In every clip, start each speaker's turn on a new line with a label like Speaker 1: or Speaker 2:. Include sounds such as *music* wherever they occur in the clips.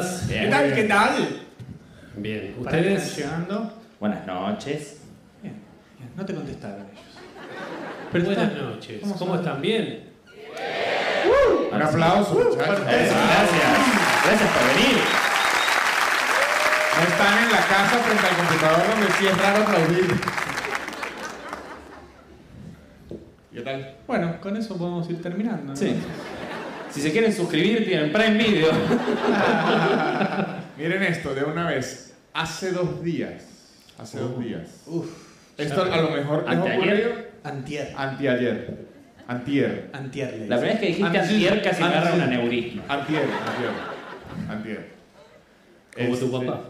Speaker 1: tal? ¿Qué tal?
Speaker 2: Bien,
Speaker 1: ¿Para qué están
Speaker 2: ustedes.
Speaker 1: llegando?
Speaker 3: Buenas noches.
Speaker 1: Bien, bien, no te contestaron ellos. Pero
Speaker 2: Buenas
Speaker 1: están-
Speaker 2: noches.
Speaker 1: ¿Cómo
Speaker 2: ¿Cómo
Speaker 1: están?
Speaker 2: están? ¿Bien?
Speaker 4: Un aplauso, muchachos.
Speaker 3: Eso, Eh, gracias. Gracias por venir.
Speaker 4: No están en la casa frente al computador donde sí es raro aplaudir. ¿Qué tal?
Speaker 1: Bueno, con eso podemos ir terminando. ¿no?
Speaker 3: Sí. Si se quieren suscribir, tienen Prime Video.
Speaker 4: Miren esto de una vez. Hace dos días. Hace dos días.
Speaker 1: Uf,
Speaker 4: Esto a lo mejor les
Speaker 3: ¿Anteayer?
Speaker 4: ocurrió
Speaker 1: antier.
Speaker 4: antiayer. Antier.
Speaker 1: Antier le
Speaker 3: La
Speaker 1: dicen.
Speaker 3: primera vez que dijiste
Speaker 4: Antes-
Speaker 3: antier casi me
Speaker 4: antes-
Speaker 3: agarra un aneurisma.
Speaker 4: Antier, antier. Antier.
Speaker 2: Como tu
Speaker 4: Este,
Speaker 2: papá.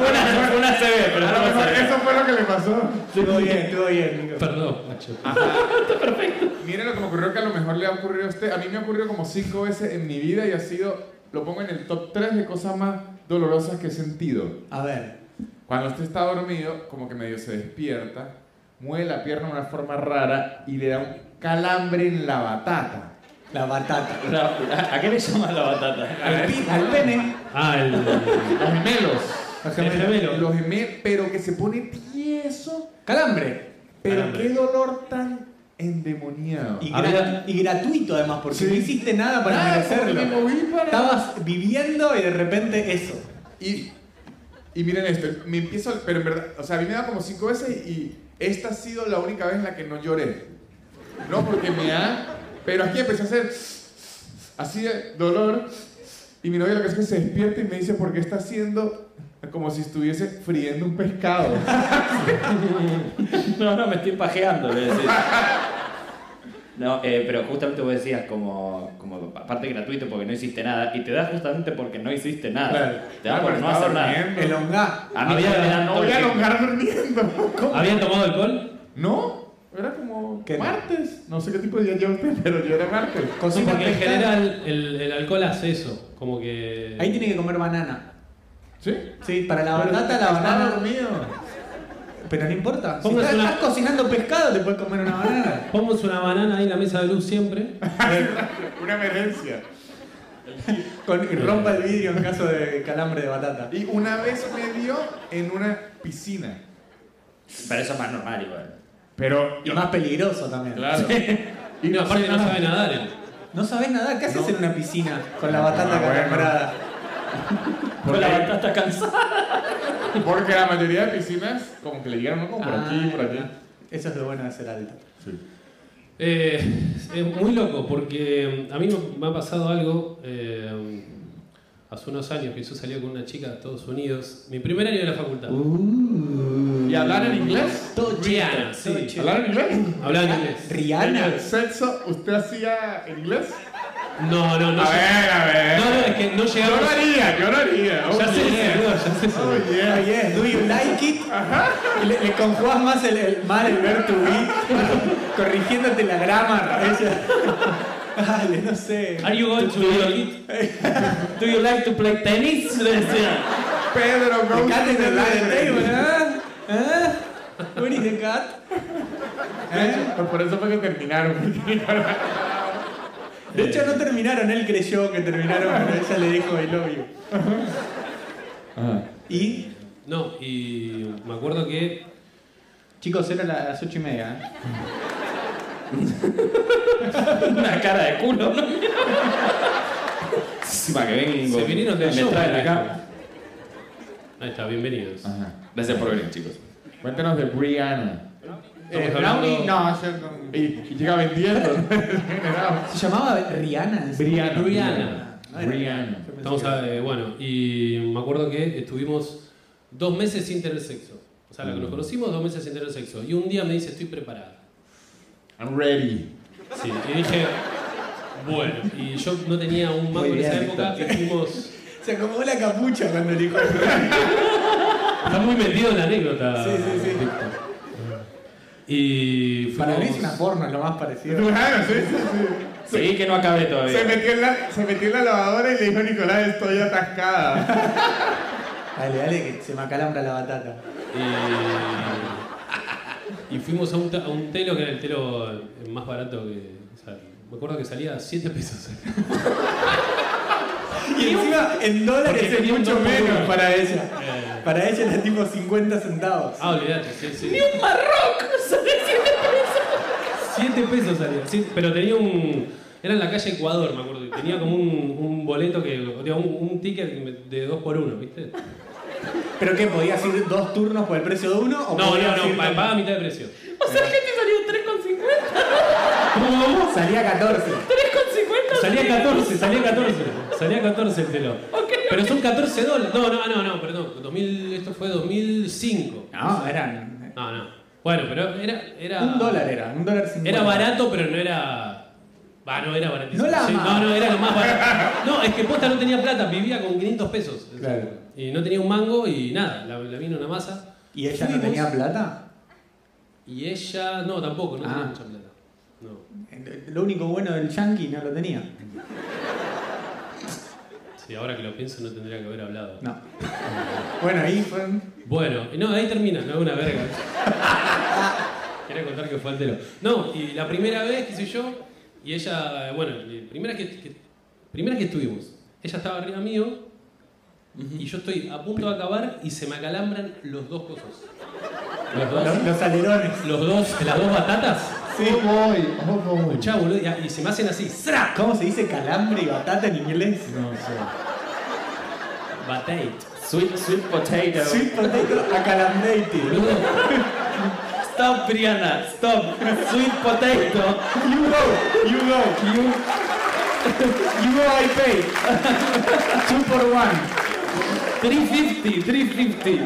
Speaker 3: Una, una se ve, pero
Speaker 4: A lo
Speaker 3: no
Speaker 4: mejor
Speaker 3: se ve.
Speaker 4: eso fue lo que le pasó.
Speaker 1: Estuvo bien, estuvo bien. Nico.
Speaker 2: Perdón, macho.
Speaker 4: Miren lo que me ocurrió que a lo mejor le ha ocurrido a usted. A mí me ha ocurrido como cinco veces en mi vida y ha sido, lo pongo en el top 3 de cosas más dolorosas que he sentido.
Speaker 1: A ver,
Speaker 4: Cuando usted está dormido, como que medio se despierta, mueve la pierna de una forma rara y le da un calambre en la batata.
Speaker 1: la batata.
Speaker 3: La- ¿A a qué le llamas la
Speaker 4: *laughs*
Speaker 3: batata?
Speaker 1: Al, pi- al pene.
Speaker 2: Ah, el.
Speaker 4: Los gemelos.
Speaker 1: Los gemelos.
Speaker 4: Los gemelos, pero que se pone tieso.
Speaker 1: Calambre.
Speaker 4: Pero
Speaker 2: Calambre.
Speaker 4: qué dolor tan endemoniado.
Speaker 1: Y, gra-
Speaker 2: Había-
Speaker 1: y gratuito además, porque
Speaker 4: Sí.
Speaker 1: no hiciste nada para
Speaker 4: Nada, porque me
Speaker 1: merecerlo.
Speaker 4: moví para-
Speaker 1: Estabas viviendo y de repente eso.
Speaker 4: Y, y miren esto, me empiezo, pero en verdad, o sea, a mí me da como cinco veces y esta ha sido la única vez en la que no lloré. No, porque me da, pero aquí empecé a hacer así de dolor y mi novia lo que es que se despierta y me dice, ¿por qué está haciendo como si estuviese friendo un pescado?
Speaker 3: No, no, me estoy pajeando, le decís. *laughs* No, eh, pero justamente vos decías como, como aparte gratuito porque no hiciste nada y te da justamente porque no hiciste nada. Te da
Speaker 4: Claro,
Speaker 3: por
Speaker 4: pero
Speaker 3: no
Speaker 4: estaba
Speaker 3: hacer nada.
Speaker 4: durmiendo.
Speaker 1: El honga.
Speaker 3: A mí me da
Speaker 4: No voy a alongar durmiendo.
Speaker 2: ¿Habían tomado alcohol?
Speaker 4: No, era como
Speaker 1: ¿Qué?
Speaker 4: martes. No sé qué tipo de día lleva usted, pero yo era martes.
Speaker 2: No,
Speaker 1: Cocina
Speaker 2: porque en
Speaker 1: pescado.
Speaker 2: general el, el alcohol hace eso. Como que.
Speaker 1: Ahí tiene que comer banana.
Speaker 4: ¿Sí?
Speaker 1: Sí, para la
Speaker 4: Pero
Speaker 1: batata, la
Speaker 4: está
Speaker 1: banana.
Speaker 4: dormido.
Speaker 1: Pero no importa. Si
Speaker 2: Póngase
Speaker 1: estás,
Speaker 2: una-
Speaker 1: estás cocinando pescado, te puedes comer una banana.
Speaker 2: Ponemos una banana ahí en la mesa de luz siempre.
Speaker 4: *laughs* Una emergencia.
Speaker 1: Con, y rompa el vidrio en caso de calambre de batata.
Speaker 4: Y una vez me dio en una piscina.
Speaker 3: Pero eso es más normal igual.
Speaker 4: Pero.
Speaker 1: Y más peligroso también.
Speaker 2: Y no, aparte no sabe nadar. él.
Speaker 1: No sabés nadar, ¿qué haces en una piscina con la batata
Speaker 4: Ah, bueno.
Speaker 1: calambrada?
Speaker 3: Con la batata cansada.
Speaker 4: Porque la mayoría de piscinas, como que le llegaron, ¿no? Como por aquí,
Speaker 1: Ah,
Speaker 4: por allá.
Speaker 1: Eso es lo bueno de ser alto.
Speaker 2: Eh, es muy loco porque eh, a mí me- me ha pasado algo eh, hace unos años que yo salía con una chica de Estados Unidos, mi primer año de la facultad.
Speaker 1: Uh.
Speaker 4: ¿Y hablar en inglés?
Speaker 1: Todo
Speaker 2: Rihanna, sí.
Speaker 1: todo chiste.
Speaker 4: ¿Hablar en inglés?
Speaker 2: Hablaba en inglés.
Speaker 4: ¿En
Speaker 1: Rihanna.
Speaker 4: el sexo usted hacía en inglés?
Speaker 2: No, no, no. lleg-
Speaker 4: a ver.
Speaker 2: No, no, es que no llegamos.
Speaker 4: Lloraría, lloraría.
Speaker 2: Ya sé, boludo, ya sé.
Speaker 4: Oh,
Speaker 1: Oh,
Speaker 4: yeah.
Speaker 1: yes, do you like it? Le, le conjugás más el, el mal el ver to be, *laughs* corrigiéndote la grammar. Ella. *laughs* Dale, no sé.
Speaker 3: Are you going to Do you like to play tennis? Le decía.
Speaker 4: Pedro
Speaker 1: The
Speaker 4: Goes
Speaker 1: cat
Speaker 4: to
Speaker 1: is
Speaker 4: the
Speaker 1: under the table,
Speaker 4: library.
Speaker 1: ¿eh? ¿Eh? Where is the cat? ¿Eh?
Speaker 4: Por eso fue que terminaron.
Speaker 1: De hecho, no terminaron. Él creyó que terminaron, pero ella le dijo I love you. Y,
Speaker 2: No, y me acuerdo que.
Speaker 1: chicos, eran las ocho y media, ¿eh?
Speaker 3: Una cara de culo, ¿no? Sí, para que vengo.
Speaker 2: Se vinieron de
Speaker 3: me
Speaker 2: show,
Speaker 3: traen
Speaker 2: ¿no?
Speaker 3: acá. Ah,
Speaker 2: Ahí está, bienvenidos.
Speaker 3: Gracias por venir, chicos.
Speaker 4: Cuéntanos de Brianna.
Speaker 2: Estamos
Speaker 1: Eh,
Speaker 2: hablando-
Speaker 1: Brownie, no, yo no.
Speaker 4: Y, y llega vendiendo. Generado.
Speaker 1: ¿Se llamaba Rihanna? en serio?
Speaker 4: Brianna.
Speaker 2: Brianna.
Speaker 1: No era-
Speaker 4: Brianna.
Speaker 1: Yo pensé
Speaker 2: Estamos
Speaker 1: que-
Speaker 2: a- eh, bueno, y me acuerdo que estuvimos dos meses sin tener sexo. O sea, la que nos conocimos, dos meses sin tener sexo. Y un día me dice, estoy preparada.
Speaker 4: *laughs* I'm ready.
Speaker 2: Sí, y dije, bueno, y yo no tenía un mango
Speaker 1: Muy
Speaker 2: en
Speaker 1: bien,
Speaker 2: esa época, y fuimos...
Speaker 1: Se acomodó la capucha cuando dijo.
Speaker 2: Está muy metido en la anécdota.
Speaker 1: Sí, sí, sí.
Speaker 2: Víctor. Y fuimos...
Speaker 1: Para mí es una porno, es lo más parecido.
Speaker 4: Claro, sí, sí, sí.
Speaker 3: Seguí que no acabé todavía.
Speaker 4: Se metió, en la, se metió en la lavadora y le dijo a Nicolás, estoy
Speaker 1: *laughs*
Speaker 4: atascada.
Speaker 1: Dale, dale, que se me acalambra la batata.
Speaker 2: Y, y fuimos a un, ta- a un telo que era el telo más barato que... o sea, me acuerdo que salía a 7 pesos.
Speaker 1: Y encima en dólares
Speaker 2: Porque
Speaker 1: es
Speaker 2: tenía un
Speaker 1: mucho
Speaker 2: dos por uno.
Speaker 1: menos para ella.
Speaker 2: *laughs* Eh.
Speaker 1: Para ella era tipo 50 centavos.
Speaker 2: Ah, olvidate, sí, sí.
Speaker 3: ¡Ni un marroco! Solo siete pesos.
Speaker 2: 7 pesos salía, sí, pero tenía un. Era en la calle Ecuador, me acuerdo. y Tenía como un, un boleto que. o sea, un, un ticket que me- de 2 por 1 ¿viste?
Speaker 1: ¿Pero qué? ¿Podías ir dos turnos por el precio de uno? O
Speaker 2: No,
Speaker 1: podías
Speaker 2: no, no,
Speaker 1: ir-
Speaker 2: pa- paga mitad de precio.
Speaker 3: O sea, que te salió 3,50.
Speaker 2: ¿Cómo vamos?
Speaker 1: Salía 14.
Speaker 3: 3,50.
Speaker 2: Salía
Speaker 3: dólares.
Speaker 2: 14, salía 14. Salía 14 el telón.
Speaker 3: Ok,
Speaker 2: Pero son 14 dólares. No, ah, no, no, no, perdón. 2000, esto fue 2005.
Speaker 1: No, eran.
Speaker 2: No, no. Bueno, pero era. era
Speaker 1: Un dólar era, un dólar cincuenta.
Speaker 2: Era barato, pero no era. Va, no era baratísimo.
Speaker 1: No la
Speaker 2: Sí,
Speaker 1: amaba.
Speaker 2: no, no, era lo más barato. No, es que Posta no tenía plata, vivía con 500 pesos.
Speaker 1: Claro.
Speaker 2: Y no tenía un mango y nada, la, la vino una masa.
Speaker 1: ¿Y ella no
Speaker 2: Fuimos,
Speaker 1: tenía plata?
Speaker 2: Y ella, no, tampoco, no tenía
Speaker 1: Ah.
Speaker 2: mucha plata. No.
Speaker 1: Lo único bueno del yankee no lo tenía.
Speaker 2: Sí, ahora que lo pienso no tendría que haber hablado.
Speaker 1: No. Bueno, ahí fue. un-
Speaker 2: Bueno, y no, ahí termina, no es una *laughs* verga. Quería contar que fue altero. No, y la primera vez, qué sé yo, y ella, bueno, la primera que, que- primera que estuvimos, ella estaba arriba mío, y yo estoy a punto de acabar y se me acalambran los dos cosas. Los
Speaker 1: Los,
Speaker 2: dos,
Speaker 1: los alerones.
Speaker 2: los dos, las dos batatas.
Speaker 1: Sí.
Speaker 4: voy, voy.
Speaker 2: Chá, boludo, y, y se me hacen así, ¡zra!
Speaker 1: ¿Cómo se dice calambre y batata en inglés?
Speaker 2: No sé. Batate.
Speaker 3: Sweet, sweet potato.
Speaker 1: Sweet potato acalambrated.
Speaker 2: Boludo,
Speaker 3: Stop, Brianna. Stop. Sweet potato.
Speaker 1: You go, you go, you, you go, I pay.
Speaker 2: Ah,
Speaker 1: Two for one.
Speaker 3: 350. 350.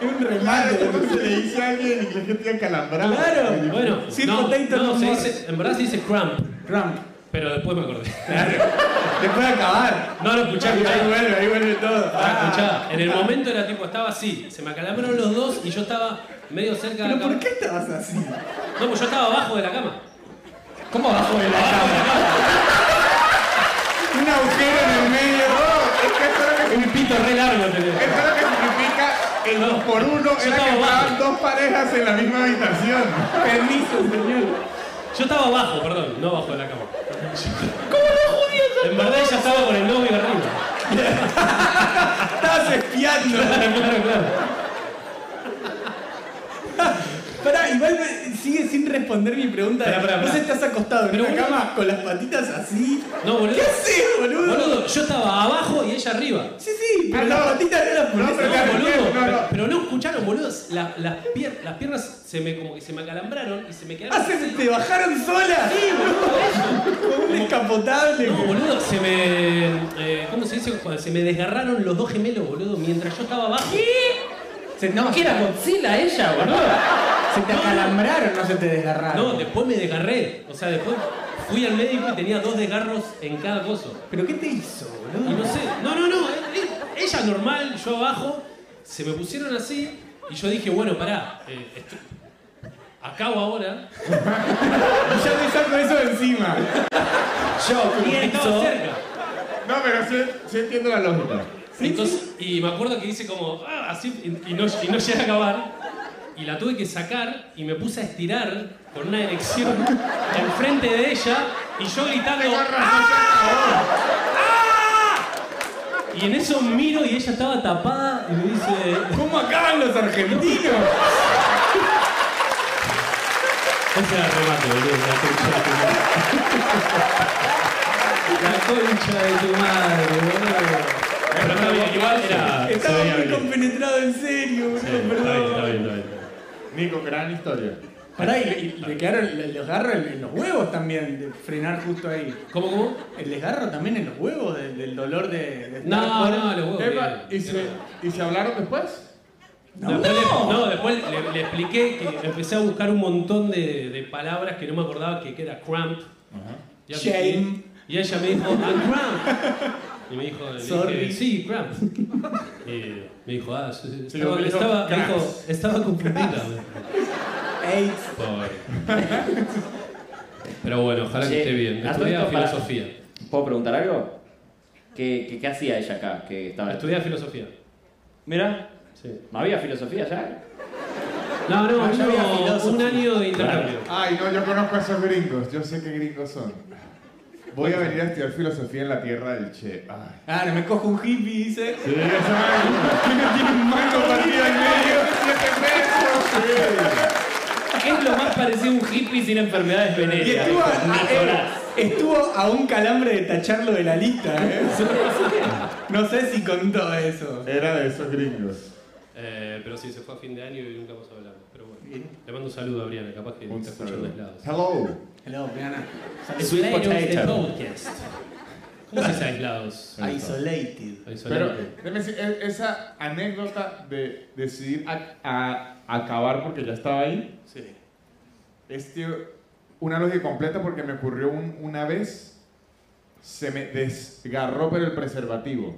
Speaker 1: Es un
Speaker 4: Claro,
Speaker 1: remate.
Speaker 4: cuando se le dice a alguien en inglés que tiene calambrado.
Speaker 1: Claro.
Speaker 2: Bueno,
Speaker 1: Sweet
Speaker 2: no,
Speaker 1: potato
Speaker 2: no,
Speaker 1: no
Speaker 2: se
Speaker 1: more.
Speaker 2: dice, en verdad se dice crump,
Speaker 1: Trump.
Speaker 2: pero después me acordé.
Speaker 1: Después de acabar.
Speaker 2: No, no, escuchá,
Speaker 1: Ahí
Speaker 2: escuchá.
Speaker 1: vuelve, ahí vuelve todo.
Speaker 2: Pará, escuchá. En el momento era tipo, estaba así, se me acalambraron los dos y yo estaba medio cerca de
Speaker 1: ¿Pero
Speaker 2: la
Speaker 1: por
Speaker 2: cama.
Speaker 1: qué estabas así?
Speaker 2: No, pues yo estaba abajo de la cama.
Speaker 1: ¿Cómo abajo de la cama?
Speaker 4: Un agujero en el medio. No, es que eso es lo que-
Speaker 2: Un pito re largo tenía.
Speaker 4: eso es lo que significa el
Speaker 2: No,
Speaker 4: dos por uno.
Speaker 2: yo
Speaker 4: Era que
Speaker 2: estaba abajo.
Speaker 4: estaban dos parejas en la misma habitación.
Speaker 1: Permiso, señor.
Speaker 2: Yo estaba abajo, perdón, no abajo de la cama. ¿Cómo En verdad ella estaba con el novio arriba. *laughs*
Speaker 1: Estabas espiando.
Speaker 2: Claro, claro, claro.
Speaker 1: Pará, igual me- sigue sin responder mi pregunta.
Speaker 2: Pará, pará,
Speaker 1: Vos
Speaker 2: pará.
Speaker 1: estás acostado en
Speaker 2: Pero
Speaker 1: una
Speaker 2: boludo-
Speaker 1: cama con las patitas así.
Speaker 2: No, boludo.
Speaker 1: ¿Qué haces, boludo?
Speaker 2: Boludo, yo estaba abajo y ella arriba.
Speaker 1: Sí, sí, pero
Speaker 4: Ah,
Speaker 1: las
Speaker 4: no.
Speaker 1: patitas no las
Speaker 4: No,
Speaker 1: pones.
Speaker 4: pero-
Speaker 2: No, boludo,
Speaker 4: No, no.
Speaker 2: pero no escucharon, boludo. La- las, pier- las piernas se me como que se me acalambraron y se me quedaron.
Speaker 1: Ah, se-
Speaker 2: así.
Speaker 1: te bajaron solas.
Speaker 2: Sí, boludo, eso.
Speaker 1: Como un escapotable.
Speaker 2: No, boludo, se me. eh, ¿Cómo se dice? Cuando Se me desgarraron los dos gemelos, boludo, mientras yo estaba abajo.
Speaker 1: Se, no,
Speaker 3: ¿Qué era Godzilla ella, boludo?
Speaker 1: se te acalambraron, no se te desgarraron.
Speaker 2: No, después me desgarré. O sea, después fui al médico y tenía dos desgarros en cada coso.
Speaker 1: ¿Pero qué te hizo,
Speaker 2: Y
Speaker 1: boludo?
Speaker 2: no sé. No, no, no. eh, eh, Ella normal, yo abajo. Se me pusieron así y yo dije, bueno, pará. eh, estoy- Acabo ahora.
Speaker 4: Ya me saco eso de encima.
Speaker 1: Yo,
Speaker 2: Porque estaba cerca.
Speaker 4: No, pero sí, sí entiendo la lógica.
Speaker 2: Entonces, y me acuerdo que hice como, ah, así, y, y no, y no llegué a acabar. Y la tuve que sacar y me puse a estirar con una erección enfrente de ella y yo gritando. "¡Ah! ¡Ah!". Y en eso miro y ella estaba tapada y me dice.
Speaker 4: ¿Cómo acaban los argentinos?
Speaker 2: Ese era el remate, boludo, la concha de tu madre. *laughs* La concha de tu madre, boludo. Pero está bien, igual era. se
Speaker 1: Estaba
Speaker 2: veía
Speaker 1: muy
Speaker 2: bien.
Speaker 1: compenetrado en serio, boludo,
Speaker 2: Sí, está bien,
Speaker 1: perdón.
Speaker 2: está bien, está bien.
Speaker 4: Nico, gran historia.
Speaker 1: Pará, y, y le quedaron el desgarro en, en los huevos también, de frenar justo ahí.
Speaker 2: ¿Cómo, cómo?
Speaker 1: El desgarro también en los huevos, del, del dolor de. de estar
Speaker 2: No,
Speaker 1: por-
Speaker 2: no, los huevos.
Speaker 4: Epa,
Speaker 2: bien.
Speaker 4: ¿y se, ¿y se hablaron después?
Speaker 1: No.
Speaker 2: Después le- no, después le, le expliqué que empecé a buscar un montón de, de palabras que no me acordaba que, que era cramp. Y ella-
Speaker 1: Shame.
Speaker 2: Y ella me dijo, ah, cramp. Y me dijo, le
Speaker 1: Sorry.
Speaker 2: dije, sí, cramp. Y me dijo, ah, sí, sí,
Speaker 4: Se
Speaker 2: estaba,
Speaker 4: lo olvidó,
Speaker 2: estaba, me
Speaker 4: cramps.
Speaker 2: dijo, estaba confundida.
Speaker 1: Ey,
Speaker 2: Pobre. *laughs* Pero bueno, ojalá
Speaker 3: Che,
Speaker 2: que esté bien.
Speaker 3: a todo
Speaker 2: Estudiaba
Speaker 3: esto, pará.
Speaker 2: filosofía.
Speaker 3: ¿Puedo preguntar algo? ¿Qué, qué, qué hacía ella acá? Que estaba...
Speaker 2: Estudiaba filosofía.
Speaker 3: Mira,
Speaker 2: Sí.
Speaker 3: ¿no había filosofía ya? ¿eh?
Speaker 2: No, no,
Speaker 1: Ah, ya
Speaker 2: uno-
Speaker 1: había filósofo.
Speaker 2: un año de intercambio.
Speaker 4: Ay, no, yo conozco a esos gringos. Yo sé qué gringos son. Voy a venir a estudiar filosofía en la tierra del Che. Ay.
Speaker 1: Ah, no me cojo un hippie, dice.
Speaker 4: Sí, esa vaina. Tiene- tiene un mango partido al medio, siete metros.
Speaker 3: Es lo más parecido a un hippie sin enfermedades
Speaker 1: Y
Speaker 3: venéreas.
Speaker 1: estuvo a, eh, a-
Speaker 3: Nicolás.
Speaker 1: estuvo a un calambre de tacharlo de la lista, ¿eh? No sé si contó eso.
Speaker 4: Era de esos gringos.
Speaker 2: Eh, pero sí, se fue a fin de año y nunca más hablamos. Pero bueno, le mando un saludo a Briana, capaz que
Speaker 4: Un
Speaker 2: está escuchando
Speaker 4: saludo.
Speaker 2: aislados.
Speaker 4: Hello.
Speaker 1: Hello, Brianna.
Speaker 3: Sweet potato.
Speaker 2: ¿Cómo se dice aislados?
Speaker 1: Isolated.
Speaker 4: Pero,
Speaker 2: Aisolante.
Speaker 4: déjame decir, e- esa anécdota de decidir a- a- acabar porque ya estaba ahí,
Speaker 2: Sí.
Speaker 4: es tío, una lógica completa porque me ocurrió un- una vez, se me desgarró pero el preservativo.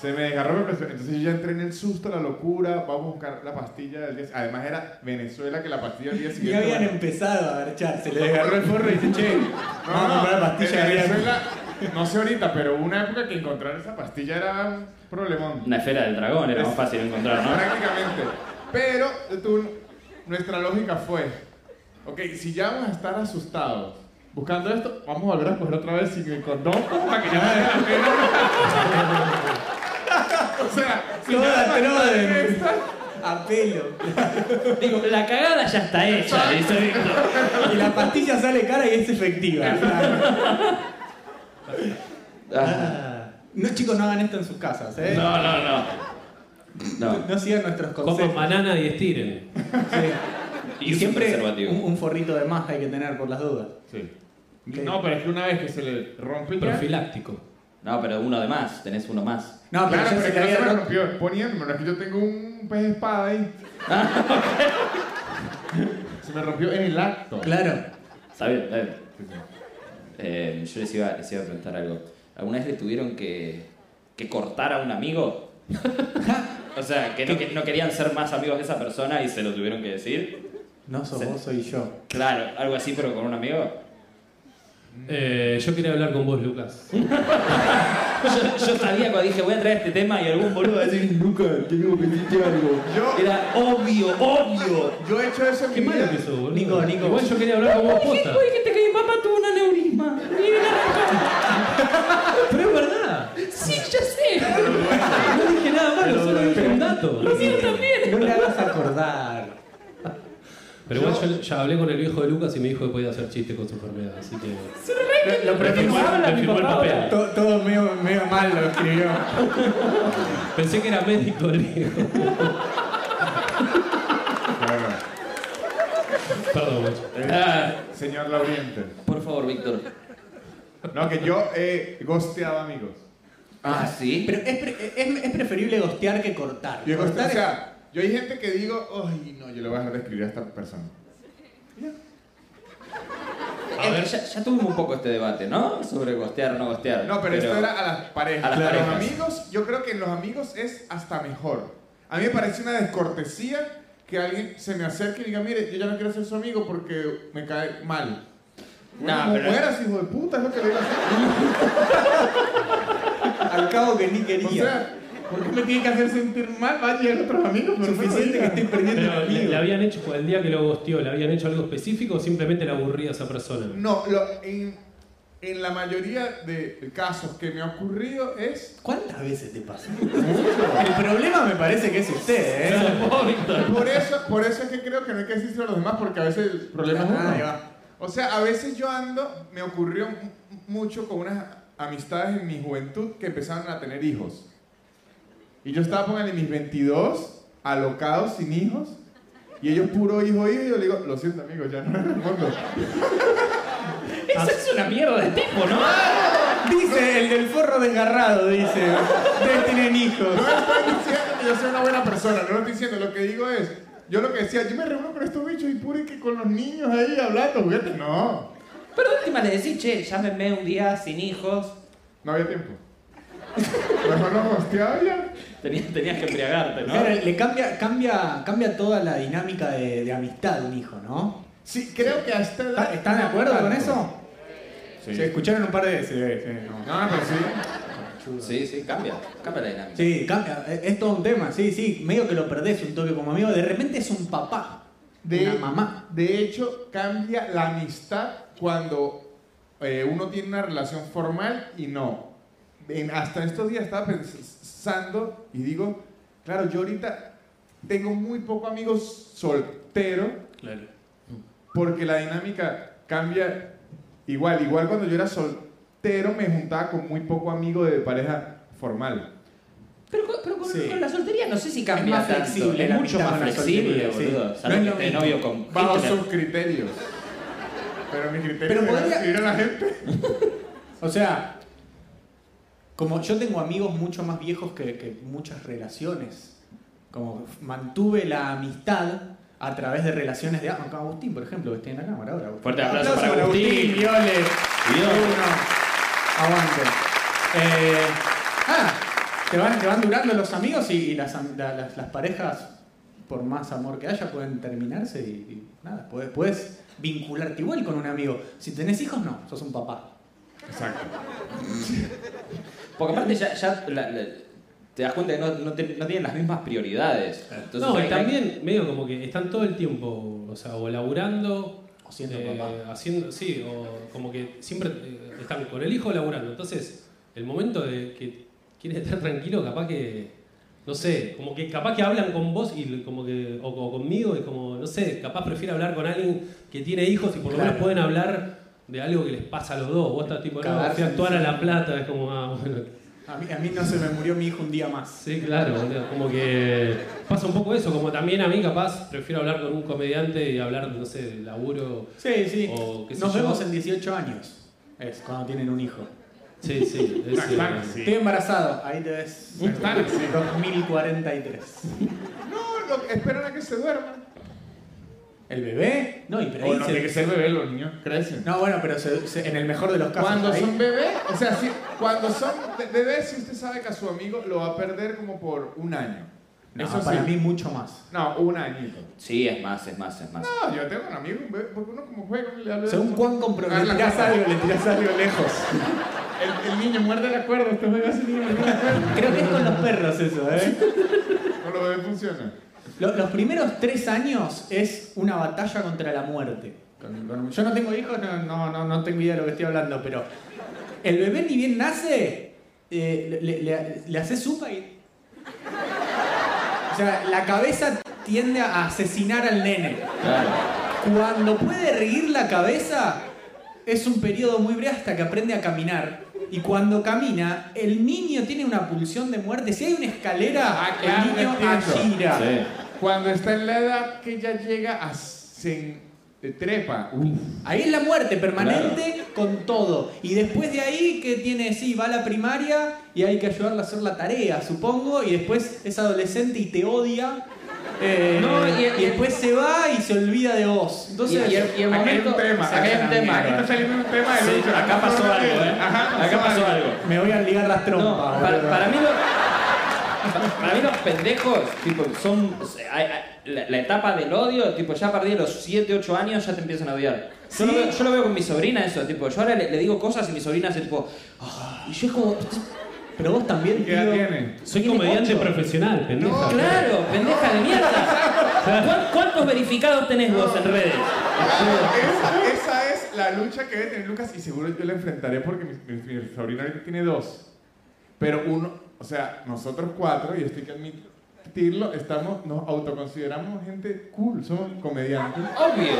Speaker 4: Se me desgarró el preservativo. Entonces yo ya entré en el susto, la locura, vamos a buscar la pastilla del día Además era Venezuela que la pastilla del día
Speaker 1: Y
Speaker 4: siguiente...
Speaker 1: habían
Speaker 4: bueno,
Speaker 1: empezado a marchar. Se le desgarró el forro y dice, che,
Speaker 4: no,
Speaker 1: vamos a
Speaker 4: no,
Speaker 1: comprar
Speaker 4: no,
Speaker 1: pastilla
Speaker 4: en
Speaker 1: de Brianna.
Speaker 4: Venezuela, no sé ahorita, pero hubo una época que encontrar esa pastilla era un problemón.
Speaker 3: Una esfera del dragón era más fácil de encontrar, ¿no?
Speaker 4: Prácticamente. Pero tú- nuestra lógica fue, ok, si ya vamos a estar asustados buscando esto, vamos a volver a coger otra vez sin el condón *laughs* para que ya valga la pena. *laughs* O sea, si
Speaker 1: Toda
Speaker 4: ya
Speaker 1: la
Speaker 4: vamos a hacer
Speaker 1: troden.
Speaker 4: esto,
Speaker 1: A pelo.
Speaker 3: Digo, la cagada ya está hecha, dice Víctor.
Speaker 1: Y la pastilla sale cara y es
Speaker 4: *laughs*
Speaker 1: efectiva. Ah. No, chicos, no hagan esto en sus casas, ¿eh?
Speaker 3: No, no, no. No.
Speaker 1: No sigan nuestros
Speaker 2: Coman
Speaker 1: consejos.
Speaker 2: banana y estiren.
Speaker 1: Sí.
Speaker 3: Y usen
Speaker 1: siempre
Speaker 3: preservativo.
Speaker 1: un, un forrito de más hay que tener por las dudas.
Speaker 4: Sí.
Speaker 1: Ok.
Speaker 4: No, pero es que una vez que se le rompe ya...
Speaker 2: Profiláctico.
Speaker 3: No, pero uno de más, tenés uno más.
Speaker 1: No, pero
Speaker 4: Ah, Claro,
Speaker 1: ya
Speaker 4: pero
Speaker 1: se te
Speaker 4: es que no
Speaker 1: había
Speaker 4: se me
Speaker 1: roto.
Speaker 4: rompió poniéndome, es que yo tengo un pez
Speaker 1: *laughs*
Speaker 4: espada ahí. Se me rompió en el acto.
Speaker 1: Claro.
Speaker 3: Está bien, está bien.
Speaker 4: Sí, sí.
Speaker 3: Eh, yo les iba, les iba a preguntar algo. ¿Alguna vez le tuvieron que, que cortar a un amigo? *laughs* o sea, que no, que no querían ser más amigos de esa persona y se lo tuvieron que decir.
Speaker 1: No sos
Speaker 3: Sí.
Speaker 1: vos, soy yo.
Speaker 3: Claro, algo así, pero con un amigo.
Speaker 1: Mm.
Speaker 2: Eh, yo quería hablar con vos, Lucas.
Speaker 3: Yo, yo sabía cuando dije voy a traer este tema y algún boludo va a decir, nunca tengo que decirte algo.
Speaker 4: Yo-
Speaker 3: Era obvio, obvio.
Speaker 4: Yo he hecho eso en
Speaker 2: Qué
Speaker 4: mi
Speaker 2: malo
Speaker 4: vida.
Speaker 2: que sos, boludo.
Speaker 1: Nico, Nico.
Speaker 2: Igual yo quería hablar con vos, posta.
Speaker 3: Fíjate que mi papá tuvo un aneurisma. Miren arrancar.
Speaker 2: Pero es verdad.
Speaker 3: Sí, ya sé.
Speaker 2: No dije nada malo, solo dije un dato.
Speaker 1: No le hagas acordar.
Speaker 2: Pero igual yo ya hablé con el viejo de Lucas y me dijo que podía hacer chistes con su enfermedad, así que...
Speaker 1: Lo
Speaker 2: prefirmó-
Speaker 3: habla
Speaker 2: me
Speaker 3: mi
Speaker 2: firmó el
Speaker 3: papá
Speaker 2: papel.
Speaker 3: ahora.
Speaker 1: Todo, medio, medio mal lo escribió.
Speaker 2: Pensé que era médico el viejo.
Speaker 4: Claro.
Speaker 2: Perdón, macho.
Speaker 3: Ah,
Speaker 4: Señor Lauriente.
Speaker 3: por favor, Víctor.
Speaker 4: No, que yo eh, gosteaba amigos.
Speaker 3: Ah, sí.
Speaker 1: Pero es, pre- es- es preferible gostear que cortar.
Speaker 4: Yo
Speaker 1: Cortar
Speaker 4: gosteaba, o sea, yo hay gente que digo, ay, no, yo le voy a dejar de escribir a esta persona.
Speaker 3: A ver, eh, ya, ya tuvimos un poco este debate, ¿no? Sobre gostear o no gostear.
Speaker 4: No, pero, esto era a las parejas.
Speaker 3: A las
Speaker 4: Claro,
Speaker 3: parejas.
Speaker 4: los amigos, yo creo que en los amigos es hasta mejor. A mí me parece una descortesía que alguien se me acerque y diga, mire, yo ya no quiero ser su amigo porque me cae mal.
Speaker 3: No,
Speaker 4: Bueno,
Speaker 3: pero-
Speaker 4: mueras, hijo de puta, es lo que le iba a hacer.
Speaker 1: al cabo que ni
Speaker 4: O
Speaker 1: quería.
Speaker 4: sea, ¿por qué me tiene que hacer sentir mal? Va a llegar otros amigos, pero no me lo
Speaker 1: Suficiente que
Speaker 4: diga.
Speaker 1: estoy perdiendo
Speaker 2: Pero
Speaker 1: el
Speaker 2: le, le
Speaker 1: amigo.
Speaker 2: habían hecho, el día que lo gosteó, ¿le habían hecho algo específico o simplemente le aburría a esa persona?
Speaker 4: No, lo- en, en la mayoría de casos que me ha ocurrido es.
Speaker 1: ¿Cuántas veces te pasó? El problema me parece que es usted, ¿eh?
Speaker 4: Por eso, por eso es que creo que no hay que decirlo a los demás, porque a veces el problema es uno.
Speaker 1: Ah, ahí va.
Speaker 4: O sea, a veces yo ando, me ocurrió m- mucho con unas amistades en mi juventud que empezaron a tener hijos. Y yo estaba, pónganle, mis 22, alocados, sin hijos. Y ellos puro hijo, hijo, y yo le digo, lo siento, amigo, ya no respondo.
Speaker 3: Eso es una mierda de tipo, ¿no?
Speaker 1: Dice el del forro desgarrado, dice. Ustedes tienen hijos.
Speaker 4: No estoy diciendo que yo soy una buena persona, no lo estoy diciendo, lo que digo es, yo lo que decía, yo me reúno con estos bichos y puro que con los niños ahí hablando, juguetes, no,
Speaker 3: Pero de última le decís, che, llámenme un día sin hijos.
Speaker 4: no había tiempo. Mejor no hosteaba ya.
Speaker 3: Tenías, tenías que embriagarte, ¿no?
Speaker 1: Claro, le cambia, cambia, cambia toda la dinámica de, de amistad un hijo, ¿no?
Speaker 4: Sí, creo que hasta
Speaker 1: ¿Está-
Speaker 4: edad...
Speaker 1: ¿Están Ah, de acuerdo con eso?
Speaker 4: Sí.
Speaker 1: Se escucharon un par de veces. eh, Sí,
Speaker 4: No, pero sí.
Speaker 3: Sí, sí, cambia. Cambia la dinámica.
Speaker 1: Sí, cambia. eh, Es es todo un tema, sí, sí. Medio que lo perdés un toque como amigo. De repente es un papá.
Speaker 4: De,
Speaker 1: una mamá.
Speaker 4: De hecho, cambia la amistad cuando eh, uno tiene una relación formal y no. En- hasta estos días estaba pensando y digo, claro, yo ahorita tengo muy poco amigos solteros
Speaker 2: Claro.
Speaker 4: porque la dinámica cambia igual. Igual cuando yo era soltero me juntaba con muy poco amigo de pareja formal.
Speaker 3: Pero, con- pero con,
Speaker 1: Sí.
Speaker 3: con la soltería no sé si cambia
Speaker 1: más
Speaker 3: tanto.
Speaker 1: flexible
Speaker 3: es
Speaker 1: la
Speaker 3: mucho
Speaker 1: mitad
Speaker 3: más
Speaker 1: con la
Speaker 3: flexible,
Speaker 1: soltería, sí.
Speaker 3: boludo. Salvo
Speaker 1: No es
Speaker 3: que
Speaker 1: lo
Speaker 3: esté
Speaker 1: mismo.
Speaker 3: novio con
Speaker 4: Bajo
Speaker 3: Hitler.
Speaker 4: sus criterios. Pero mis criterios
Speaker 1: Pero
Speaker 4: eran
Speaker 1: podría-
Speaker 4: escribir a la gente.
Speaker 1: O sea, como yo tengo amigos mucho más viejos que, que muchas relaciones, como mantuve la amistad a través de relaciones de ah, con Agustín, por ejemplo, que está en la cámara ahora. Agustín.
Speaker 3: Fuerte aplauso
Speaker 1: Aplauso
Speaker 3: para Agustín.
Speaker 1: Viole.
Speaker 3: Viole.
Speaker 1: Uno. Aguante. Eh, ah, te van, te van durando los amigos y, y las, am- la- las, las parejas, por más amor que haya, pueden terminarse y, y nada, puedes, puedes vincularte igual con un amigo. Si tenés hijos, no, sos un papá.
Speaker 4: Exacto.
Speaker 3: Porque aparte ya, ya la- la- te das cuenta que no, no te- no tienen las mismas prioridades. Entonces,
Speaker 2: no,
Speaker 3: hay-
Speaker 2: y también medio como que están todo el tiempo, o sea, o laburando,
Speaker 1: O siendo
Speaker 2: eh,
Speaker 1: papá.
Speaker 2: haciendo, sí, o como que siempre eh, están con el hijo laburando. Entonces, el momento de que quieres estar tranquilo, capaz que, no sé, como que capaz que hablan con vos y como que, o, o conmigo, y como, no sé, capaz prefiero hablar con alguien que tiene hijos y por lo
Speaker 1: Claro.
Speaker 2: menos pueden hablar de algo que les pasa a los dos. Vos estás tipo, no,
Speaker 1: Cagarse
Speaker 2: fui a actuar a
Speaker 1: encima.
Speaker 2: La Plata, es como, ah, bueno.
Speaker 1: A mí, a mí no se me murió mi hijo un día más.
Speaker 2: Sí, claro, boludo, como que pasa un poco eso, como también a mí capaz prefiero hablar con un comediante y hablar, no sé, de laburo.
Speaker 1: Sí, sí.
Speaker 2: O, qué sé
Speaker 1: Nos
Speaker 2: yo.
Speaker 1: vemos en 18 años. Es cuando tienen un hijo.
Speaker 2: Sí, sí, es, eh,
Speaker 4: Claro, sí.
Speaker 1: Estoy embarazado. Ahí te ves.
Speaker 4: Claro, sí.
Speaker 1: 2043.
Speaker 4: No, lo, esperan a que se duerman.
Speaker 1: ¿El bebé? No, y pero ahí
Speaker 4: O no
Speaker 1: se-
Speaker 4: tiene que ser bebé, los niños crecen.
Speaker 1: No, bueno, pero se- se- en el mejor de los casos.
Speaker 4: Cuando
Speaker 1: ahí-
Speaker 4: son bebés, o sea, si, cuando son be- bebés, si usted sabe que a su amigo lo va a perder como por un año.
Speaker 1: No,
Speaker 4: Eso
Speaker 1: para
Speaker 4: sí.
Speaker 1: mí mucho más.
Speaker 4: No, un añito.
Speaker 3: Sí, es más, es más, es más.
Speaker 4: No, yo tengo un amigo, un bebé, porque uno como juega le habla de
Speaker 1: Según
Speaker 4: eso.
Speaker 1: cuán
Speaker 4: Ah,
Speaker 1: comprometido. Le
Speaker 4: la
Speaker 1: tirás
Speaker 4: cosa.
Speaker 1: algo, le tirás algo lejos.
Speaker 4: El, el niño muerde la cuerda, usted juega así, el niño muerde la cuerda.
Speaker 1: *laughs* Creo que es con los perros eso, ¿eh?
Speaker 4: No lo bebé funciona.
Speaker 1: Lo- los primeros tres años es una batalla contra la muerte. Con- con- yo no tengo hijos, no, no, no, no tengo idea de lo que estoy hablando, pero el bebé ni bien nace, eh, le, le, le- le hace supa y... O sea, la cabeza tiende a asesinar al nene.
Speaker 3: Claro.
Speaker 1: Cuando puede erguir la cabeza, es un periodo muy breve hasta que aprende a caminar. Y cuando camina, el niño tiene una pulsión de muerte. Si hay una escalera,
Speaker 4: Ah, claro,
Speaker 1: el niño
Speaker 4: entiendo.
Speaker 1: agira.
Speaker 3: Sí.
Speaker 4: Cuando está en la edad que ya llega a se te trepa.
Speaker 1: Ahí es la muerte permanente con todo. Y después de ahí que tiene, sí, va a la primaria y hay que ayudarla a hacer la tarea, supongo, y después es adolescente y te odia. eh,
Speaker 3: No, y-
Speaker 1: y,
Speaker 3: y-
Speaker 1: después se va y se olvida de vos.
Speaker 3: Y,
Speaker 1: Entonces,
Speaker 3: y el, y el
Speaker 4: Acá hay
Speaker 3: momento.
Speaker 4: un tema,
Speaker 3: sí,
Speaker 4: acá hay
Speaker 3: es
Speaker 4: un
Speaker 3: la
Speaker 4: tema. Aquí
Speaker 3: mierda.
Speaker 4: está saliendo un tema de
Speaker 3: Sí,
Speaker 4: lucha.
Speaker 3: acá pasó
Speaker 4: Ajá,
Speaker 3: algo, ¿eh?
Speaker 4: Ajá,
Speaker 3: Acá pasó algo.
Speaker 1: me voy a ligar las trompas.
Speaker 3: No, para,
Speaker 1: boludo.
Speaker 3: para mí los, pa- para mí los pendejos, tipo, son. hay- hay- la, la etapa del odio, tipo, ya a partir de los 7, 8 años ya te empiezan a odiar. Yo, lo
Speaker 1: ¿Sí?
Speaker 3: veo, yo lo veo con mi sobrina eso, tipo, yo ahora le, le digo cosas y mi sobrina hace tipo. "Ah", y yo es como.
Speaker 1: Pero vos también,
Speaker 4: ¿Qué edad
Speaker 1: tío.
Speaker 4: tiene?
Speaker 2: soy
Speaker 3: Tiene
Speaker 2: comediante
Speaker 3: ocho.
Speaker 2: profesional, pendeja.
Speaker 3: Claro, pendeja de mierda. ¿Cuán- ¿Cuántos verificados tenés vos en redes?
Speaker 4: Claro, esa, esa es la lucha que debe tener Lucas y seguro yo la enfrentaré porque mi, mi- mi sobrino ahorita tiene dos. Pero uno, o sea, nosotros cuatro, y esto hay que admitirlo, estamos, nos autoconsideramos gente cool, somos comediantes.
Speaker 3: Obvio.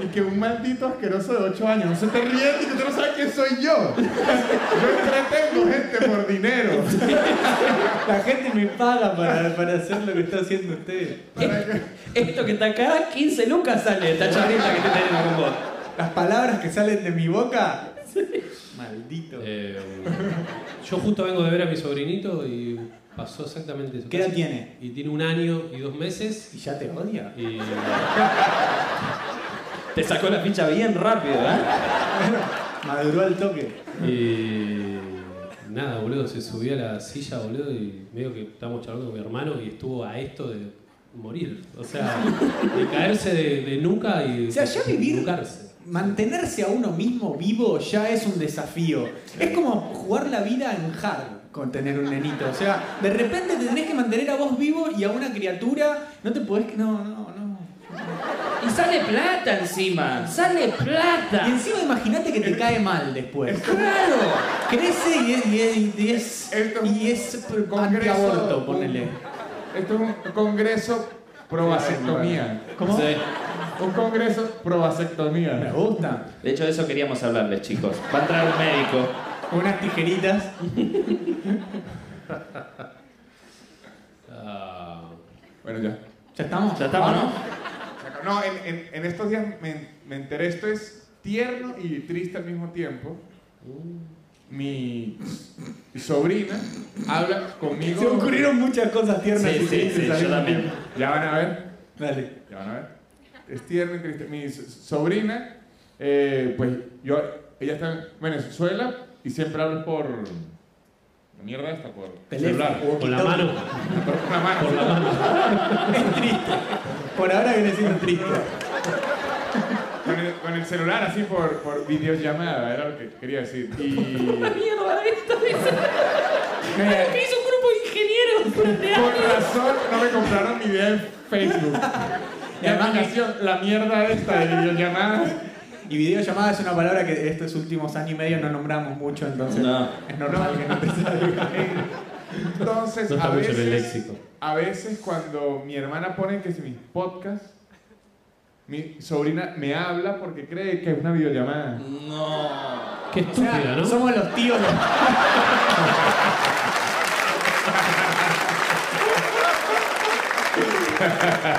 Speaker 4: Y que un maldito asqueroso de 8 años no se te ríe y que tú no sabes quién soy yo. Yo entretengo gente por dinero.
Speaker 1: La gente me paga para, para hacer lo que está haciendo usted.
Speaker 3: Eh, Esto que está acá, 15 lucas sale esta charlita que te tenemos con vos.
Speaker 1: Las palabras que salen de mi boca. Maldito.
Speaker 2: Eh, yo justo vengo de ver a mi sobrinito y pasó exactamente eso.
Speaker 1: ¿Qué edad tiene?
Speaker 2: Y tiene un año y dos meses.
Speaker 1: ¿Y ya te odia?
Speaker 2: Y
Speaker 3: Te sacó la ficha bien rápido, ¿eh?
Speaker 1: Maduró al toque.
Speaker 2: Y nada, boludo, se subió a la silla, boludo, y medio que estábamos charlando con mi hermano y estuvo a esto de morir. O sea, de caerse de, de nuca y
Speaker 1: O sea, ya vivir,
Speaker 2: nucarse.
Speaker 1: mantenerse a uno mismo vivo ya es un desafío. Es como jugar la vida en hard con tener un nenito. O sea, de repente te tenés que mantener a vos vivo y a una criatura. No te podés... que- No, no, no.
Speaker 3: Y Sale plata encima. Sale plata.
Speaker 1: Y encima imagínate que te cae mal después.
Speaker 3: Claro.
Speaker 1: Crece y es, y es, y es,
Speaker 4: Esto es
Speaker 1: y es
Speaker 4: un congreso-
Speaker 1: antiaborto, ponele.
Speaker 4: Esto es un congreso pro vasectomía.
Speaker 1: ¿Cómo?
Speaker 3: Sí.
Speaker 4: Un congreso pro
Speaker 1: Me
Speaker 4: vasectomía.
Speaker 1: gusta.
Speaker 3: De hecho, de eso queríamos hablarles, chicos. Va a entrar un médico.
Speaker 1: Unas tijeritas.
Speaker 2: Ah,
Speaker 4: Bueno, ya.
Speaker 1: ¿Ya estamos?
Speaker 3: Ya estamos, Ah, ¿no?
Speaker 4: No, en, en- en estos días me, me enteré, esto es tierno y triste al mismo tiempo.
Speaker 1: Uh.
Speaker 4: Mi sobrina habla conmigo.
Speaker 1: Se me ocurrieron muchas cosas tiernas.
Speaker 3: Sí,
Speaker 1: y
Speaker 3: sí,
Speaker 1: tristes
Speaker 3: sí,
Speaker 1: al
Speaker 3: yo
Speaker 1: mismo
Speaker 3: también.
Speaker 1: tiempo.
Speaker 4: Ya van a ver.
Speaker 1: Dale.
Speaker 4: Ya van a ver. Es tierno y triste. Mi so- sobrina, eh, pues yo, ella está en Venezuela y siempre hablo por. la Mierda esta, por. celular.
Speaker 1: Teléfono.
Speaker 2: con la mano.
Speaker 4: Por una mano.
Speaker 2: Por la mano.
Speaker 1: Es triste. Por ahora viene siendo triste.
Speaker 4: Con el, con el celular, así por, por videollamada, era lo que quería decir.
Speaker 5: *laughs* Una
Speaker 4: Y.
Speaker 5: mierda esta vez.
Speaker 4: Eh,
Speaker 5: ¿Qué hizo un grupo de ingenieros durante
Speaker 4: Por
Speaker 5: años?
Speaker 4: razón no me compraron mi idea en Facebook.
Speaker 1: Y
Speaker 4: La
Speaker 1: además-
Speaker 4: aplicación, la mierda esta de videollamadas.
Speaker 1: Y videollamada es una palabra que estos últimos años y medio no nombramos mucho, entonces
Speaker 3: No.
Speaker 1: es normal que no te salga.
Speaker 4: Entonces,
Speaker 2: No está
Speaker 4: a
Speaker 2: mucho en el
Speaker 4: veces,
Speaker 2: léxico.
Speaker 4: a veces cuando mi hermana pone que si mis podcasts, mi sobrina me habla porque cree que es una videollamada.
Speaker 3: No.
Speaker 2: Qué
Speaker 1: O sea,
Speaker 2: estúpida, ¿no?
Speaker 1: Somos los tíos. de-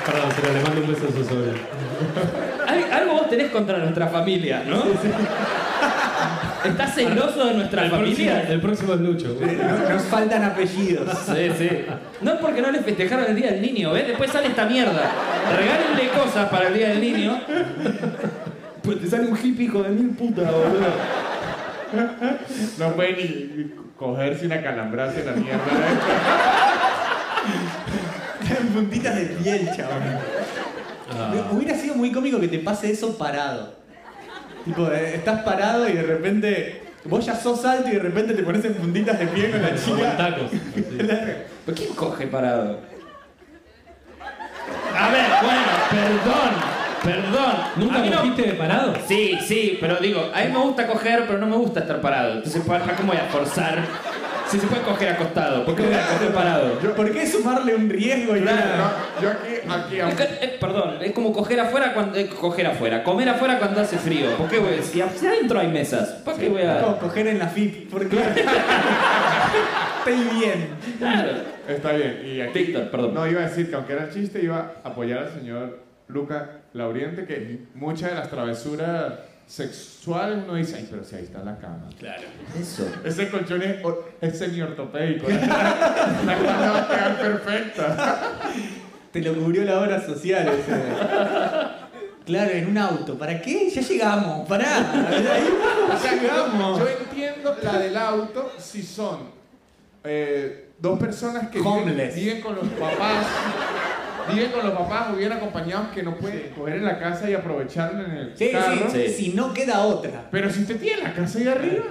Speaker 2: Perdón, pero le mando un beso a su sobrino.
Speaker 3: Al- Algo vos tenés contra nuestra familia, ¿no? *laughs* ¿Estás celoso de nuestra
Speaker 2: El próximo,
Speaker 3: familia?
Speaker 2: el próximo es Lucho. güey.
Speaker 1: No- Nos faltan apellidos.
Speaker 3: Sí, sí. No es porque no le festejaron el Día del Niño, ¿ves? Después sale esta mierda. Regálenle cosas para el Día del Niño. Pues te sale un hippie hijo de mil putas, boludo.
Speaker 4: No puede ni ni coger sin acalambrarse la mierda.
Speaker 3: *laughs*
Speaker 4: esta.
Speaker 1: En puntitas de piel, chaval.
Speaker 2: Ah.
Speaker 1: Hubiera sido muy cómico que te pase eso parado. Tipo, eh, estás parado y de repente. Vos ya sos alto y de repente te pones en puntitas de piel con la
Speaker 2: Como en
Speaker 1: chica.
Speaker 2: tacos. así.
Speaker 3: ¿Pero quién coge parado? A ver, bueno, perdón, perdón. A
Speaker 2: ¿Nunca
Speaker 3: mí no-
Speaker 2: cogiste de parado?
Speaker 3: Sí, sí, pero digo, a mí me gusta coger, pero no me gusta estar parado. Entonces, ¿para qué me voy a forzar? Si se puede coger acostado, ¿por qué voy a coger parado?
Speaker 1: ¿Por qué sumarle un riesgo y
Speaker 3: Claro.
Speaker 1: una-
Speaker 4: No, yo aquí, aquí,
Speaker 3: Es
Speaker 4: aunque-
Speaker 3: que- eh, perdón, es como coger afuera cuando. eh, coger afuera, comer afuera cuando hace frío. ¿Por qué voy? Si a- si adentro hay mesas, ¿para qué voy
Speaker 1: Como
Speaker 3: a.?
Speaker 1: coger en la FIP, porque *laughs* estoy bien.
Speaker 3: Claro.
Speaker 4: está bien. Y aquí-
Speaker 3: Víctor, perdón.
Speaker 4: No, iba a decir que aunque era chiste, iba a apoyar al señor Luca Lauriente, que muchas de las travesuras sexuales uno dice, ay, pero si ahí está la cama.
Speaker 3: Claro. Eso.
Speaker 4: Ese colchón es, o- es semiortopédico. *laughs* La cama va a quedar perfecta.
Speaker 1: Te lo cubrió la obra social ese. Claro, en un auto. ¿Para qué? Ya llegamos. Pará. Ahí vamos, ya llegamos.
Speaker 4: Yo entiendo la del auto si son eh, dos personas que viven,
Speaker 1: Homeless.
Speaker 4: viven con los papás. Viven con los papás o viven acompañados que no pueden coger en la casa y aprovecharlo en el
Speaker 1: Sí,
Speaker 4: carro.
Speaker 1: sí,
Speaker 3: Sí.
Speaker 1: Si no queda otra.
Speaker 4: Pero si usted tiene la casa ahí arriba,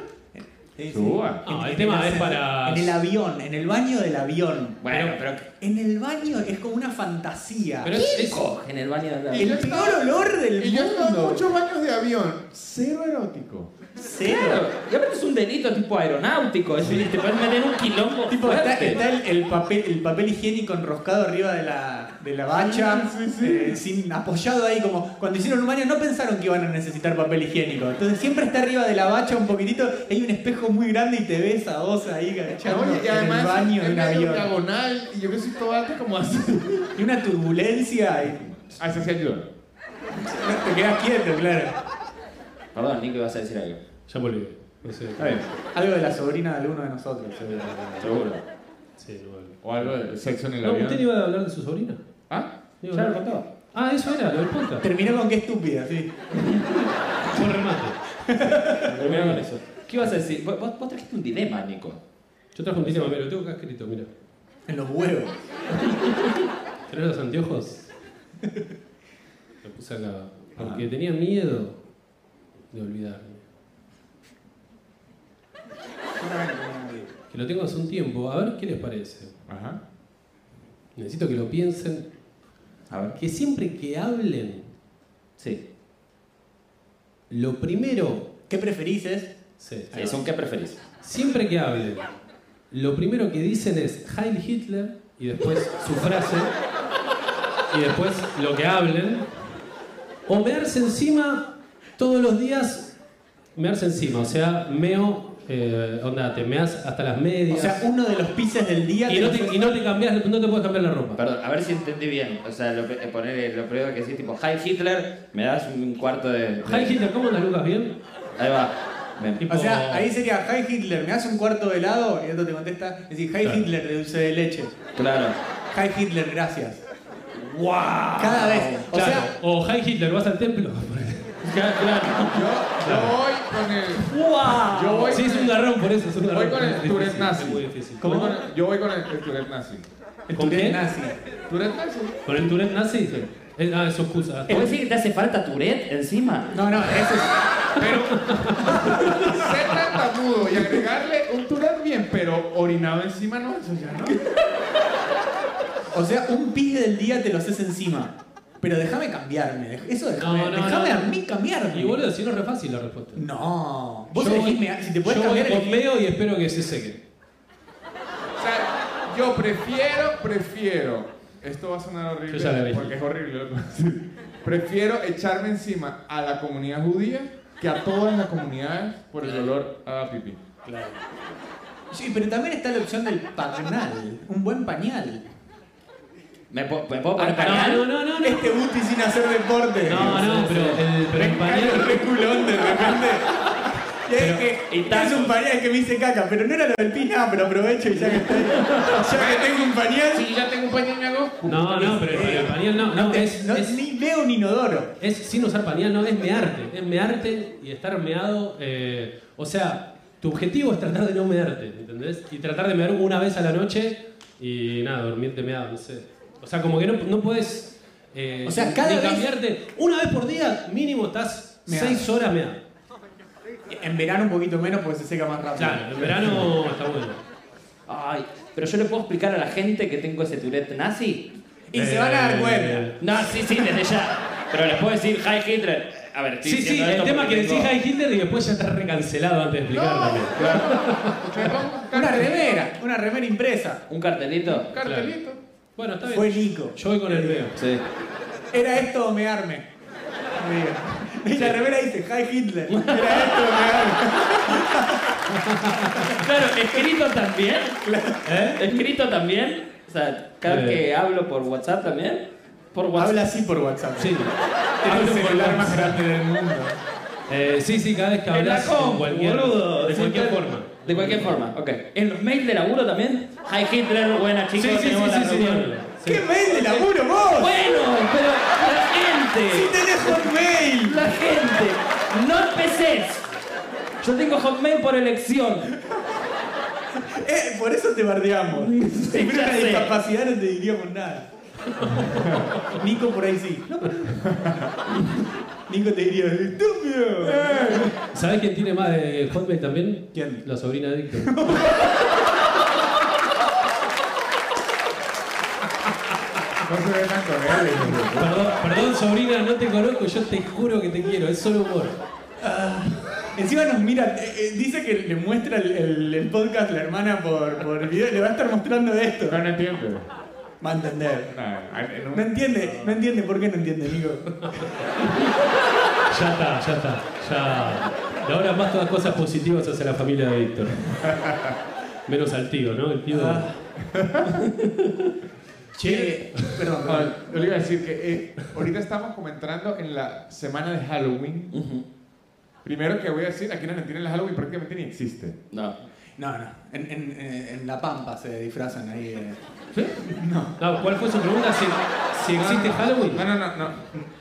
Speaker 1: Sí, sí.
Speaker 4: suba.
Speaker 2: No, Ah, el tema es para.
Speaker 1: En el avión, en el baño del avión.
Speaker 3: Bueno, pero.
Speaker 1: En el baño es como una fantasía.
Speaker 2: Pero es, es-
Speaker 3: Coge en el baño de la.
Speaker 4: Y yo
Speaker 1: el
Speaker 4: estaba-
Speaker 1: peor olor del
Speaker 4: Y yo he estado en
Speaker 1: mundo.
Speaker 4: muchos baños de avión. Cero erótico.
Speaker 1: Cero.
Speaker 3: Claro. Y aparte es un delito tipo aeronáutico. Es decir, te puedes meter un quilombo.
Speaker 1: Tipo, está,
Speaker 3: fuerte.
Speaker 1: está el, el papel, el papel higiénico enroscado arriba de la, de la bacha,
Speaker 4: Sí, sí, sí.
Speaker 1: eh, sin, apoyado ahí, como cuando hicieron un baño no pensaron que iban a necesitar papel higiénico. Entonces siempre está arriba de la bacha un poquitito, hay un espejo muy grande y te ves a vos ahí agachando
Speaker 4: Oye, y
Speaker 1: en el
Speaker 4: además
Speaker 1: baño de
Speaker 4: es
Speaker 1: un
Speaker 4: medio
Speaker 1: avión.
Speaker 4: diagonal y yo que soy todo alto como así.
Speaker 1: Y una turbulencia y
Speaker 4: Ah, ese sí ayuda.
Speaker 1: te quedas quieto, claro.
Speaker 3: Perdón, Nico, ibas a decir algo.
Speaker 2: Ya me olvidé. No sé.
Speaker 4: Está bien.
Speaker 1: Algo de la sobrina de alguno de nosotros, seguro.
Speaker 3: Seguro.
Speaker 2: Sí, no vale.
Speaker 4: O algo de sexo en el
Speaker 2: No, usted
Speaker 4: avión.
Speaker 2: iba a hablar de su sobrina.
Speaker 4: ¿Ah?
Speaker 2: Digo,
Speaker 3: Ya lo
Speaker 2: no.
Speaker 3: contaba.
Speaker 2: Ah, eso era, lo del
Speaker 4: *laughs*
Speaker 2: podcast.
Speaker 1: Terminó con qué estúpida, sí.
Speaker 2: Buen
Speaker 4: *laughs*
Speaker 2: remate.
Speaker 3: Termina con eso. ¿Qué ibas a decir? Vos, vos vos trajiste un dilema, Nico.
Speaker 2: Yo traje un dilema, mira, lo tengo acá escrito, mira.
Speaker 1: En los huevos.
Speaker 2: ¿Tenés los anteojos?
Speaker 4: *laughs*
Speaker 2: Lo puse acá. Porque
Speaker 4: Ah.
Speaker 2: tenía miedo de olvidarme. Que lo tengo hace un tiempo. A ver qué les parece.
Speaker 4: Ajá.
Speaker 2: Necesito que lo piensen.
Speaker 3: A ver.
Speaker 2: Que siempre que hablen
Speaker 3: Sí.
Speaker 2: Lo primero,
Speaker 1: ¿Qué preferís es?
Speaker 2: sí,
Speaker 3: Sí, son qué preferís.
Speaker 2: siempre que hablen, lo primero que dicen es Heil Hitler y después su frase y después lo que hablen. O mearse encima todos los días, mearse encima, o sea, meo, eh, onda, te meas hasta las
Speaker 1: O
Speaker 2: medias.
Speaker 1: sea, uno de los pises del día.
Speaker 2: y, no te, y no te cambias, no te puedes cambiar la ropa.
Speaker 3: Perdón, a ver si entendí bien. O sea, lo, pe- eh, poner eh, lo primero que decís, tipo, hi Hitler, me das un cuarto de. de-
Speaker 2: Heil Hitler, ¿cómo andas, Lucas? ¿Bien?
Speaker 3: Ahí va. Ven.
Speaker 1: O sea, ahí sería, hi Hitler, ¿me das un cuarto de helado? Y el otro te contesta, decís, hi
Speaker 2: Claro.
Speaker 1: Hitler de dulce de leche.
Speaker 3: Claro.
Speaker 1: Hi Hitler, gracias. ¡Wow! Cada vez. O
Speaker 2: Claro,
Speaker 1: sea,
Speaker 2: o Heil Hitler, ¿vas al templo? *laughs* Claro, claro.
Speaker 4: Yo, yo voy con el.
Speaker 2: ¡Wow!
Speaker 4: Yo voy
Speaker 2: sí,
Speaker 4: con
Speaker 2: es un
Speaker 4: el-
Speaker 2: garrón por eso, es un garrón.
Speaker 4: Voy con
Speaker 2: Es
Speaker 4: el
Speaker 2: difícil,
Speaker 4: Tourette nazi.
Speaker 2: Es muy difícil.
Speaker 4: Voy
Speaker 2: ¿Cómo?
Speaker 4: con el- yo voy con el, el Tourette nazi.
Speaker 1: el
Speaker 2: ¿con
Speaker 1: Tourette
Speaker 2: qué?
Speaker 1: nazi.
Speaker 4: ¿Tourette nazi?
Speaker 2: ¿Por el Tourette nazi? Sí. Eh, Ah, eso excusa.
Speaker 3: ¿Puedes decir que te hace falta Tourette encima?
Speaker 1: No, no, eso es.
Speaker 2: *laughs*
Speaker 4: Pero ser tan tamudo y agregarle un Tourette bien, pero orinado encima no, eso ya no.
Speaker 1: O sea, un pis del día te lo haces encima. Pero déjame cambiarme. dej- Eso déjame.
Speaker 2: No, no,
Speaker 1: déjame
Speaker 2: no.
Speaker 1: a mí cambiarme.
Speaker 2: Y boludo, si no es re fácil la respuesta.
Speaker 1: No. Vos
Speaker 2: Yo
Speaker 1: elegís,
Speaker 2: voy-
Speaker 1: me- si te puedes
Speaker 2: yo voy
Speaker 1: cambiar.
Speaker 2: con
Speaker 1: elegí-
Speaker 2: meo y espero que se seque.
Speaker 4: O sea, yo prefiero, prefiero. Esto va a sonar horrible
Speaker 2: Yo ya la vi.
Speaker 4: porque es horrible. lo que voy a decir. Prefiero echarme encima a la comunidad judía que a todas las comunidades por el dolor a pipí.
Speaker 1: Sí, pero también está la opción del pañal. Un buen pañal.
Speaker 3: ¿Me, po- me puedo poner pañal?
Speaker 2: No, no, no,
Speaker 1: *laughs*
Speaker 2: no.
Speaker 1: Este Guti sin hacer deporte.
Speaker 2: No, no, pero el, pero el
Speaker 1: Pañal
Speaker 2: pañal.
Speaker 1: reculón de repente. Y es que
Speaker 3: y
Speaker 1: es
Speaker 3: tacos.
Speaker 1: un pañal que me hice caca, pero no era lo del pis, nada, pero aprovecho y ya que estoy. Ya que tengo un pañal.
Speaker 4: Si ya tengo un pañal, me hago.
Speaker 2: No, no, pero el, pero el pañal no. No, es,
Speaker 1: no,
Speaker 2: es,
Speaker 1: ni veo un inodoro.
Speaker 2: es sin usar pañal, no, es mearte. Es mearte y estar meado. eh, o sea, tu objetivo es tratar de no mearte, ¿entendés? Y tratar de mear una vez a la noche y nada, dormirte meado, no sé. O sea, como que no, no puedes. eh,
Speaker 1: O sea, cada
Speaker 2: ni
Speaker 1: vez-
Speaker 2: cambiarte. Una vez por día, mínimo estás
Speaker 1: Meado.
Speaker 2: seis horas meado.
Speaker 1: En verano un poquito menos porque se seca más rápido.
Speaker 2: Claro, en verano está bueno.
Speaker 3: Ay, pero yo le puedo explicar a la gente que tengo ese Tourette nazi.
Speaker 1: Y se van a dar
Speaker 2: Eh,
Speaker 1: cuenta.
Speaker 3: No, sí, sí, desde ya. Pero les puedo decir hi Hitler. A ver, estoy
Speaker 2: Sí, sí,
Speaker 3: diciendo
Speaker 2: el
Speaker 3: esto
Speaker 2: tema que
Speaker 3: porque
Speaker 2: decís
Speaker 3: tengo-
Speaker 2: High Hitler y después ya está recancelado antes de explicar también.
Speaker 4: Me pongo un
Speaker 1: Una
Speaker 4: cartelito.
Speaker 1: remera, una remera impresa.
Speaker 3: ¿Un cartelito?
Speaker 4: un cartelito.
Speaker 2: Bueno, está
Speaker 1: Fue
Speaker 2: bien.
Speaker 1: Nico.
Speaker 2: Yo voy con el veo.
Speaker 3: Sí.
Speaker 1: Era esto o mearme. Amigo. Y la remera dice, hi Hitler. Era esto o mearme.
Speaker 3: Claro, escrito también.
Speaker 2: ¿Eh?
Speaker 3: Escrito también. O sea, cada vez que hablo por WhatsApp también. Por WhatsApp.
Speaker 1: Habla así por WhatsApp.
Speaker 2: Sí.
Speaker 1: Es
Speaker 2: Hablo
Speaker 1: el
Speaker 2: por
Speaker 1: celular
Speaker 2: WhatsApp.
Speaker 1: más grande del mundo.
Speaker 2: Eh, sí, sí, cada vez que hablas
Speaker 3: la compu,
Speaker 2: en cualquier,
Speaker 3: boludo.
Speaker 2: de cualquier
Speaker 3: Siempre-
Speaker 2: forma.
Speaker 3: De cualquier forma, ok. En los mails de laburo también. Hi Hitler, buena
Speaker 2: Sí,
Speaker 3: chicos,
Speaker 2: sí, sí,
Speaker 3: tenemos
Speaker 2: sí,
Speaker 3: la
Speaker 2: sí,
Speaker 3: reunión.
Speaker 2: sí.
Speaker 1: ¿Qué mail de laburo vos?
Speaker 3: Bueno, pero la
Speaker 1: Si
Speaker 3: gente,
Speaker 1: tenés Hotmail.
Speaker 3: la gente, no empecés. Yo tengo Hotmail por elección.
Speaker 1: Eh, por eso te bardeamos.
Speaker 3: *laughs*
Speaker 1: Si
Speaker 3: ya
Speaker 1: fuera una
Speaker 3: sé.
Speaker 1: discapacidad no te diríamos nada. Nico por ahí sí. No, pero- Nico te diría, estúpido.
Speaker 2: ¿Sabés quién tiene más de Hotmail también?
Speaker 1: ¿Quién?
Speaker 2: La sobrina de Víctor.
Speaker 4: No se ve tan correales.
Speaker 2: perdón, perdón, sobrina, no te conozco, yo te juro que te quiero, es solo humor.
Speaker 1: Encima nos mira, eh, eh, dice que le muestra el, el- el podcast la hermana por, por video, le va a estar mostrando esto.
Speaker 4: No, no entiendo.
Speaker 1: Va a entender.
Speaker 4: Nah, en un-
Speaker 1: No entiende, no entiende por qué no entiende, Nico.
Speaker 2: Ya está, ya está, ya. De ahora en más todas cosas positivas hacia la familia de Víctor. Menos al tío, ¿no? El tío.
Speaker 1: Ah. Che, Eh, perdón, perdón.
Speaker 4: No, Ah, yo le iba a decir que eh, ahorita estamos comentando en la semana de Halloween. Primero que voy a decir, aquí en Argentina el Halloween prácticamente ni existe.
Speaker 3: No.
Speaker 1: No, no. En, en- eh, en La Pampa se disfrazan ahí. eh.
Speaker 2: ¿Sí? No, ¿Cuál fue su pregunta? Si, si existe
Speaker 4: No, no,
Speaker 2: Halloween.
Speaker 4: Ah, No, no, no. no.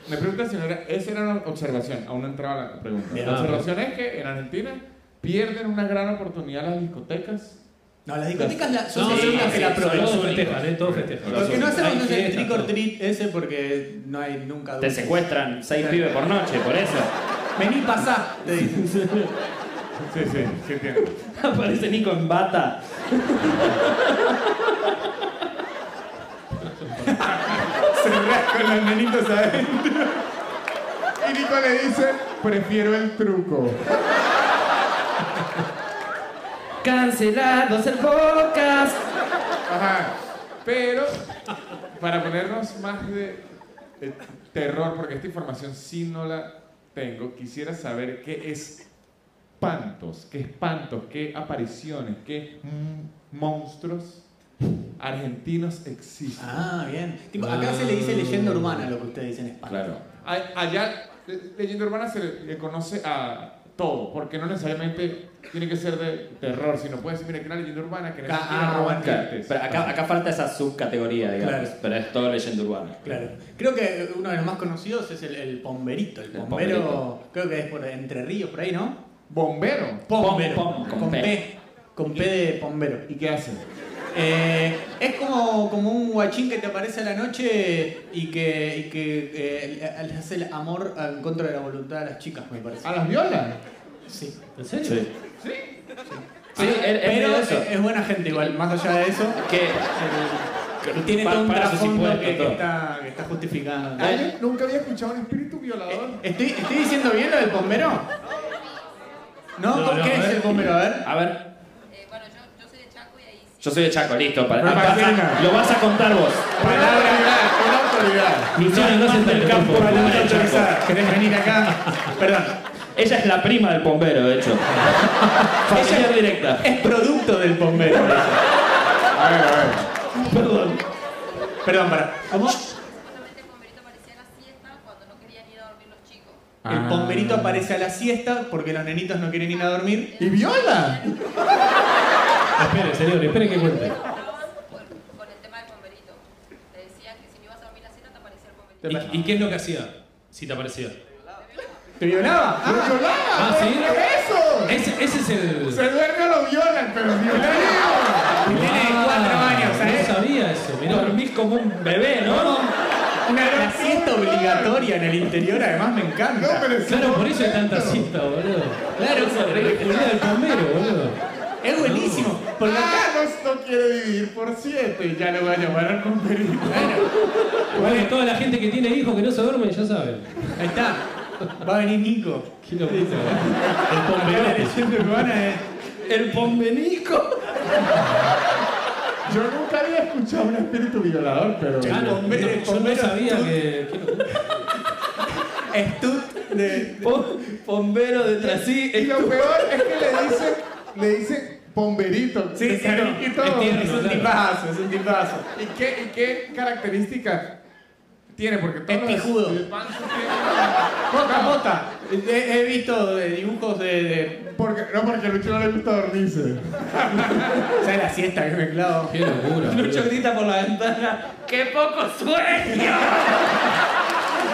Speaker 4: Me pregunta si no era... Esa era una observación, aún no entraba la pregunta.
Speaker 2: Bien.
Speaker 4: la observación es que en Argentina pierden una gran oportunidad las discotecas.
Speaker 1: No, las discotecas la- son
Speaker 2: No,
Speaker 1: las
Speaker 3: sí,
Speaker 1: únicas que
Speaker 3: sí,
Speaker 1: la
Speaker 3: son
Speaker 1: prueben.
Speaker 3: las
Speaker 2: Todos festejan, ¿eh? Todos festejan.
Speaker 1: Lo que no hacemos
Speaker 2: Hay
Speaker 1: es el
Speaker 2: fiestas,
Speaker 1: trick
Speaker 2: todo.
Speaker 1: or treat ese porque no hay nunca
Speaker 3: Te
Speaker 1: dulces.
Speaker 3: secuestran seis pibes por noche, por
Speaker 2: *laughs*
Speaker 3: eso.
Speaker 1: Vení, pasá, te
Speaker 3: *laughs*
Speaker 1: dicen.
Speaker 4: Sí, sí, sí entiendo.
Speaker 3: Aparece Nico en bata.
Speaker 1: Cerrás con los nenitos adentro.
Speaker 4: Y Nico le dice, prefiero el truco.
Speaker 3: Cancelados el podcast.
Speaker 4: Ajá. Pero, para ponernos más de eh, terror, porque esta información sí no la tengo, quisiera saber qué espantos, qué espantos, qué apariciones, qué mm, monstruos argentinos existen.
Speaker 1: Ah, bien. Tipo, acá se le dice leyenda urbana lo que ustedes dicen espanto.
Speaker 3: Claro.
Speaker 4: A- Allá, le- leyenda urbana se le, le conoce a todo, porque no necesariamente tiene que ser de terror, sino puede ser, mira, que una leyenda urbana que en esa esquina
Speaker 1: Ah,
Speaker 4: roban
Speaker 1: claro.
Speaker 4: clientes.
Speaker 3: Pero acá, acá falta esa subcategoría, digamos.
Speaker 1: Claro.
Speaker 3: Pero es todo leyenda urbana.
Speaker 1: Claro. Creo que uno de los más conocidos es el, el pomberito. El
Speaker 3: El
Speaker 1: bombero,
Speaker 3: pomberito.
Speaker 1: creo que es por Entre Ríos, por ahí, ¿no?
Speaker 4: Bombero.
Speaker 1: Pombero.
Speaker 3: pom, con
Speaker 1: con
Speaker 3: P.
Speaker 1: P. Con P de pombero.
Speaker 4: ¿Y qué hace?
Speaker 1: Eh, es como, como un guachín que te aparece a la noche y que, y que eh, le hace el amor en contra de la voluntad de las chicas, me parece.
Speaker 4: ¿A las violas?
Speaker 1: Sí.
Speaker 2: ¿En serio?
Speaker 3: Sí.
Speaker 4: Sí.
Speaker 3: Sí, es, es
Speaker 1: Pero
Speaker 3: medio
Speaker 1: es,
Speaker 3: eso.
Speaker 1: es buena gente igual, más allá de eso.
Speaker 3: que
Speaker 1: Y tiene
Speaker 3: pa-
Speaker 1: todo un
Speaker 3: paga sus
Speaker 1: trasfondo
Speaker 3: impuestos,
Speaker 1: que, que
Speaker 3: todo.
Speaker 1: está, que está justificado. Eh,
Speaker 4: Ah, yo nunca había escuchado un espíritu violador.
Speaker 1: ¿Estoy, estoy diciendo bien lo del bombero? ¿No?
Speaker 2: No,
Speaker 1: ¿Cómo-
Speaker 2: no,
Speaker 1: ¿Qué
Speaker 2: a
Speaker 1: es
Speaker 2: ver.
Speaker 1: el bombero? A ver.
Speaker 3: A ver,
Speaker 6: Eh, bueno, yo, yo soy de Chaco y ahí sí.
Speaker 3: yo soy de Chaco, listo. para-
Speaker 4: No,
Speaker 3: ah, vas a-
Speaker 4: Martina.
Speaker 3: lo vas a contar vos.
Speaker 4: Una autoridad, una autoridad.
Speaker 2: Luciano, no se
Speaker 3: del campo,
Speaker 2: por favor.
Speaker 3: palabra autorizada.
Speaker 1: ¿Querés venir acá? Perdón.
Speaker 3: Ella es la prima del bombero, de *laughs* hecho. Familiar directa.
Speaker 1: Es producto del bombero.
Speaker 4: A ver, a ver.
Speaker 1: Perdón. Perdón, para. ¿Cómo?
Speaker 6: Justamente el bomberito aparecía en la siesta cuando no querían ir a dormir los chicos.
Speaker 1: El pomberito aparece a la siesta porque los nenitos no quieren ir a dormir.
Speaker 4: ¿Y viola?
Speaker 2: Esperen, señor, esperen que cuente.
Speaker 6: Hablaban con, con el tema del bomberito. Le decían que si no ibas a dormir la siesta te aparecía el bomberito.
Speaker 2: ¿Y, y qué es lo que hacía? Si te aparecía.
Speaker 1: ¿Te violaba?
Speaker 4: ¡Lo violaba!
Speaker 2: Ah,
Speaker 4: ¿Pero
Speaker 2: ¿sí?
Speaker 4: qué es
Speaker 2: Ese, ese es el.
Speaker 4: eso? Se duerme o lo violan, pero violado.
Speaker 1: Tiene cuatro años, ¿sabes?
Speaker 2: Ah, No sabía eso, mirá.
Speaker 3: Dormís como un bebé, ¿no?
Speaker 1: La siesta obligatoria en el interior, además me
Speaker 4: No,
Speaker 1: encanta.
Speaker 4: pero sí.
Speaker 2: Claro, por eso hay tanta cinta, boludo.
Speaker 1: Claro,
Speaker 2: El día del bombero, boludo.
Speaker 1: es buenísimo. Porque acá.
Speaker 4: Ah, no, no quiere dividir por siete. Ya lo voy a llamar al bomberito.
Speaker 2: Bueno, toda la gente que tiene hijos que no se duermen ya saben.
Speaker 1: Ahí está. Va a venir Nico.
Speaker 2: Qué locura. Ah, El
Speaker 1: Acá la
Speaker 2: bombero.
Speaker 1: leyenda urbana es.
Speaker 3: El bombenico.
Speaker 4: Yo nunca había escuchado un espíritu violador, pero...
Speaker 2: Ah, no, no,
Speaker 1: bombero-
Speaker 2: yo no
Speaker 1: bombero-
Speaker 2: sabía que. qué locura.
Speaker 1: Estut de.
Speaker 3: bombero detrás sí.
Speaker 1: eh.
Speaker 4: Y lo peor es que le dicen, le dicen bomberito.
Speaker 1: Sí, sí, no.
Speaker 4: y todo.
Speaker 2: Entiendo.
Speaker 1: Es un
Speaker 2: claro.
Speaker 1: tipazo, es un tipazo.
Speaker 4: ¿Y qué, y qué característica tiene? Porque todos
Speaker 1: Es
Speaker 4: los
Speaker 1: pijudo.
Speaker 4: espantos tienen-
Speaker 1: *laughs* Poca bota. He, he visto de dibujos de. de
Speaker 4: Porque, no, porque a Lucho no le gusta dormirse.
Speaker 1: ¿Sabes la siesta que me clavo?
Speaker 2: Qué locura.
Speaker 3: Lucho
Speaker 2: boludo.
Speaker 3: grita por la ventana. ¡Qué poco
Speaker 1: *laughs*
Speaker 3: sueño!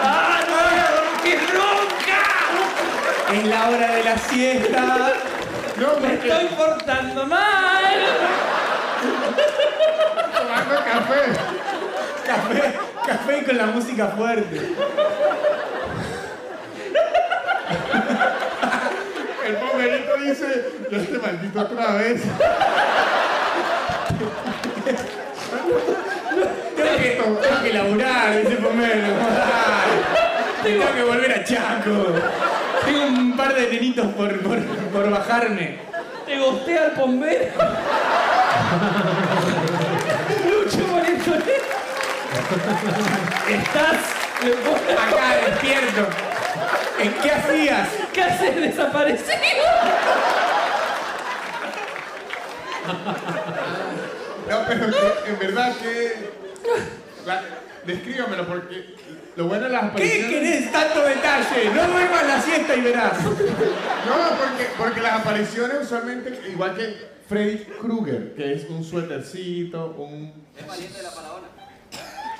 Speaker 3: ¡Ah, no voy a dormir nunca!
Speaker 1: Es la hora de la siesta.
Speaker 4: No,
Speaker 3: ¡Me
Speaker 4: porque
Speaker 3: estoy portando mal!
Speaker 4: tomando café.
Speaker 1: Café, café con la música fuerte.
Speaker 4: El bomberito dice, yo este maldito otra vez.
Speaker 1: Tengo que, tengo que laburar, dice Pomelo. Ay, Tengo que volver a Chaco. Tengo un par de nenitos por, por, por bajarme.
Speaker 3: Te gosté al bombero. Lucho Maritonet. Estás. me voy a-
Speaker 1: Acá despierto. ¿En qué hacías?
Speaker 3: ¿Qué haces desaparecido?
Speaker 4: No, pero que- en verdad que... la- descríbamelo porque lo bueno de las
Speaker 1: ¿Qué
Speaker 4: apariciones...
Speaker 1: querés tanto detalle? No duermas la siesta y verás.
Speaker 4: No, porque, porque las apariciones usualmente, igual que Freddy Krueger, que es un suétercito, un... pariente de la faraona.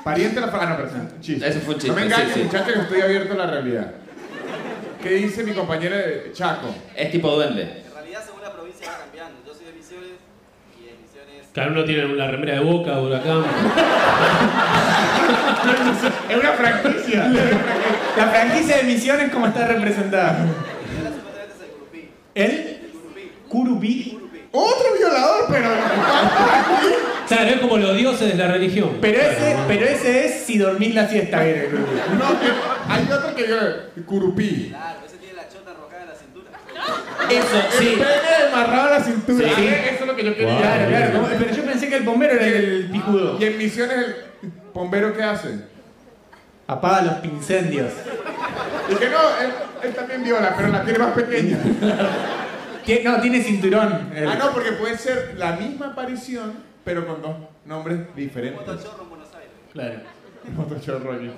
Speaker 4: Pariente de la faraona, pero es un chiste.
Speaker 3: Eso fue un chiste,
Speaker 4: No me engañes,
Speaker 3: sí, sí.
Speaker 4: muchachos, que estoy abierto a la realidad. ¿Qué dice mi compañera de Chaco?
Speaker 3: Es tipo duende.
Speaker 7: En realidad, según la provincia va cambiando. Yo soy de Misiones y de Misiones.
Speaker 2: Claro, uno tiene la remera de boca, huracán.
Speaker 4: Es una franquicia.
Speaker 1: La franquicia de misiones, ¿cómo está representada?
Speaker 7: Era supuestamente es el Curupí.
Speaker 1: ¿El?
Speaker 7: El Curupí.
Speaker 1: ¿Curubí?
Speaker 4: Otro violador, pero...
Speaker 2: Claro, es como los dioses de la religión.
Speaker 1: Pero ese,
Speaker 2: Claro.
Speaker 1: pero ese es si dormís la siesta bien el grupo.
Speaker 4: No, hay otro que yo. Curupí.
Speaker 7: Claro, ese tiene la chota arrojada a la cintura.
Speaker 3: Eso,
Speaker 4: El
Speaker 3: sí.
Speaker 4: pene amarrado a la cintura.
Speaker 3: Sí.
Speaker 4: Ah, Eso es lo que yo quería.
Speaker 1: Claro, claro. no, Pero yo pensé que el bombero era el picudo.
Speaker 4: Y en misiones, el bombero, ¿qué hace?
Speaker 1: Apaga los pincendios.
Speaker 4: Y que no, él, él también viola, pero la tiene más pequeña.
Speaker 1: Tie- no, tiene cinturón. el-
Speaker 4: Ah, no, porque puede ser la misma aparición, pero con dos nombres diferentes.
Speaker 7: Motochorro en Buenos Aires.
Speaker 1: Claro.
Speaker 4: Motochorro aquí.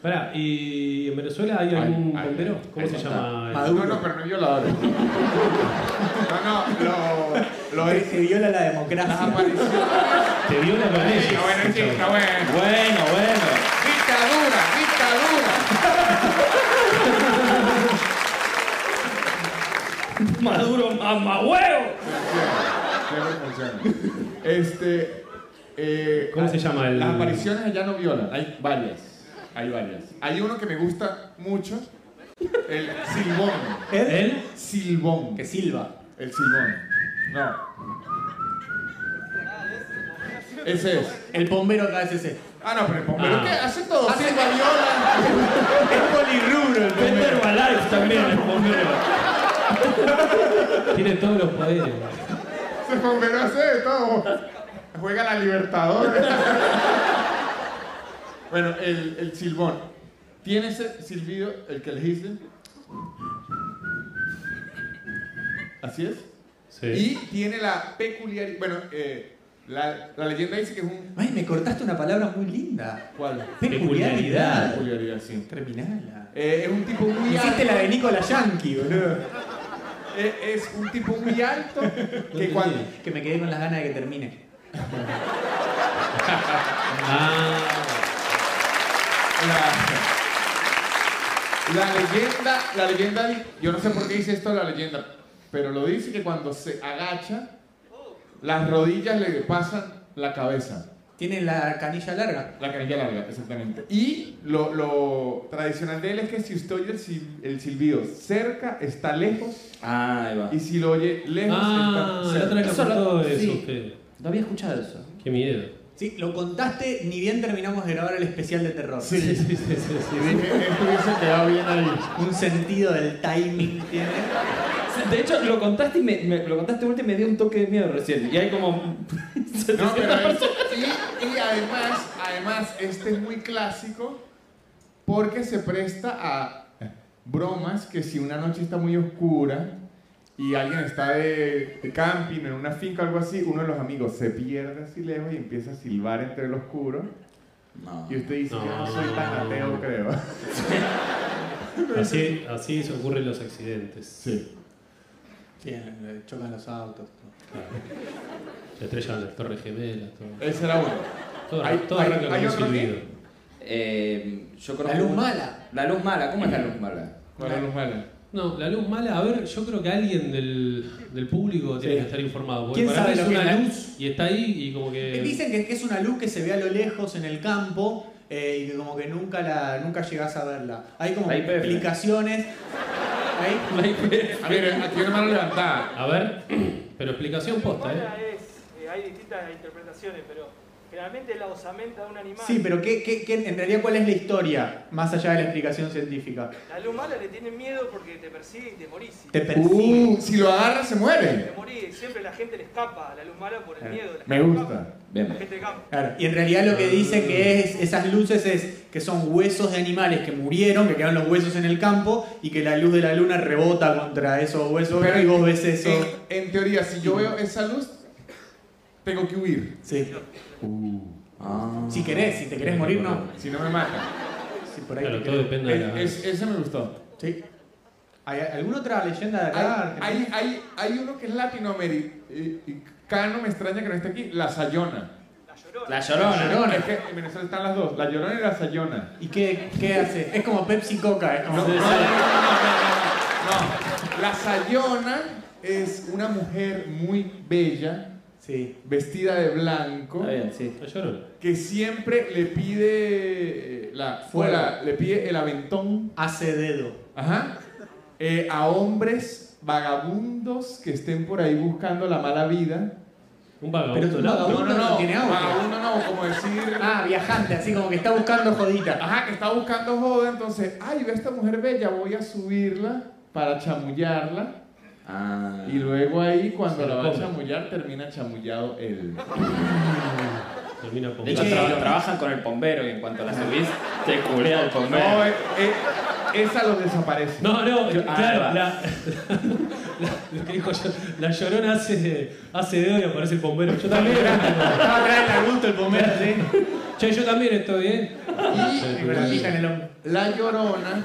Speaker 2: Pará, ¿y en Venezuela hay
Speaker 4: Ay,
Speaker 2: algún
Speaker 4: ay,
Speaker 2: bombero?
Speaker 4: ay,
Speaker 2: ¿Cómo
Speaker 4: ahí
Speaker 2: se
Speaker 4: está.
Speaker 2: llama? el-
Speaker 4: Maduro. No, no, pero no es violador. No, no, lo, lo
Speaker 1: Que
Speaker 4: es.
Speaker 1: que viola la
Speaker 4: Las
Speaker 1: democracia.
Speaker 4: apariciones.
Speaker 2: Te viola con
Speaker 4: Sí,
Speaker 2: ellos.
Speaker 4: Está bueno, sí, está bueno.
Speaker 3: Bueno, bueno.
Speaker 4: Dictadura, dictadura.
Speaker 3: Maduro mamá huevo.
Speaker 4: Siempre funciona. Este. eh,
Speaker 2: ¿Cómo se llama el-
Speaker 4: Las apariciones allá no violan.
Speaker 3: Hay varias. Hay varias.
Speaker 4: Hay uno que me gusta mucho: el silbón.
Speaker 1: ¿Eh?
Speaker 2: ¿Él?
Speaker 4: Silbón.
Speaker 1: Que silba.
Speaker 4: El silbón. No. Ese es.
Speaker 1: El bombero acá es ese.
Speaker 4: Ah, no, pero el bombero
Speaker 2: Ah.
Speaker 4: ¿qué? hace todo. Silba, viola.
Speaker 1: *laughs* Es polirrubro el
Speaker 3: Vende
Speaker 1: bombero.
Speaker 3: Herbalife también, el
Speaker 4: *laughs*
Speaker 3: bombero.
Speaker 2: Tiene todos los poderes.
Speaker 4: *laughs* El bombero hace de todo. Juega la Libertadores. *laughs* bueno, el, el silbón. ¿Tiene ese silbido el que elegiste? Así es.
Speaker 2: Sí.
Speaker 4: Y tiene la peculiaridad. Bueno, eh, la, la leyenda dice que es un.
Speaker 1: Ay, me cortaste una palabra muy linda.
Speaker 4: ¿Cuál?
Speaker 1: Peculiaridad.
Speaker 4: Peculiaridad, sí.
Speaker 1: Terminala.
Speaker 4: Eh, es un tipo muy
Speaker 1: Hiciste la
Speaker 4: alto.
Speaker 1: de Nicola Yankee, boludo.
Speaker 4: Eh, Es un tipo muy alto que cuando.
Speaker 1: Que me quedé con las ganas de que termine.
Speaker 2: Ah,
Speaker 4: La, la leyenda, la leyenda, di- yo no sé por qué dice esto la leyenda, pero lo dice que cuando se agacha, las rodillas le pasan la cabeza,
Speaker 1: Tiene la canilla larga.
Speaker 4: la canilla larga, exactamente. Y lo, lo tradicional de él es que si usted oye el, sil- el silbido cerca, está lejos,
Speaker 3: Ah, ahí va.
Speaker 4: y si lo oye lejos,
Speaker 2: ah la otra
Speaker 4: está cerca.
Speaker 2: vez que contó eso
Speaker 3: sí.
Speaker 2: usted.
Speaker 3: No había escuchado eso.
Speaker 2: Qué miedo.
Speaker 1: Sí, lo contaste ni bien terminamos de grabar el especial de terror.
Speaker 4: Sí, sí,
Speaker 2: sí, sí.
Speaker 4: Y dije, esto hubiese quedado bien ahí.
Speaker 1: Un sentido del timing tiene.
Speaker 3: De hecho, lo contaste y me, me- lo contaste último y me dio un toque de miedo recién. Y hay como.
Speaker 4: No, pero es- y, y además, además, este es muy clásico porque se presta a bromas que si una noche está muy oscura y alguien está de, de camping en una finca o algo así, uno de los amigos se pierde así lejos y empieza a silbar entre el oscuro
Speaker 3: No.
Speaker 4: y usted dice, yo no
Speaker 2: No.
Speaker 4: soy tan ateo, creo.
Speaker 2: Así, así se ocurren los accidentes.
Speaker 4: Sí.
Speaker 1: Sí, le chocan los autos.
Speaker 2: Se estrellan las torres gemelas, todo.
Speaker 4: Ese era uno.
Speaker 2: Todo,
Speaker 4: Eh, Hay-
Speaker 2: todo
Speaker 4: hay-
Speaker 2: arranca con
Speaker 4: hay
Speaker 2: un
Speaker 4: otro
Speaker 2: silbido.
Speaker 4: aquí.
Speaker 3: Eh, yo conozco
Speaker 1: La luz
Speaker 3: un-
Speaker 1: mala.
Speaker 3: La luz mala. ¿Cómo es la luz mala?
Speaker 4: ¿Cuál era los malos?
Speaker 2: No, la luz mala, a ver, yo creo que alguien del, del público tiene
Speaker 1: Sí.
Speaker 2: que estar informado. Porque
Speaker 1: ¿Quién
Speaker 2: para mí
Speaker 1: sabe
Speaker 2: es
Speaker 1: lo que
Speaker 2: una
Speaker 1: es la- Eh,
Speaker 2: luz eh. y está ahí y como que. *laughs*
Speaker 1: Dicen que que es una luz que se ve a lo lejos en el campo eh, y que como que nunca la nunca llegás a verla. Hay como
Speaker 3: La IPF.
Speaker 1: explicaciones. Ahí.
Speaker 4: A ver, Ah, aquí una mano levantada.
Speaker 2: A ver, pero explicación posta, ¿eh?
Speaker 8: es, eh, hay distintas interpretaciones, pero generalmente es la osamenta de un animal.
Speaker 1: Sí, pero ¿qué, qué- qué- en realidad cuál es la historia más allá de la explicación científica?
Speaker 8: La luz mala le tienen miedo porque te persigue y te morís.
Speaker 1: Te persigue.
Speaker 4: Uh, si lo agarra se
Speaker 8: Te
Speaker 4: muere.
Speaker 8: morís. Siempre la gente le escapa a la luz mala
Speaker 1: Eh,
Speaker 8: por el miedo. La
Speaker 4: Me
Speaker 8: gente
Speaker 4: gusta.
Speaker 8: escapa. La
Speaker 3: Bien.
Speaker 8: gente de campo.
Speaker 1: Claro, y en realidad lo que dice que es esas luces es que son huesos de animales que murieron, que quedaron los huesos en el campo y que la luz de la luna rebota contra esos huesos
Speaker 4: Pero-
Speaker 1: y vos ves eso.
Speaker 4: En, en teoría, si yo veo esa luz, tengo que huir.
Speaker 1: Sí.
Speaker 3: Ah.
Speaker 1: Si querés, si te querés morir, no.
Speaker 4: Si no me mata. Eh,
Speaker 1: Si por ahí
Speaker 2: Claro,
Speaker 1: te
Speaker 2: todo
Speaker 1: querés.
Speaker 2: depende de la.
Speaker 4: Es- es- ese me gustó.
Speaker 1: Sí. ¿Hay alguna otra leyenda de
Speaker 4: Hay,
Speaker 1: acá?
Speaker 4: hay, hay, hay uno que es latinoamericano, me extraña que no esté aquí, la Sayona.
Speaker 8: La llorona.
Speaker 3: La llorona.
Speaker 4: Es que en Venezuela están las dos, la Llorona y la Sayona.
Speaker 1: ¿Y qué, qué hace? Es como Pepsi Coca, es como-
Speaker 4: No, no, no, no, no, no, no. La Sayona es una mujer muy bella,
Speaker 1: Sí.
Speaker 4: vestida de blanco.
Speaker 3: Está bien, sí.
Speaker 2: La llorona.
Speaker 4: que siempre le pide eh, la fuera, le pide el aventón,
Speaker 1: Hace dedo.
Speaker 4: ajá, eh, a hombres vagabundos que estén por ahí buscando la mala vida
Speaker 2: Un vagabundo.
Speaker 1: Pero es un
Speaker 2: ¿no?
Speaker 1: vagabundo.
Speaker 4: No, no,
Speaker 1: no
Speaker 4: no.
Speaker 1: tiene auto.
Speaker 4: Ah, uno no, como decir.
Speaker 1: Ah, viajante, así como que está buscando jodita.
Speaker 4: Ajá, que está buscando joda, entonces, ay, ve a esta mujer bella, voy a subirla para chamullarla.
Speaker 3: Ah.
Speaker 4: Y luego ahí, cuando
Speaker 2: Se
Speaker 4: la
Speaker 2: la
Speaker 4: va a
Speaker 2: come.
Speaker 4: chamullar, termina chamullado él.
Speaker 2: Termina con-
Speaker 3: De hecho,
Speaker 1: Sí.
Speaker 3: tra- trabajan con el bombero y en cuanto la subís, te culea el
Speaker 4: No,
Speaker 3: bombero.
Speaker 4: eh, eh, esa lo desaparece.
Speaker 2: No, no,
Speaker 3: Yo-
Speaker 2: claro,
Speaker 3: ah,
Speaker 2: la, *laughs* la- lo que dijo yo, la llorona hace, hace dedo y aparece el bombero. Yo
Speaker 1: *laughs*
Speaker 2: también.
Speaker 1: Estaba atrás del arbusto el pomero, sí.
Speaker 2: che, yo también estoy, ¿eh?
Speaker 1: Y con la pija en el hombro.
Speaker 4: La llorona,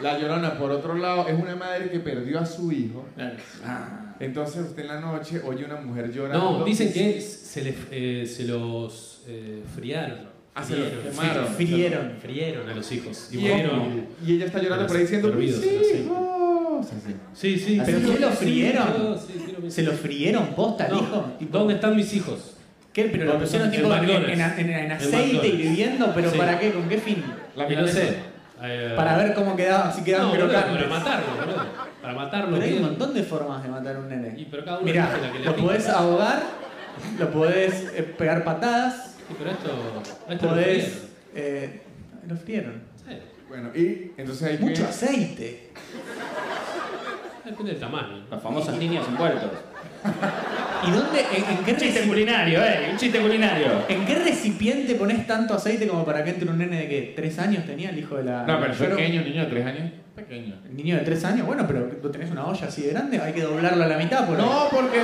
Speaker 4: la llorona, por otro lado, es una madre que perdió a su hijo.
Speaker 1: Claro.
Speaker 3: Ah.
Speaker 4: Entonces, usted en la noche oye una mujer llorando.
Speaker 2: No, dicen que se, les, eh, se los eh, friaron.
Speaker 4: Ah, se los
Speaker 2: Frieron,
Speaker 4: quemaron.
Speaker 1: Frieron.
Speaker 2: Frieron a los hijos. Y
Speaker 4: Y,
Speaker 2: murieron.
Speaker 4: y ella está llorando por ahí diciendo:
Speaker 2: Dormidos,
Speaker 4: "Mis
Speaker 2: así.
Speaker 4: hijos". Así.
Speaker 2: Sí, sí.
Speaker 1: ¿Pero
Speaker 2: sí
Speaker 1: se los
Speaker 2: sí,
Speaker 1: frieron?
Speaker 2: todo, sí, sí, lo mismo.
Speaker 1: ¿Se lo frieron posta,
Speaker 2: No,
Speaker 1: dijo? Tipo,
Speaker 2: ¿Dónde están mis hijos?
Speaker 1: ¿Qué? Pero lo
Speaker 2: ¿Dónde
Speaker 1: pusieron
Speaker 2: son?
Speaker 1: tipo
Speaker 2: En
Speaker 1: en, en-
Speaker 2: McDonald's.
Speaker 1: en- en
Speaker 2: En
Speaker 1: aceite y
Speaker 2: McDonald's.
Speaker 1: viviendo, pero
Speaker 2: Sí.
Speaker 1: ¿para qué? ¿Con qué fin?
Speaker 2: Y no sé. eh,
Speaker 1: Para ver cómo quedaba, si quedaban
Speaker 2: no, boludo,
Speaker 1: crocantes.
Speaker 2: para matarlo, boludo. Para matarlo.
Speaker 1: Pero hay un
Speaker 2: bien.
Speaker 1: montón de formas de matar a un nene.
Speaker 2: Y pero cada uno
Speaker 1: Mirá,
Speaker 2: elige la que le
Speaker 1: lo
Speaker 2: pinta.
Speaker 1: podés ahogar, lo podés eh, pegar patadas,
Speaker 2: Sí, pero esto. esto lo
Speaker 1: podés. eh, lo frieron.
Speaker 2: frieron. Sí,
Speaker 4: Bueno, y entonces hay
Speaker 1: Mucho
Speaker 4: que.
Speaker 1: aceite.
Speaker 2: Depende del tamaño.
Speaker 3: Las famosas líneas envueltos.
Speaker 1: ¿Y dónde? ¿En, en qué,
Speaker 3: Un chiste
Speaker 1: reci-
Speaker 3: culinario, eh. Un chiste culinario.
Speaker 1: en qué recipiente pones tanto aceite como para que entre un nene de que tres años tenía el hijo de la.
Speaker 4: No, pero
Speaker 1: Yo creo-
Speaker 4: pequeño, niño de tres años. Pequeño.
Speaker 1: El niño de tres años, bueno, pero tú tenés una olla así de grande, hay que doblarlo a la mitad, por ahí.
Speaker 4: No, porque.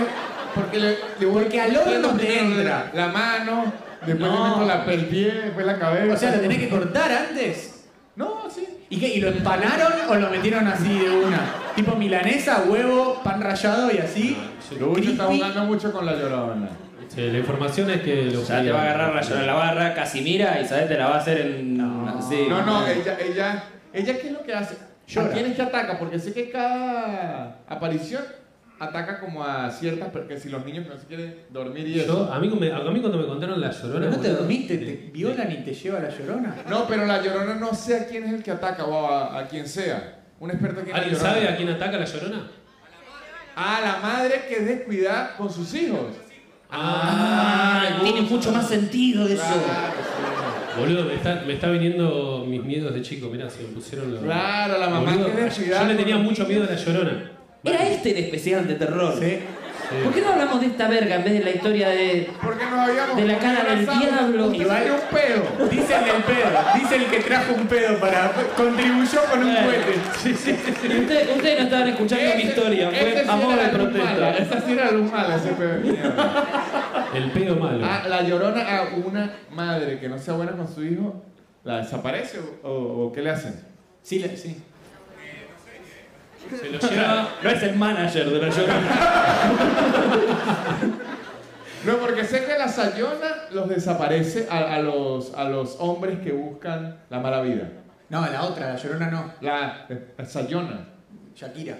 Speaker 4: Porque le, le voy
Speaker 1: Porque al horno
Speaker 4: Primero
Speaker 1: te entra.
Speaker 4: La, mano, después
Speaker 1: No.
Speaker 4: le meto la, el pie, después la cabeza.
Speaker 1: O sea, lo tenés que cortar antes.
Speaker 4: No, sí.
Speaker 1: ¿Y qué? ¿Y lo empanaron o lo metieron así de una? Tipo milanesa, huevo, pan rallado y así.
Speaker 4: Lo único está
Speaker 1: Crispy.
Speaker 4: jugando mucho con la llorona.
Speaker 2: Sí, Ah, Este, la información es que lo
Speaker 3: Ya te va a agarrar la llorona en la barra, Casimira, y sabes, te la va a hacer en.
Speaker 1: No.
Speaker 3: así.
Speaker 4: No, no, ella, ella, ella qué es lo que hace.
Speaker 1: Llora.
Speaker 4: ¿A quién es que ataca? Porque sé que cada aparición ataca como a ciertas, porque si los niños no se quieren dormir y eso.
Speaker 2: Yo, a, mí, me- a mí cuando me contaron la llorona.
Speaker 1: Pero no te
Speaker 2: boludo,
Speaker 1: dormiste,
Speaker 2: me-
Speaker 1: te violan y te lleva la llorona.
Speaker 4: No, pero la llorona no sé a quién es el que ataca o a, a quien sea. Un experto aquí en la
Speaker 2: ¿Alguien
Speaker 4: llorona.
Speaker 2: sabe a quién ataca la llorona?
Speaker 4: A la madre que es descuidada con sus hijos.
Speaker 2: Ah,
Speaker 3: tiene mucho más sentido eso.
Speaker 4: Claro,
Speaker 2: Boludo, me está, me está viniendo mis miedos de chico. Mirá, se me pusieron los.
Speaker 4: Claro, la mamá
Speaker 2: Boludo,
Speaker 4: que es descuidada.
Speaker 2: Yo le tenía
Speaker 4: con-
Speaker 2: mucho miedo a la llorona.
Speaker 5: Era este el especial de terror.
Speaker 1: Sí.
Speaker 5: ¿Por qué no hablamos de esta verga en vez de la historia de
Speaker 4: Porque nos habíamos.
Speaker 5: De la cara del
Speaker 4: abrazado.
Speaker 5: diablo.
Speaker 4: Usted se dio un pedo.
Speaker 1: Dice el del pedo, dice el que trajo un pedo para. contribuyó con un cohete.
Speaker 5: Ustedes ustedes no estaban escuchando mi historia, fue
Speaker 4: sí
Speaker 5: a modo
Speaker 4: era
Speaker 5: de
Speaker 4: la luz mala,
Speaker 5: protesta.
Speaker 4: Esa sí era la luz mala, ese pedo. de mierda.
Speaker 2: El pedo malo.
Speaker 4: Ah, la llorona a una madre que no sea buena con su hijo, ¿la desaparece o, o- o qué le hacen?
Speaker 1: Sí, la- sí.
Speaker 2: Se lo lleva.
Speaker 3: No es el manager de la llorona.
Speaker 4: No, porque sé que la sayona los desaparece a, a los, a los hombres que buscan la mala vida.
Speaker 1: No, la otra, la llorona no.
Speaker 4: La, la sayona.
Speaker 1: Shakira.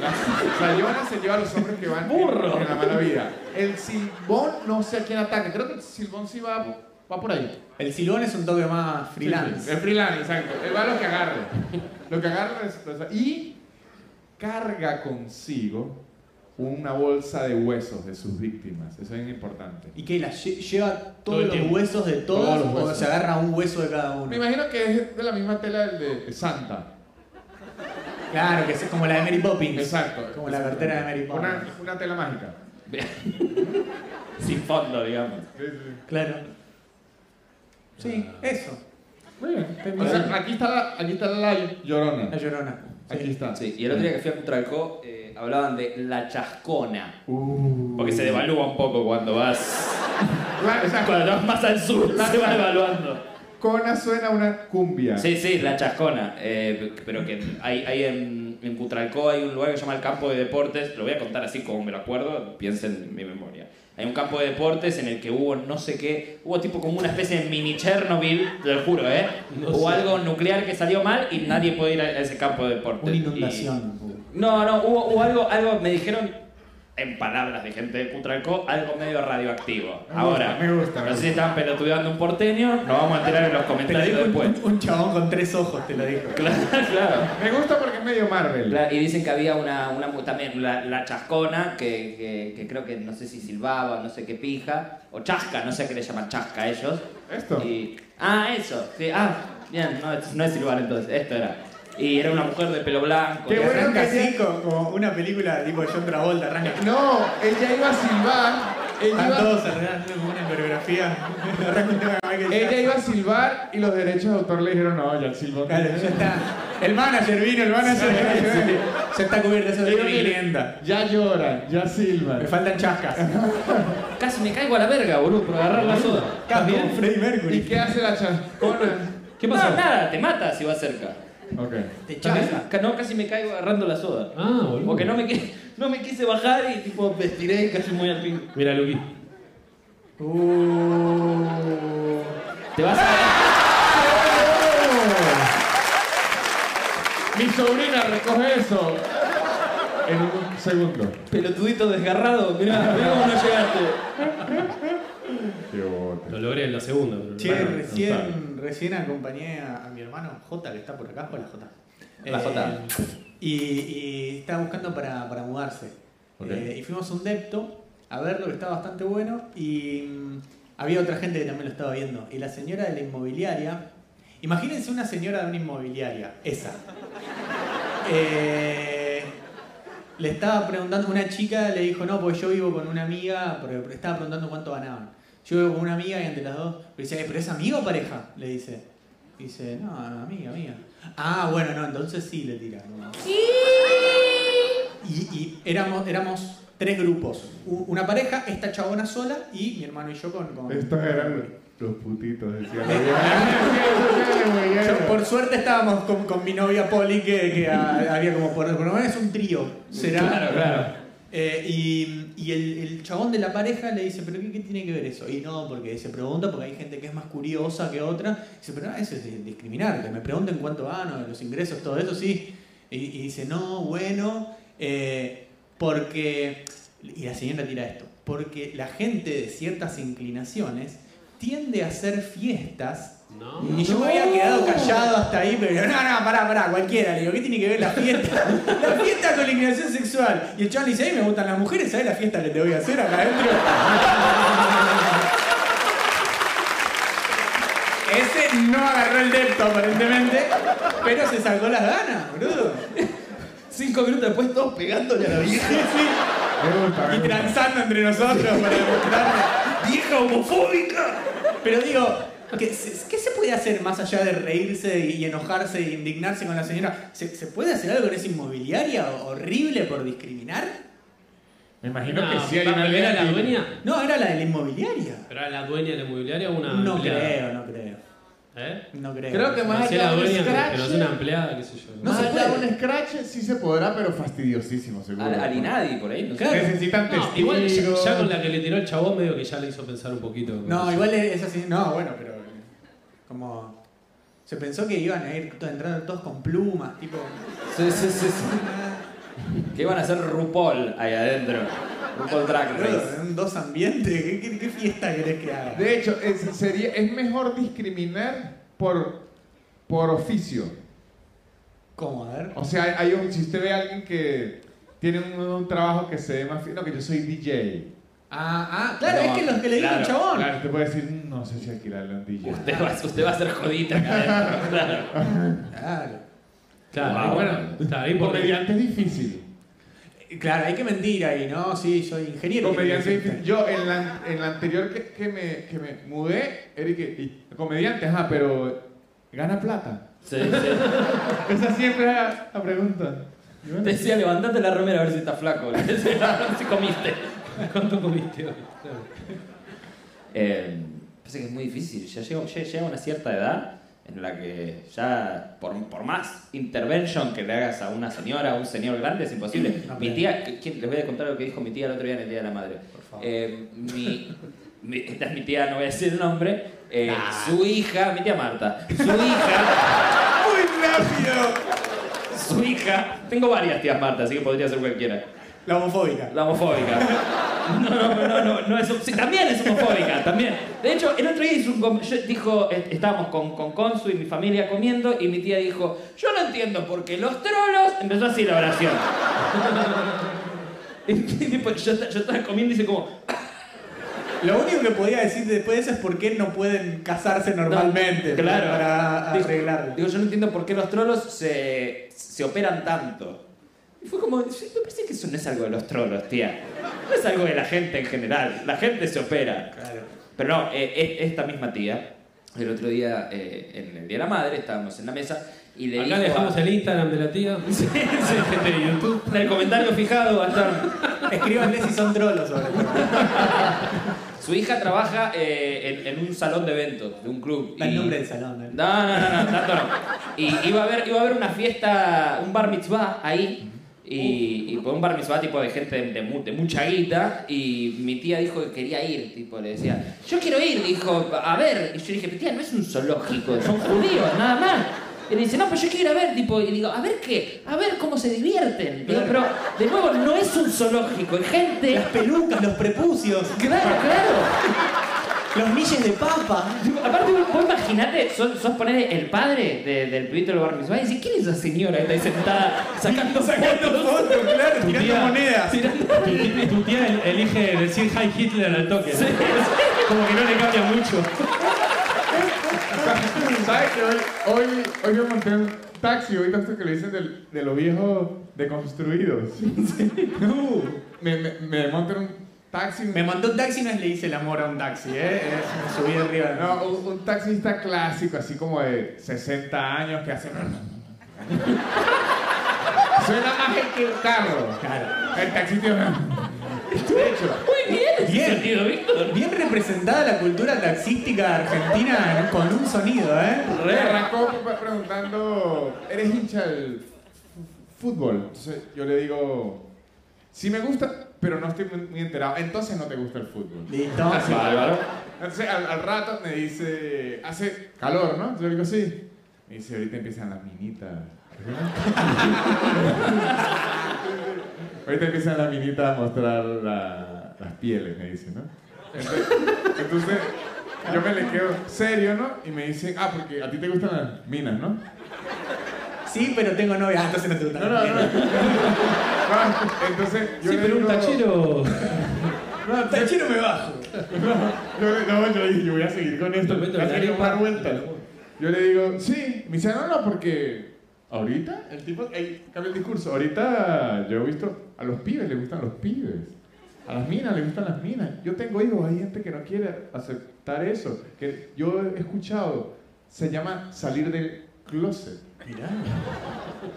Speaker 4: La sayona se lleva a los hombres que van en-
Speaker 3: Burro.
Speaker 4: En, la mala vida. El silbón no sé a quién ataca. Creo que el silbón sí va, va por ahí.
Speaker 1: El silbón es un toque más freelance.
Speaker 4: Es freelance, exacto. Él va a lo que agarre. Lo que agarre es- es- y carga consigo una bolsa de huesos de sus víctimas. Eso es importante.
Speaker 1: ¿Y qué? ¿La lle- lleva
Speaker 2: Todo
Speaker 1: todos
Speaker 2: el
Speaker 1: los
Speaker 2: tiempo.
Speaker 1: huesos de todos,
Speaker 4: Todos los
Speaker 1: o
Speaker 4: huesos.
Speaker 1: se agarra un hueso de cada
Speaker 4: Me
Speaker 1: uno?
Speaker 4: imagino que es de la misma tela del de Santa.
Speaker 1: Claro, que es como la de Mary Poppins.
Speaker 4: Exacto.
Speaker 1: Como la cartera de Mary Poppins.
Speaker 4: Una, una tela mágica.
Speaker 3: Sin fondo, digamos.
Speaker 1: Claro. Sí,
Speaker 4: Ah.
Speaker 1: eso.
Speaker 4: Muy bien. O sea, aquí está la, aquí está la llorona.
Speaker 1: La llorona. Sí.
Speaker 4: Aquí está.
Speaker 3: Sí, y el otro día que fui a Cutralcó eh, hablaban de la chascona.
Speaker 4: Uh.
Speaker 3: Porque se devalúa un poco cuando vas. *laughs*
Speaker 4: Claro, o sea,
Speaker 3: Cuando vas más al sur, se va devaluando.
Speaker 4: Cona suena una cumbia.
Speaker 3: Sí, sí, la chascona. Eh, pero que hay, hay en, en Cutralcó hay un lugar que se llama el campo de deportes. Lo voy a contar así como me lo acuerdo, piensen en mi memoria. Hay un campo de deportes en el que hubo no sé qué, hubo tipo como una especie de mini Chernobyl, te lo juro, ¿eh?
Speaker 2: No
Speaker 3: o
Speaker 2: sé.
Speaker 3: algo nuclear que salió mal y nadie puede ir a ese campo de deportes.
Speaker 1: Una
Speaker 3: Y-
Speaker 1: inundación.
Speaker 3: No, no, hubo, hubo algo, algo, me dijeron en palabras de gente de Putracó, algo medio radioactivo.
Speaker 4: Me gusta,
Speaker 3: Ahora,
Speaker 4: me gusta, me
Speaker 3: no sé si
Speaker 4: gusta.
Speaker 3: estaban pelotudeando un porteño, nos vamos a enterar en los
Speaker 1: Te lo
Speaker 3: comentarios
Speaker 1: dijo
Speaker 3: después.
Speaker 1: un, un chabón con tres ojos, te lo dijo.
Speaker 3: Claro, *laughs* claro.
Speaker 4: Me gusta porque es medio Marvel.
Speaker 3: Claro, y dicen que había una, una mu- también la, la chascona, que, que- que creo que no sé si silbaba, no sé qué pija, o chasca, no sé qué le llaman chasca a ellos.
Speaker 4: Esto.
Speaker 3: Y- ah, eso, sí, ah, bien, no, es- no es silbar entonces, esto era. Y era una mujer de pelo blanco.
Speaker 4: Qué
Speaker 3: y-
Speaker 4: bueno
Speaker 1: Arranca
Speaker 4: que sea-
Speaker 1: así como, como una película tipo John Travolta, arranca.
Speaker 4: No, ella iba a silbar. Ella
Speaker 1: Están
Speaker 4: iba,
Speaker 1: todos arrancando como una coreografía. *laughs* Arranca un tema que sea-
Speaker 4: ella iba a silbar y los derechos de autor le dijeron, no, ya el silbo.
Speaker 1: Claro,
Speaker 4: *laughs*
Speaker 1: ya está. El manager vino, el manager. Ya está cubierto, eso es
Speaker 4: Digo, mire,
Speaker 1: vivienda.
Speaker 4: Ya lloran, ya silban.
Speaker 1: Me faltan chascas.
Speaker 5: Casi me caigo a la verga, boludo, por agarrar la soda.
Speaker 1: Cambio Freddie
Speaker 4: ¿Y
Speaker 1: Mercury.
Speaker 4: qué hace la chascona?
Speaker 5: ¿Qué pasó?
Speaker 3: No, nada, te mata si va cerca.
Speaker 4: Ok.
Speaker 1: Te chasca.
Speaker 5: Ca- No, casi me caigo agarrando la soda.
Speaker 2: Ah, boludo.
Speaker 5: Porque no me,
Speaker 3: *laughs*
Speaker 5: qui- no me quise bajar y tipo me estiré y casi muy al fin.
Speaker 2: Mira, Luqui.
Speaker 1: Uh.
Speaker 5: Te vas a...
Speaker 4: Mi sobrina recoge eso. En un segundo.
Speaker 5: Pelotudito desgarrado, mirá, mirá cómo no llegaste.
Speaker 4: Qué bote.
Speaker 2: Lo logré en la segunda. pero-
Speaker 1: Che,
Speaker 2: Bueno,
Speaker 1: recién, recién acompañé a, a mi hermano J, que está por acá. Hola, J. Eh,
Speaker 3: Hola, Jota.
Speaker 1: Y, y estaba buscando para, para mudarse.
Speaker 4: Ok.
Speaker 1: Eh, y fuimos a un depto a verlo, que estaba bastante bueno. Y mm, había otra gente que también lo estaba viendo. Y la señora de la inmobiliaria. Imagínense una señora de una inmobiliaria, esa. Eh, le estaba preguntando, una chica le dijo, no, porque yo vivo con una amiga, porque estaba preguntando cuánto ganaban. Yo vivo con una amiga y entre las dos, le dice, "Eh, pero es amiga o pareja, le dice. Y dice, no, amiga, amiga. Ah, bueno, no, entonces sí le tira. ¿no? Y, y éramos, éramos tres grupos. U- Una pareja, esta chabona sola y mi hermano y yo con... con-
Speaker 4: Estos eran los putitos, decía la
Speaker 1: Yo,
Speaker 4: vieja.
Speaker 1: por suerte estábamos con, con mi novia Poli, que, que a- había como por, por lo menos un trío. Será.
Speaker 3: Claro, claro.
Speaker 1: Eh, y y el, el chabón de la pareja le dice, pero qué, qué tiene que ver eso? Y no, porque se pregunta, porque hay gente que es más curiosa que otra. Dice, pero no, eso es discriminar, que me pregunten cuánto gano, los ingresos, todo eso, sí. Y, y dice, no, bueno, eh, porque... Y la señora tira esto, porque la gente de ciertas inclinaciones tiende a hacer fiestas
Speaker 2: No.
Speaker 1: y yo me había quedado callado hasta ahí, pero no, no, pará, pará, cualquiera. Le digo, ¿qué tiene que ver la fiesta? *laughs* La fiesta con la inclinación sexual. Y el chaval dice, ay, me gustan las mujeres, ¿sabes la fiesta que te voy a hacer acá adentro? *laughs* Ese no agarró el depto, aparentemente, pero se sacó las ganas, boludo.
Speaker 5: Cinco minutos después todos pegándole a la vieja.
Speaker 1: Sí, sí.
Speaker 4: Me gusta,
Speaker 1: Y
Speaker 4: me gusta.
Speaker 1: transando entre nosotros para demostrarle.
Speaker 5: ¡Vieja homofóbica!
Speaker 1: Pero digo, ¿qué, se- qué se puede hacer más allá de reírse y enojarse e indignarse con la señora? ¿Se, se puede hacer algo con esa inmobiliaria horrible por discriminar?
Speaker 4: Me imagino que
Speaker 2: No,
Speaker 4: sí hay
Speaker 2: va-
Speaker 4: una
Speaker 2: ¿pero
Speaker 4: ley.
Speaker 2: ¿Era la dueña?
Speaker 1: No, era la de la inmobiliaria.
Speaker 2: ¿Pero era la dueña de la inmobiliaria o una
Speaker 1: No
Speaker 2: empleada?
Speaker 1: creo, no creo.
Speaker 2: ¿Eh?
Speaker 1: No creo.
Speaker 4: Creo que
Speaker 2: No
Speaker 4: más
Speaker 2: sé la
Speaker 4: allá de un
Speaker 2: dueña, pero- pero es una
Speaker 4: scratch.
Speaker 2: empleada, qué sé yo.
Speaker 1: No
Speaker 4: Más
Speaker 1: se
Speaker 4: allá de
Speaker 1: puede.
Speaker 4: un scratch sí se podrá, pero fastidiosísimo, seguro.
Speaker 3: Al, al Inadi, por ahí, no sé.
Speaker 1: Claro.
Speaker 4: Necesitan
Speaker 2: No,
Speaker 4: testigos.
Speaker 2: igual ya, ya con la que le tiró el chabón medio que ya le hizo pensar un poquito.
Speaker 1: No, igual es así. No, bueno, pero. eh, Como. Se pensó que iban a ir to- entrando todos con plumas, tipo. *laughs*
Speaker 3: Sí, sí, sí, sí. Que iban a hacer RuPaul ahí adentro. RuPaul Drag
Speaker 1: Boludo,
Speaker 3: Race.
Speaker 1: en dos ambientes. ¿Qué, qué, qué fiesta querés que haga?
Speaker 4: De hecho, es, sería, es mejor discriminar por, por oficio.
Speaker 1: ¿Cómo? A ver.
Speaker 4: O sea, hay un, si usted ve a alguien que tiene un, un trabajo que se ve más fino, que yo soy DJ.
Speaker 1: Ah, ah, claro,
Speaker 3: No,
Speaker 1: es que los que le dijo el
Speaker 3: claro,
Speaker 1: chabón.
Speaker 4: Claro, usted puede decir, "Mm, no sé si alquilarle a un DJ.
Speaker 3: Usted va, usted va a ser jodita acá adentro. *laughs* Claro.
Speaker 5: Ah,
Speaker 1: Claro.
Speaker 2: Claro,
Speaker 3: Wow.
Speaker 2: bueno, claro, ahí por
Speaker 4: Comediante es difícil.
Speaker 1: Claro, hay que mentir ahí, ¿no? Sí, soy ingeniero.
Speaker 4: Comediante es difícil. Yo en la, en la anterior que, que me, que me mudé, Eric, y- comediante, ajá, pero gana plata. *laughs*
Speaker 3: Sí, sí.
Speaker 4: Esa siempre es la, la pregunta. Y bueno,
Speaker 3: Te decía, levantate la remera a ver si estás flaco. *laughs* Le decía, a ver si comiste.
Speaker 2: ¿Cuánto comiste hoy? Claro.
Speaker 3: Eh, parece que es muy difícil. Ya llega, ya llega una cierta edad en la que ya, por, por más intervention que le hagas a una señora, a un señor grande, es imposible.
Speaker 1: No,
Speaker 3: mi
Speaker 1: pero-
Speaker 3: tía, que- que- les voy a contar lo que dijo mi tía el otro día en el Día de la Madre.
Speaker 1: Por favor.
Speaker 3: Eh, mi, mi- esta es mi tía, no voy a decir el nombre. Eh, Su hija, mi tía Marta, su hija, *laughs*
Speaker 1: ¡Muy rápido!
Speaker 3: su hija, tengo varias tías Marta, así que podría ser cualquiera.
Speaker 1: La homofóbica.
Speaker 3: La homofóbica.
Speaker 5: No, no, no, no, no es, sí, también es homofóbica, también. De hecho, el otro día hizo un com- yo- dijo, eh, estábamos con, con Consu y mi familia comiendo y mi tía dijo, yo no entiendo por qué los trolos... Empezó así la oración. *laughs* Y tipo, yo, esta- yo estaba comiendo y dice como,
Speaker 1: Lo único que podía decir después de eso es por qué no pueden casarse normalmente.
Speaker 3: No, claro.
Speaker 1: Para
Speaker 3: Digo-
Speaker 1: arreglarlo.
Speaker 3: Digo, yo no entiendo por qué los trolos se, se operan tanto. Y fue como, sí, me parece que eso no es algo de los trolos, tía. No es algo de la gente en general. La gente se opera.
Speaker 1: Claro.
Speaker 3: Pero no, eh, es- esta misma tía, el otro día, eh, en el Día de la Madre, estábamos en la mesa y le
Speaker 2: Acá
Speaker 3: dijo a-
Speaker 2: dejamos el Instagram de la tía. *laughs* Sí, gente de YouTube.
Speaker 5: en el comentario fijado va a estar...
Speaker 1: Escríbanle si son trolos sobre todo.
Speaker 3: Su hija trabaja eh, en, en un salón de eventos, de un club.
Speaker 1: Da el
Speaker 3: y-
Speaker 1: nombre del salón. ¿eh?
Speaker 3: No, no, no, no, tanto no. Y iba a haber, iba a haber una fiesta, un bar mitzvah ahí. Y, y fue un bar mitzvah tipo de gente de, mu- de mucha guita. Y mi tía dijo que quería ir, tipo, le decía, yo quiero ir, dijo, a ver. Y yo dije, pero tía, no es un zoológico, son judíos, nada más. Y le dice, no, pero yo quiero ir a ver, tipo, y digo, a ver qué, a ver cómo se divierten. Digo, pero de nuevo, no es un zoológico, es gente.
Speaker 1: Las pelucas, los prepucios,
Speaker 5: Claro, claro.
Speaker 1: los milles de papa.
Speaker 5: Tipo, Aparte, vos, vos imaginate, sos, sos poner el padre de- del pibito del bar mitzvah y decís, ¿quién es esa señora que está ahí sentada
Speaker 3: *laughs*
Speaker 5: sacando fotos?
Speaker 1: fotos, claro,
Speaker 2: Tu
Speaker 1: tirando
Speaker 2: tía-
Speaker 1: monedas.
Speaker 2: tirando- tu, tu tía el- elige decir Hi Hitler al toque. ¿no? Como que no le cambia mucho.
Speaker 4: ¿Sabes que hoy, hoy, hoy me monté en un taxi? Hoy esto que le dicen del- de los viejos deconstruidos. Uh, me, me, me monté en un taxi.
Speaker 1: Me mandó un taxi y no es le hice el amor a un taxi, ¿eh? Es, me subí arriba.
Speaker 4: No, un, un taxista clásico, así como de 60 años, que hace. *laughs* Suena más el que un carro.
Speaker 1: Claro.
Speaker 4: El taxista. De hecho,
Speaker 5: Muy bien, ese
Speaker 1: Bien.
Speaker 5: sonido, Víctor.
Speaker 1: Bien representada la cultura taxística argentina con un sonido, ¿eh?
Speaker 4: me arrancó preguntando: ¿Eres hincha del fútbol? Entonces yo le digo: Sí, me gusta, pero no estoy muy- muy enterado. Entonces no te gusta el fútbol.
Speaker 1: Listo.
Speaker 3: Bárbaro.
Speaker 4: Entonces al, al rato me dice, hace calor, ¿no? Yo le digo, sí. Me dice, ahorita empiezan las minitas. *laughs* ahorita empiezan las minitas a mostrar la- las pieles, me dice, ¿no? Entonces, entonces, yo me le quedo serio, ¿no? Y me dice, ah, porque a ti te gustan las minas, ¿no?
Speaker 1: Sí, pero tengo novia. Ah, entonces no te gusta.
Speaker 4: No, no, no. *laughs* Entonces, yo
Speaker 2: Sí,
Speaker 4: le
Speaker 2: pero un
Speaker 4: digo-
Speaker 2: tachero.
Speaker 1: no. Tachero me bajo.
Speaker 4: Yo, no, yo dije, yo voy a seguir con esto.
Speaker 2: Lo meto en
Speaker 4: voy a
Speaker 2: la
Speaker 4: seguir con
Speaker 2: arepa.
Speaker 4: más vueltas. Yo le digo, sí. Me dice, no, no, porque ahorita el tipo, ahí cambia el discurso. Ahorita yo he visto, a los pibes les gustan los pibes. A las minas les gustan las minas. Yo tengo hijos, hay gente que no quiere aceptar eso. Que yo he escuchado, se llama salir del closet.
Speaker 1: Mirá.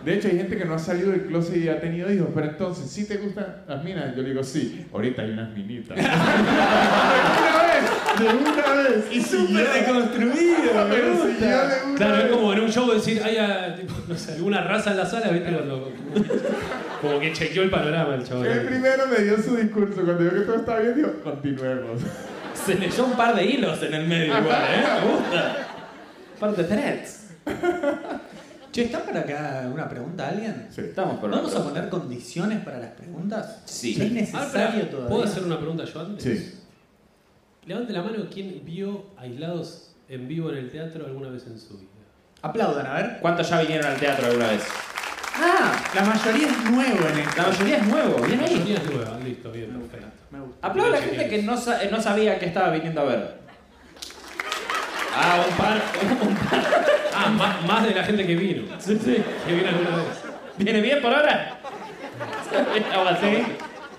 Speaker 4: De hecho, hay gente que no ha salido del closet y ha tenido hijos, pero entonces, ¿sí te gustan las minas? Yo le digo, sí, ahorita hay unas *laughs* minitas. ¡De una vez! ¡De una vez!
Speaker 1: Y súper deconstruido, me
Speaker 4: Pero si yo
Speaker 1: gusta.
Speaker 4: de una
Speaker 2: Claro, es
Speaker 4: vez-
Speaker 2: como en un show decir, hay ah, tipo, no sé, alguna raza en la sala, ¿viste? Cuando, como que chequeó el panorama el
Speaker 4: Él
Speaker 2: chaval.
Speaker 4: primero me dio su discurso, cuando vio que todo estaba bien, dijo, continuemos.
Speaker 5: Se leyó un par de hilos en el medio igual, ¿eh? Me gusta. Par de threads.
Speaker 1: Che, ¿está para acá una pregunta alguien?
Speaker 4: Sí.
Speaker 3: Estamos por una
Speaker 1: ¿Vamos a
Speaker 3: pregunta.
Speaker 1: poner condiciones para las preguntas?
Speaker 3: Sí.
Speaker 1: Si es
Speaker 2: Ah, espera,
Speaker 1: necesario todavía.
Speaker 2: ¿Puedo hacer una pregunta yo antes?
Speaker 4: Sí.
Speaker 2: Levante la mano quien vio aislados en vivo en el teatro alguna vez en su vida.
Speaker 1: Aplaudan, a ver.
Speaker 3: ¿Cuántos ya vinieron al teatro alguna vez?
Speaker 1: Ah, la mayoría es nuevo en esto.
Speaker 3: La mayoría es nuevo, bien
Speaker 2: La
Speaker 3: ahí.
Speaker 2: mayoría es nueva, listo, bien, perfecto.
Speaker 1: Me gusta.
Speaker 3: Aplaudo a la gente que no, sa- eh, no sabía que estaba viniendo a ver. Ah, un par. un par.
Speaker 2: Ah, más, más de la gente que *laughs* vino.
Speaker 3: Sí, sí.
Speaker 2: Que vino alguna vez.
Speaker 3: ¿Viene bien por ahora? Ahora sí.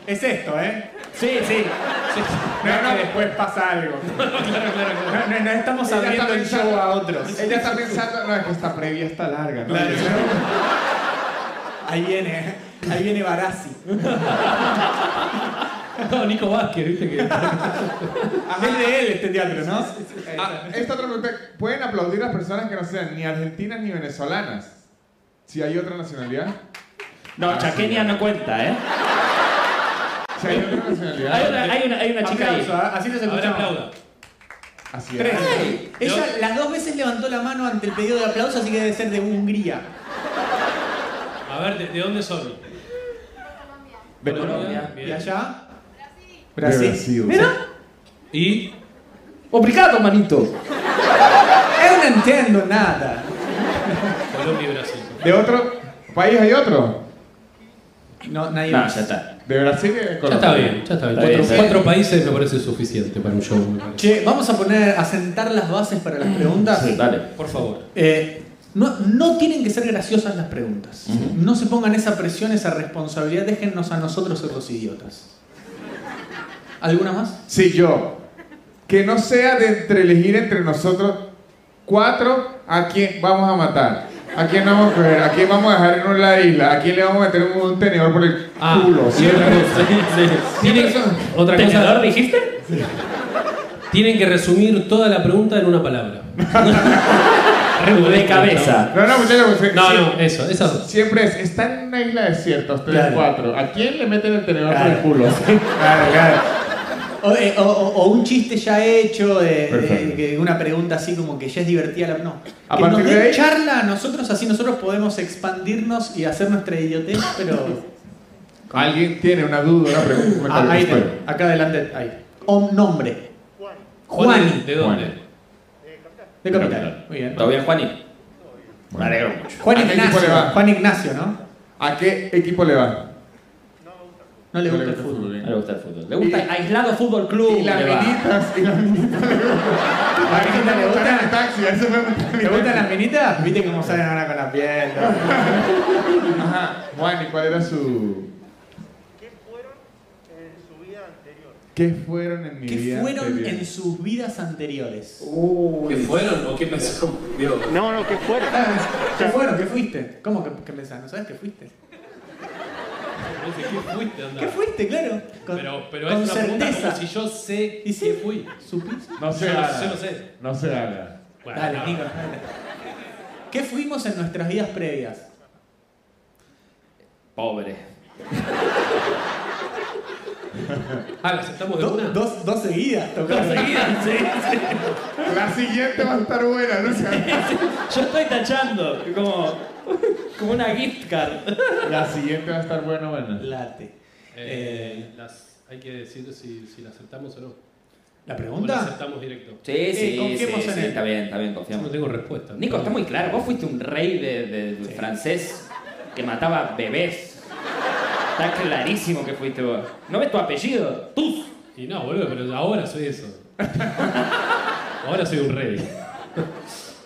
Speaker 1: Es esto, ¿eh?
Speaker 3: Sí, sí.
Speaker 4: No, no, después pasa algo.
Speaker 2: Claro, claro, claro.
Speaker 1: No, no, no estamos
Speaker 4: Ella
Speaker 1: abriendo
Speaker 4: está
Speaker 1: el show
Speaker 4: pensando-
Speaker 1: a otros.
Speaker 4: Ella está pensando, no, es que esta previa está larga, ¿no?
Speaker 1: Claro. Ahí viene, ahí viene Barassi.
Speaker 2: No, Nico Vázquez, viste *laughs* que.
Speaker 1: Es de él este teatro, ¿no?
Speaker 4: Ah, esta otra pregunta, ¿pueden aplaudir las personas que no sean ni argentinas ni venezolanas? Si hay otra nacionalidad.
Speaker 3: No, Chaqueña no cuenta, ¿eh?
Speaker 4: Si hay otra nacionalidad.
Speaker 5: Hay una, hay una, hay una chica ahí.
Speaker 1: Aplauso, ¿ah? así nos
Speaker 2: Ahora
Speaker 1: escuchamos.
Speaker 2: aplauda.
Speaker 4: Así es.
Speaker 1: Tres.
Speaker 3: Ay,
Speaker 1: Ella las dos veces levantó la mano ante el pedido de aplauso, así que debe ser de Hungría.
Speaker 2: A ver, ¿de, de dónde son?
Speaker 6: Colombia.
Speaker 3: De Colombia.
Speaker 2: Bien.
Speaker 1: ¿Y allá?
Speaker 6: Brasil.
Speaker 1: Brasil.
Speaker 5: Mira,
Speaker 2: Y
Speaker 5: obrigado, manito.
Speaker 1: Yo no entiendo nada.
Speaker 2: Colombia y Brasil.
Speaker 4: ¿De otro país hay otro?
Speaker 1: No, nadie
Speaker 3: No,
Speaker 1: más.
Speaker 3: ya está.
Speaker 4: ¿De Brasil y de
Speaker 2: Ya
Speaker 4: Colombia?
Speaker 2: está bien, ya está bien.
Speaker 3: Está
Speaker 2: Cuatro,
Speaker 3: bien, está
Speaker 2: cuatro países me parece suficiente para un show. me parece.
Speaker 1: Che, vamos a poner, a sentar las bases para las preguntas.
Speaker 3: Dale.
Speaker 2: Por favor.
Speaker 1: Eh, no, no tienen que ser graciosas las preguntas. No se pongan esa presión, esa responsabilidad. Déjennos a nosotros ser los idiotas. ¿Alguna más?
Speaker 4: Sí, yo. Que no sea de entre elegir entre nosotros cuatro a quién vamos a matar. ¿A quién vamos a coger? ¿A quién vamos a dejar en una isla? ¿A quién le vamos a meter un tenedor por el
Speaker 2: Ah,
Speaker 4: culo?
Speaker 2: siempre.
Speaker 3: Sí, sí.
Speaker 2: Tienen, otra
Speaker 3: ¿Tenedor
Speaker 2: cosa,
Speaker 3: dijiste?
Speaker 2: tienen que resumir toda la pregunta en
Speaker 3: *laughs*
Speaker 2: una palabra.
Speaker 3: De cabeza.
Speaker 4: No, no, muchachos. pues,
Speaker 2: No,
Speaker 4: sí,
Speaker 2: no, eso, esas dos.
Speaker 4: Siempre es, están en una isla desierta ustedes
Speaker 1: Claro.
Speaker 4: cuatro. ¿A quién le meten el tenedor por
Speaker 1: Claro.
Speaker 4: el culo?
Speaker 1: *laughs*
Speaker 4: claro, claro.
Speaker 1: O, eh, o- o- o un chiste ya hecho, de,
Speaker 4: Perfecto.
Speaker 1: de- que una pregunta así como que ya es divertida. La, no.
Speaker 4: A
Speaker 1: que
Speaker 4: partir
Speaker 1: nos
Speaker 4: de
Speaker 1: den
Speaker 4: ahí-
Speaker 1: charla a nosotros, así nosotros podemos expandirnos y hacer nuestra idiotez,
Speaker 4: *laughs*
Speaker 1: pero.
Speaker 4: ¿Alguien tiene una duda, una pregunta?
Speaker 1: Ah, ahí, acá adelante, ahí. Un nombre. Juan.
Speaker 2: ¿De dónde?
Speaker 3: Juani.
Speaker 1: De Capital. Muy bien.
Speaker 3: ¿Todo bien, Juani? Me alegro mucho.
Speaker 1: Juan
Speaker 4: ¿A qué equipo
Speaker 1: Ignacio.
Speaker 4: le va?
Speaker 1: Juan Ignacio, ¿no?
Speaker 4: ¿A qué equipo le va?
Speaker 1: No le gusta el fútbol.
Speaker 3: No le gusta el fútbol. Le
Speaker 4: Y-
Speaker 3: gusta Aislado Fútbol Club.
Speaker 4: Y las
Speaker 3: le va.
Speaker 4: *laughs* minitas, y
Speaker 1: *laughs*
Speaker 4: las minitas le gustan. Las minitas le gustan en el taxi, a eso me gusta.
Speaker 1: ¿Te gustan las minitas? Viste cómo salen ahora con la piel. ¿no?
Speaker 4: Ajá. Juan, ¿y cuál era su...?
Speaker 8: ¿Qué fueron en su vida anterior?
Speaker 4: ¿Qué fueron en mi
Speaker 1: ¿Qué Uh,
Speaker 4: vida
Speaker 1: fueron
Speaker 4: anterior?
Speaker 1: en sus vidas anteriores?
Speaker 2: ¿Qué fueron o qué pasó? Digo,
Speaker 8: No, no, ¿qué fueron?
Speaker 1: ah, ¿Qué fueron? ¿Qué fuiste? ¿Cómo que, que pensás? ¿No sabes qué fuiste?
Speaker 2: ¿qué fuiste? Anda.
Speaker 1: ¿Qué fuiste? Claro. Con,
Speaker 2: Pero, pero es
Speaker 1: con
Speaker 2: una pregunta
Speaker 1: certeza.
Speaker 2: como si yo sé
Speaker 1: ¿Y sí?
Speaker 2: qué fui.
Speaker 1: ¿Supiste?
Speaker 4: No se
Speaker 2: Yo no-
Speaker 4: haga.
Speaker 2: yo no sé.
Speaker 4: No se haga.
Speaker 2: Bueno,
Speaker 1: dale,
Speaker 2: no.
Speaker 1: Nico. dale. ¿Qué fuimos en nuestras vidas previas?
Speaker 3: Pobre.
Speaker 2: Ah, ¿las estamos de
Speaker 1: Do-
Speaker 2: una?
Speaker 1: dos, dos seguidas tocaron.
Speaker 3: Seguidas, sí, sí.
Speaker 4: La siguiente va a estar buena, no se haga.
Speaker 5: Yo estoy tachando, como, como una gift card.
Speaker 4: La siguiente va a estar buena, buena.
Speaker 1: Late.
Speaker 2: Eh, las, hay que decir si, si la aceptamos o no.
Speaker 1: ¿La
Speaker 2: O la
Speaker 1: pregunta?
Speaker 2: aceptamos directo.
Speaker 3: Sí, sí,
Speaker 1: confiemos
Speaker 3: sí,
Speaker 1: en
Speaker 3: sí,
Speaker 1: él.
Speaker 3: está bien, está bien,
Speaker 2: Yo no
Speaker 3: confiamos.
Speaker 2: tengo respuesta.
Speaker 3: Nico, está muy claro, vos fuiste un rey de, de- de
Speaker 1: Sí.
Speaker 3: francés que mataba bebés. Está clarísimo que fuiste vos. ¿No ves tu apellido? Tus.
Speaker 2: Y no, boludo, pero ahora soy eso.
Speaker 1: *laughs*
Speaker 2: ahora soy un rey.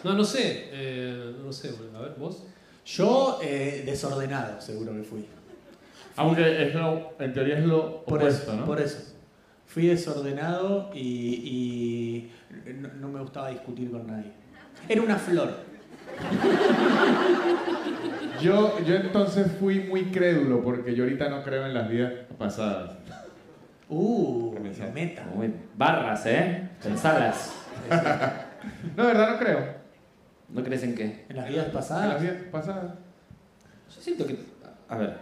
Speaker 2: no, no sé. eh, no sé, boludo. A ver, vos.
Speaker 1: Yo, eh, desordenado, seguro que fui.
Speaker 4: Aunque es lo, en teoría es lo
Speaker 1: Por
Speaker 4: opuesto,
Speaker 1: eso,
Speaker 4: ¿no?
Speaker 1: por eso. Fui desordenado y, y no, no me gustaba discutir con nadie. Era una flor.
Speaker 4: Yo, yo entonces fui muy crédulo porque yo ahorita no creo en las vidas pasadas.
Speaker 1: Uh,
Speaker 4: Comenzamos.
Speaker 1: meta.
Speaker 3: Uy, barras, ¿eh? Pensadas.
Speaker 4: No, de verdad no creo.
Speaker 3: ¿No crees en qué?
Speaker 1: En las vidas
Speaker 4: En las
Speaker 1: pasadas.
Speaker 4: vidas pasadas.
Speaker 3: Yo siento que... A ver.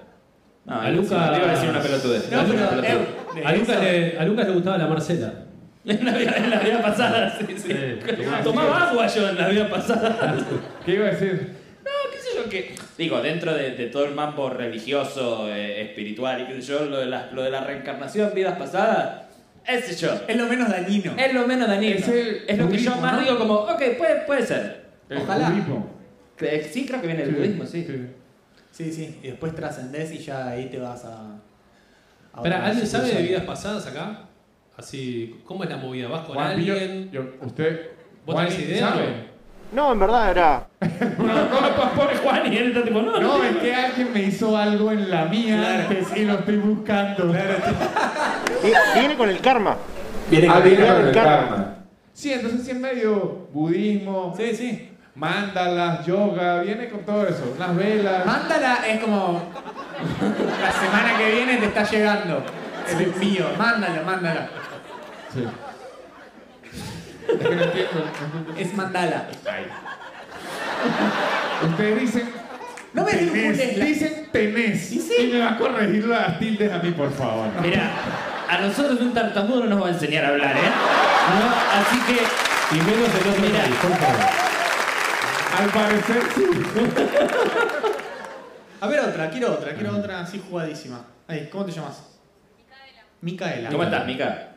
Speaker 3: No,
Speaker 2: A Luca-
Speaker 3: Te iba a decir una pelotudez.
Speaker 1: No,
Speaker 3: Te iba a
Speaker 1: pero,
Speaker 3: decir una pelotudez.
Speaker 1: eh,
Speaker 2: A Lucas, le, a Lucas le gustaba la Marcela.
Speaker 5: *laughs* En la vida, en la vida pasada, sí, sí.
Speaker 2: Sí, tomaba-
Speaker 5: Tomaba agua yo en la vida pasada.
Speaker 4: ¿Qué iba a decir?
Speaker 3: No, Ah, qué sé yo, que... Digo, dentro de, de todo el mambo religioso, eh, espiritual y qué sé yo, lo de, la, lo de la reencarnación, vidas pasadas, ese yo.
Speaker 1: Es lo menos dañino.
Speaker 5: Es lo menos dañino.
Speaker 4: Es
Speaker 5: Es,
Speaker 4: el
Speaker 5: lo que yo
Speaker 4: budismo,
Speaker 5: más
Speaker 4: ¿no?
Speaker 5: digo como, ok, puede, puede ser.
Speaker 4: El
Speaker 1: Ojalá.
Speaker 4: budismo.
Speaker 3: Cre- Sí, creo que viene del budismo, sí.
Speaker 1: Sí, sí. Y después trascendés y ya ahí te vas a. a
Speaker 2: Espera,
Speaker 1: otra
Speaker 2: ¿alguien sabe de
Speaker 1: sucursal.
Speaker 2: vidas pasadas acá? Así, ¿cómo es la movida? ¿Vas con
Speaker 4: Juan, yo-
Speaker 2: alguien?
Speaker 4: yo- usted.
Speaker 2: ¿Vos
Speaker 4: Juan,
Speaker 2: tenés idea,
Speaker 4: ¿sabe?
Speaker 8: No, en verdad era.
Speaker 5: No, pobre Juan y él está tipo, no,
Speaker 4: No, es que alguien me hizo algo en la mía
Speaker 1: Claro.
Speaker 4: antes y lo estoy buscando.
Speaker 8: Vi- Viene con el karma.
Speaker 1: Viene con-
Speaker 8: Adivinar el karma.
Speaker 4: Sí, entonces sí es medio budismo,
Speaker 1: Sí, sí.
Speaker 4: mandalas, yoga, viene con todo eso. Las
Speaker 1: Ah.
Speaker 4: velas.
Speaker 1: Mándala es como. La semana que viene te está llegando. El envío. Mándala, mándala.
Speaker 4: Sí. Es que no entiendo.
Speaker 1: Es mandala.
Speaker 4: Ustedes dicen.
Speaker 1: No me
Speaker 4: tenés,
Speaker 1: vincules la-
Speaker 4: Dicen tenés.
Speaker 1: Sí, sí.
Speaker 4: Y me va a corregir las tildes a mí, por favor.
Speaker 5: Mira, a nosotros un tartamudo no nos va a enseñar a hablar, ¿eh? No, así que.
Speaker 2: Y menos del otro
Speaker 5: Mira.
Speaker 2: país, por favor.
Speaker 4: Al parecer sí.
Speaker 1: A ver, otra, quiero otra, quiero otra así jugadísima. Ahí, ¿cómo te llamas?
Speaker 6: Micaela.
Speaker 1: Micaela.
Speaker 3: ¿Cómo estás, Mica?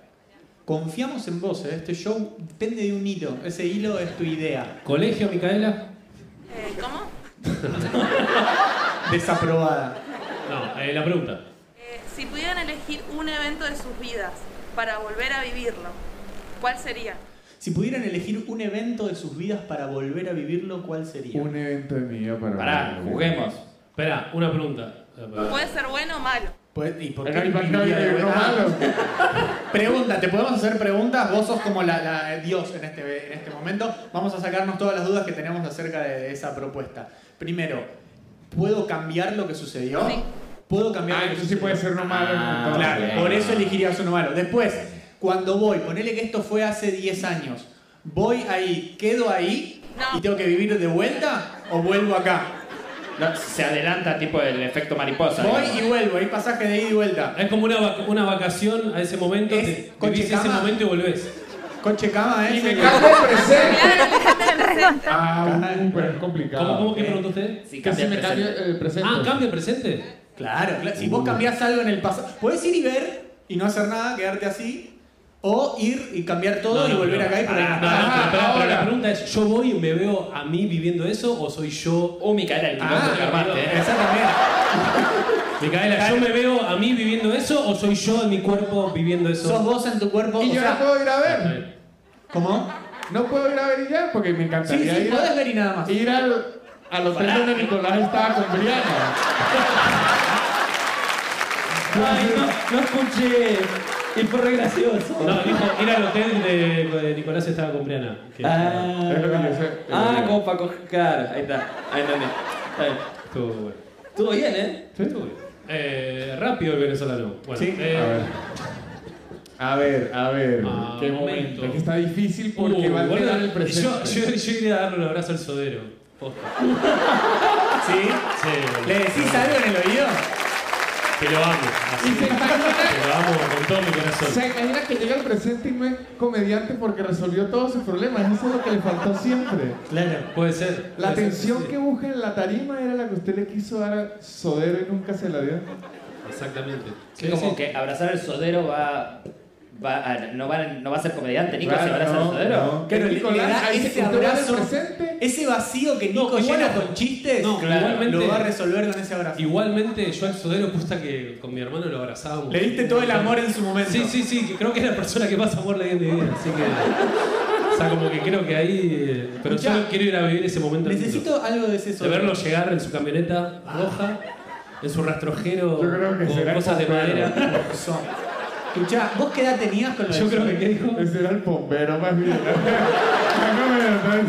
Speaker 1: Confiamos en vos, ¿eh? este show depende de un hilo. Ese hilo es tu idea.
Speaker 2: Colegio, Micaela.
Speaker 6: Eh, ¿Cómo?
Speaker 1: Desaprobada.
Speaker 2: No, eh, la pregunta.
Speaker 6: Eh, si pudieran elegir un evento de sus vidas para volver a vivirlo, ¿cuál sería?
Speaker 1: Si pudieran elegir un evento de sus vidas para volver a vivirlo, ¿cuál sería?
Speaker 4: Un evento de mi vida para.
Speaker 2: Ah,
Speaker 3: Pará, juguemos.
Speaker 2: Espera, una pregunta.
Speaker 6: Puede ser bueno o malo.
Speaker 1: Pues, ¿Y por
Speaker 4: No
Speaker 1: qué
Speaker 4: no,
Speaker 1: viviría de
Speaker 4: no, no,
Speaker 1: verdad?
Speaker 4: malo.
Speaker 1: Pregunta, ¿te podemos hacer preguntas? Vos sos como la, la Dios en este, en este momento. Vamos a sacarnos todas las dudas que tenemos acerca de esa propuesta. Primero, ¿puedo cambiar lo que sucedió?
Speaker 6: Sí.
Speaker 1: ¿Puedo cambiar
Speaker 4: Ah,
Speaker 1: lo que
Speaker 4: eso sí
Speaker 1: sucedió?
Speaker 4: puede ser no malo.
Speaker 3: Ah,
Speaker 4: entonces.
Speaker 1: Claro,
Speaker 3: Ok.
Speaker 1: por eso elegiría uno malo. Después, cuando voy, ponele que esto fue hace 10 años, voy ahí, quedo ahí
Speaker 6: No.
Speaker 1: y tengo que vivir de vuelta o vuelvo acá.
Speaker 3: No, se adelanta tipo el efecto mariposa.
Speaker 1: Voy
Speaker 3: digamos.
Speaker 1: y vuelvo, hay pasaje de ida y vuelta.
Speaker 2: Es como una, vac- una vacación a ese momento.
Speaker 1: Es
Speaker 2: te-
Speaker 1: coche
Speaker 2: vivís ese
Speaker 1: cama.
Speaker 2: momento y volvés.
Speaker 1: Coche cama, ¿eh?
Speaker 4: Y me
Speaker 1: Sí.
Speaker 4: cago en presente.
Speaker 6: Claro, el presente.
Speaker 4: Ah, uh, pero es complicado.
Speaker 2: ¿Cómo, cómo que
Speaker 1: eh.
Speaker 2: preguntó usted?
Speaker 3: Sí,
Speaker 4: Que
Speaker 3: cambia
Speaker 4: si me
Speaker 3: el
Speaker 4: cambia
Speaker 3: presente.
Speaker 4: el presente.
Speaker 2: Ah, cambio presente.
Speaker 1: Claro, claro. Si vos cambiás algo en el pasado, podés ir y ver y no hacer nada, quedarte así, o ir y cambiar todo
Speaker 2: No,
Speaker 1: y
Speaker 2: no,
Speaker 1: volver
Speaker 2: pero-
Speaker 1: acá y por ahí.
Speaker 2: pará, pará,
Speaker 4: Ah,
Speaker 2: pará, pará,
Speaker 4: ahora.
Speaker 2: La pregunta es, ¿yo voy y me veo a mí viviendo eso o soy yo?
Speaker 3: Uh, Micaela, el quilombo
Speaker 1: Ah,
Speaker 3: que armaste, eh.
Speaker 1: Esa también.
Speaker 2: Micaela, ¿yo me veo a mí viviendo eso o soy yo en mi cuerpo viviendo
Speaker 1: Sos
Speaker 2: eso?
Speaker 1: vos en tu cuerpo.
Speaker 4: Y
Speaker 1: o
Speaker 4: yo
Speaker 1: sea,
Speaker 4: no puedo ir a
Speaker 2: Está
Speaker 4: ver.
Speaker 2: bien.
Speaker 1: ¿Cómo?
Speaker 4: No puedo ir a ver y ya, porque me
Speaker 1: Sí,
Speaker 4: encantaría
Speaker 1: sí,
Speaker 4: ir,
Speaker 1: podés
Speaker 4: a,
Speaker 1: ver y nada más.
Speaker 4: ir al, al hotel donde Nicolás estaba con Briana.
Speaker 5: Ay, no, no escuché. Y fue gracioso.
Speaker 2: No, dijo, ir al hotel de, de Nicolás estaba con Briana. que-
Speaker 5: Ah,
Speaker 4: Es lo que eh. yo sé.
Speaker 5: ah, como para coger. Claro, ahí está. Ahí entendí. Está bien.
Speaker 2: Estuvo bueno.
Speaker 5: Estuvo bien, ¿eh?
Speaker 2: Estuvo bien. Eh, rápido el venezolano. Bueno,
Speaker 1: Sí.
Speaker 2: eh,
Speaker 4: A ver. A ver, a ver.
Speaker 2: Ah,
Speaker 4: qué
Speaker 2: momento.
Speaker 4: momento. Es que está difícil porque
Speaker 2: uh,
Speaker 4: va a
Speaker 2: boludo,
Speaker 4: alterar el presente.
Speaker 2: Yo, yo, yo iría a darle un abrazo al sodero. Posta.
Speaker 1: Sí.
Speaker 2: Sí,
Speaker 1: ¿Le decís algo en el oído?
Speaker 2: Te lo amo. así.
Speaker 4: se
Speaker 2: Te lo amo con todo mi
Speaker 4: O
Speaker 2: corazón.
Speaker 4: sea, imagina que llega el presente y no es comediante porque resolvió todos sus problemas. Eso es lo que le faltó siempre.
Speaker 1: Claro.
Speaker 2: Puede ser.
Speaker 4: La
Speaker 2: puede ser,
Speaker 4: atención
Speaker 2: sí.
Speaker 4: que busca en la tarima era la que usted le quiso dar a Sodero y nunca se la dio.
Speaker 2: Exactamente.
Speaker 3: Sí, como que abrazar al sodero va. va a- no, va no va a ser comediante, Nico, si
Speaker 4: Claro,
Speaker 3: abraza al
Speaker 4: no,
Speaker 3: sodero.
Speaker 4: no.
Speaker 1: Claro, le-
Speaker 4: Nicolás,
Speaker 1: le da
Speaker 4: ahí
Speaker 1: ese
Speaker 4: se usted va
Speaker 1: abrazo.
Speaker 4: del presente.
Speaker 1: Ese vacío que Nico
Speaker 2: No, igual-
Speaker 1: llena con chistes,
Speaker 2: No, igualmente-
Speaker 1: lo va a resolver con ese abrazo.
Speaker 2: Igualmente, yo al sodero gusta que con mi hermano lo abrazábamos.
Speaker 1: Le diste todo el amor en su momento.
Speaker 2: Sí, sí, sí, que creo que es la persona que más amor le dio en mi vida, así que. O sea, como que creo que ahí. eh, Pero
Speaker 1: Escuchá.
Speaker 2: solo quiero ir a vivir ese momento.
Speaker 1: Necesito algo de ese
Speaker 2: De
Speaker 1: sonido.
Speaker 2: verlo llegar en su camioneta roja, en su rastrojero,
Speaker 4: Yo creo que
Speaker 2: con
Speaker 4: será
Speaker 2: cosas de
Speaker 4: pompero.
Speaker 2: madera.
Speaker 1: Son. Escuchá, ¿vos qué edad tenías con lo de
Speaker 2: Yo creo que,
Speaker 1: Sodero?
Speaker 2: ¿qué
Speaker 1: *laughs*
Speaker 2: dijo?
Speaker 4: Ese era el bombero más bien. No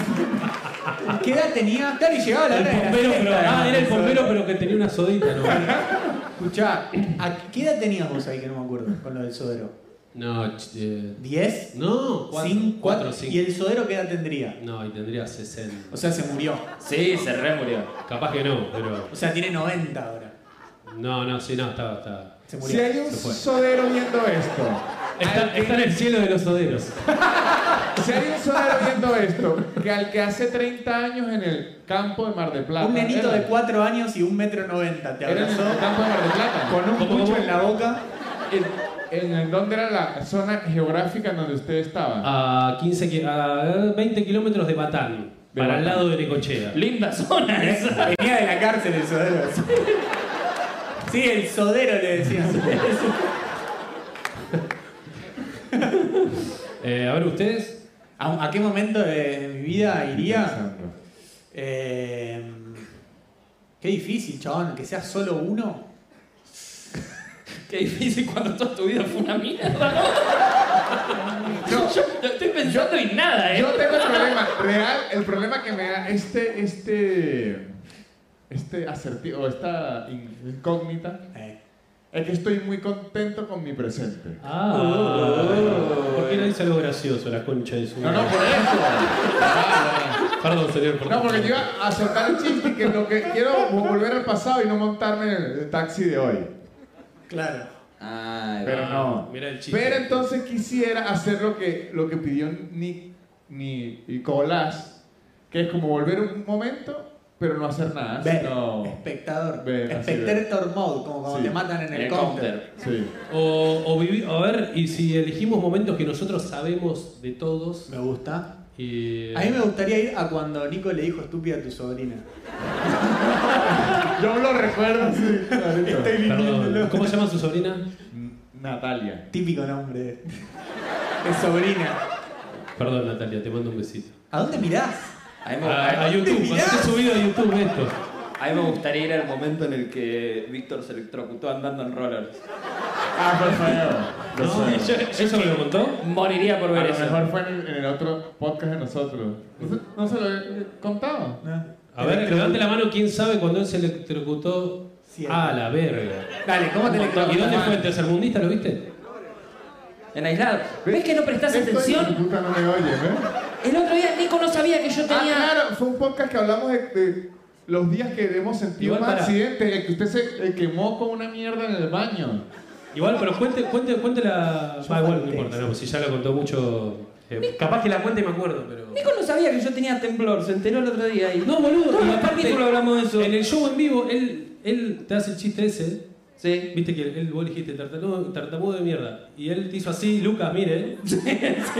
Speaker 1: ¿Qué edad tenías? Claro, y llegaba la
Speaker 2: El
Speaker 1: hora de la
Speaker 2: bombero, pero.
Speaker 1: siesta,
Speaker 2: Ah,
Speaker 1: además,
Speaker 2: era el
Speaker 1: eso.
Speaker 2: bombero, pero que tenía una sodita, ¿no?
Speaker 4: *laughs*
Speaker 1: Escuchá, ¿a qué edad tenías vos ahí que no me acuerdo con lo del sodero?
Speaker 2: No, ch- eh,
Speaker 1: ¿10?
Speaker 2: no,
Speaker 1: ¿Cin-
Speaker 2: 4, 4, 5.
Speaker 1: ¿Y el sodero qué edad tendría?
Speaker 2: No, y tendría 60.
Speaker 1: O sea, se murió.
Speaker 3: Sí, se re murió.
Speaker 2: Capaz que no, pero.
Speaker 1: O sea, tiene 90 ahora.
Speaker 2: No, no, sí, no, estaba. estaba.
Speaker 1: Se
Speaker 4: Si
Speaker 1: murió.
Speaker 4: hay un
Speaker 2: Se fue.
Speaker 4: Sodero viendo esto.
Speaker 1: Ah,
Speaker 2: Está, está en el cielo de los soderos.
Speaker 4: Si hay un sodero viendo esto, que al que hace 30 años en el campo de Mar de Plata.
Speaker 1: Un nenito
Speaker 4: era-
Speaker 1: de 4 años y 1,90 metro noventa te
Speaker 4: Era en
Speaker 1: abrazó
Speaker 4: el campo de Mar de Plata.
Speaker 1: con un
Speaker 2: ¿Cómo,
Speaker 1: cucho
Speaker 2: cómo?
Speaker 1: en la boca.
Speaker 4: En, en el- ¿Dónde era la zona geográfica en donde usted estaba?
Speaker 2: A, 15, ki- a 20 kilómetros de Batán,
Speaker 4: De
Speaker 2: para
Speaker 4: Batán.
Speaker 2: el lado de Necochea.
Speaker 3: Linda zona ¿eh?
Speaker 4: ¿Eh?
Speaker 3: esa.
Speaker 1: Venía de la cárcel el sodero. Sí, el sodero le decían.
Speaker 2: Eh, a ver, ustedes.
Speaker 1: ¿A, a qué momento de mi vida iría?
Speaker 4: Pensando.
Speaker 1: Eh, qué difícil, chabón, que sea solo uno.
Speaker 5: Qué difícil cuando toda tu vida fue una mierda, ¿no?
Speaker 4: No,
Speaker 5: Yo no estoy pensando en nada, ¿eh?
Speaker 4: yo tengo el problema real, el problema que me da este, este, este acertijo, esta in- incógnita,
Speaker 1: Eh,
Speaker 4: es que estoy muy contento con mi presente.
Speaker 2: Ah, ¿Por qué no dice algo gracioso la concha de su
Speaker 4: No, no, por eso.
Speaker 2: Perdón, señor. por
Speaker 4: No, porque yo
Speaker 2: favor.
Speaker 4: iba a soltar el chiste que lo que quiero volver al pasado y no montarme en el taxi de hoy.
Speaker 1: claro.
Speaker 3: Ay,
Speaker 4: Pero no.
Speaker 2: Mira el chiste.
Speaker 4: Pero entonces quisiera hacer lo que, lo que pidió Ni- Ni- Nicolás, que es como volver un momento pero no hacer nada.
Speaker 1: Ver,
Speaker 4: sino-
Speaker 1: espectador.
Speaker 4: Ver, así
Speaker 1: Spectator mode, como cuando
Speaker 4: Sí.
Speaker 1: te matan en el, counter.
Speaker 4: Sí.
Speaker 2: O, o vivi- a ver, y si elegimos momentos que nosotros sabemos de todos.
Speaker 1: Me gusta.
Speaker 2: Y, eh,
Speaker 1: A mí me gustaría ir a cuando Nico le dijo estúpida a tu sobrina.
Speaker 4: Yo lo recuerdo, este, sí. clarito.
Speaker 1: Estoy
Speaker 2: Perdón.
Speaker 4: *laughs*
Speaker 1: viviéndolo.
Speaker 2: ¿Cómo se llama su sobrina?
Speaker 4: N- Natalia.
Speaker 1: Típico nombre. *laughs* Es sobrina.
Speaker 2: Perdón, Natalia, te mando un besito. Ah,
Speaker 1: ¿A dónde mirás?
Speaker 3: A mí me,
Speaker 2: A, a YouTube, cuando esté subido a YouTube esto.
Speaker 3: a mí me gustaría ir al momento en el que Víctor se electrocutó andando en rollers.
Speaker 4: Ah, por *laughs* favor. Lo
Speaker 2: No,
Speaker 4: sé.
Speaker 2: yo- ¿Eso me lo contó?
Speaker 5: Moriría por
Speaker 4: A
Speaker 5: ver
Speaker 4: lo
Speaker 5: eso.
Speaker 4: mejor fue en el, en el otro podcast de nosotros. No se, no se lo he he contado.
Speaker 1: Ah.
Speaker 2: A ver, levante la mano quién sabe cuando él se electrocutó.
Speaker 1: Siete.
Speaker 2: A la verga.
Speaker 1: Dale, ¿cómo te le
Speaker 2: ¿Y dónde fue? ¿En tercermundista lo viste?
Speaker 5: En aislado. ¿Ves que no prestás
Speaker 4: Esto hijo de
Speaker 5: atención?
Speaker 4: puta no me oye, ¿eh?
Speaker 5: El otro día Nico no sabía que yo
Speaker 4: Ah,
Speaker 5: tenía.
Speaker 4: claro, fue un podcast que hablamos de, de los días que hemos sentido
Speaker 2: Igual
Speaker 4: más
Speaker 2: para-
Speaker 4: accidentes, el que usted se eh, quemó con una mierda en el baño.
Speaker 2: Igual, pero cuente, cuente, cuente la.
Speaker 1: Yo
Speaker 2: Ah, igual, no
Speaker 1: falté.
Speaker 2: importa, no, si ya lo contó mucho. eh, capaz que la cuente y me acuerdo, pero.
Speaker 5: Nico no sabía que yo tenía temblor, se enteró el otro día y.
Speaker 2: No, boludo.
Speaker 5: Todos
Speaker 2: y
Speaker 5: los
Speaker 2: aparte,
Speaker 5: capítulos hablamos de eso.
Speaker 2: En el show en vivo, él, él te hace el chiste ese.
Speaker 5: Sí.
Speaker 2: Viste que él, vos le dijiste tartamudo, tartamudo de mierda. Y él te hizo así, Lucas, mire. *laughs*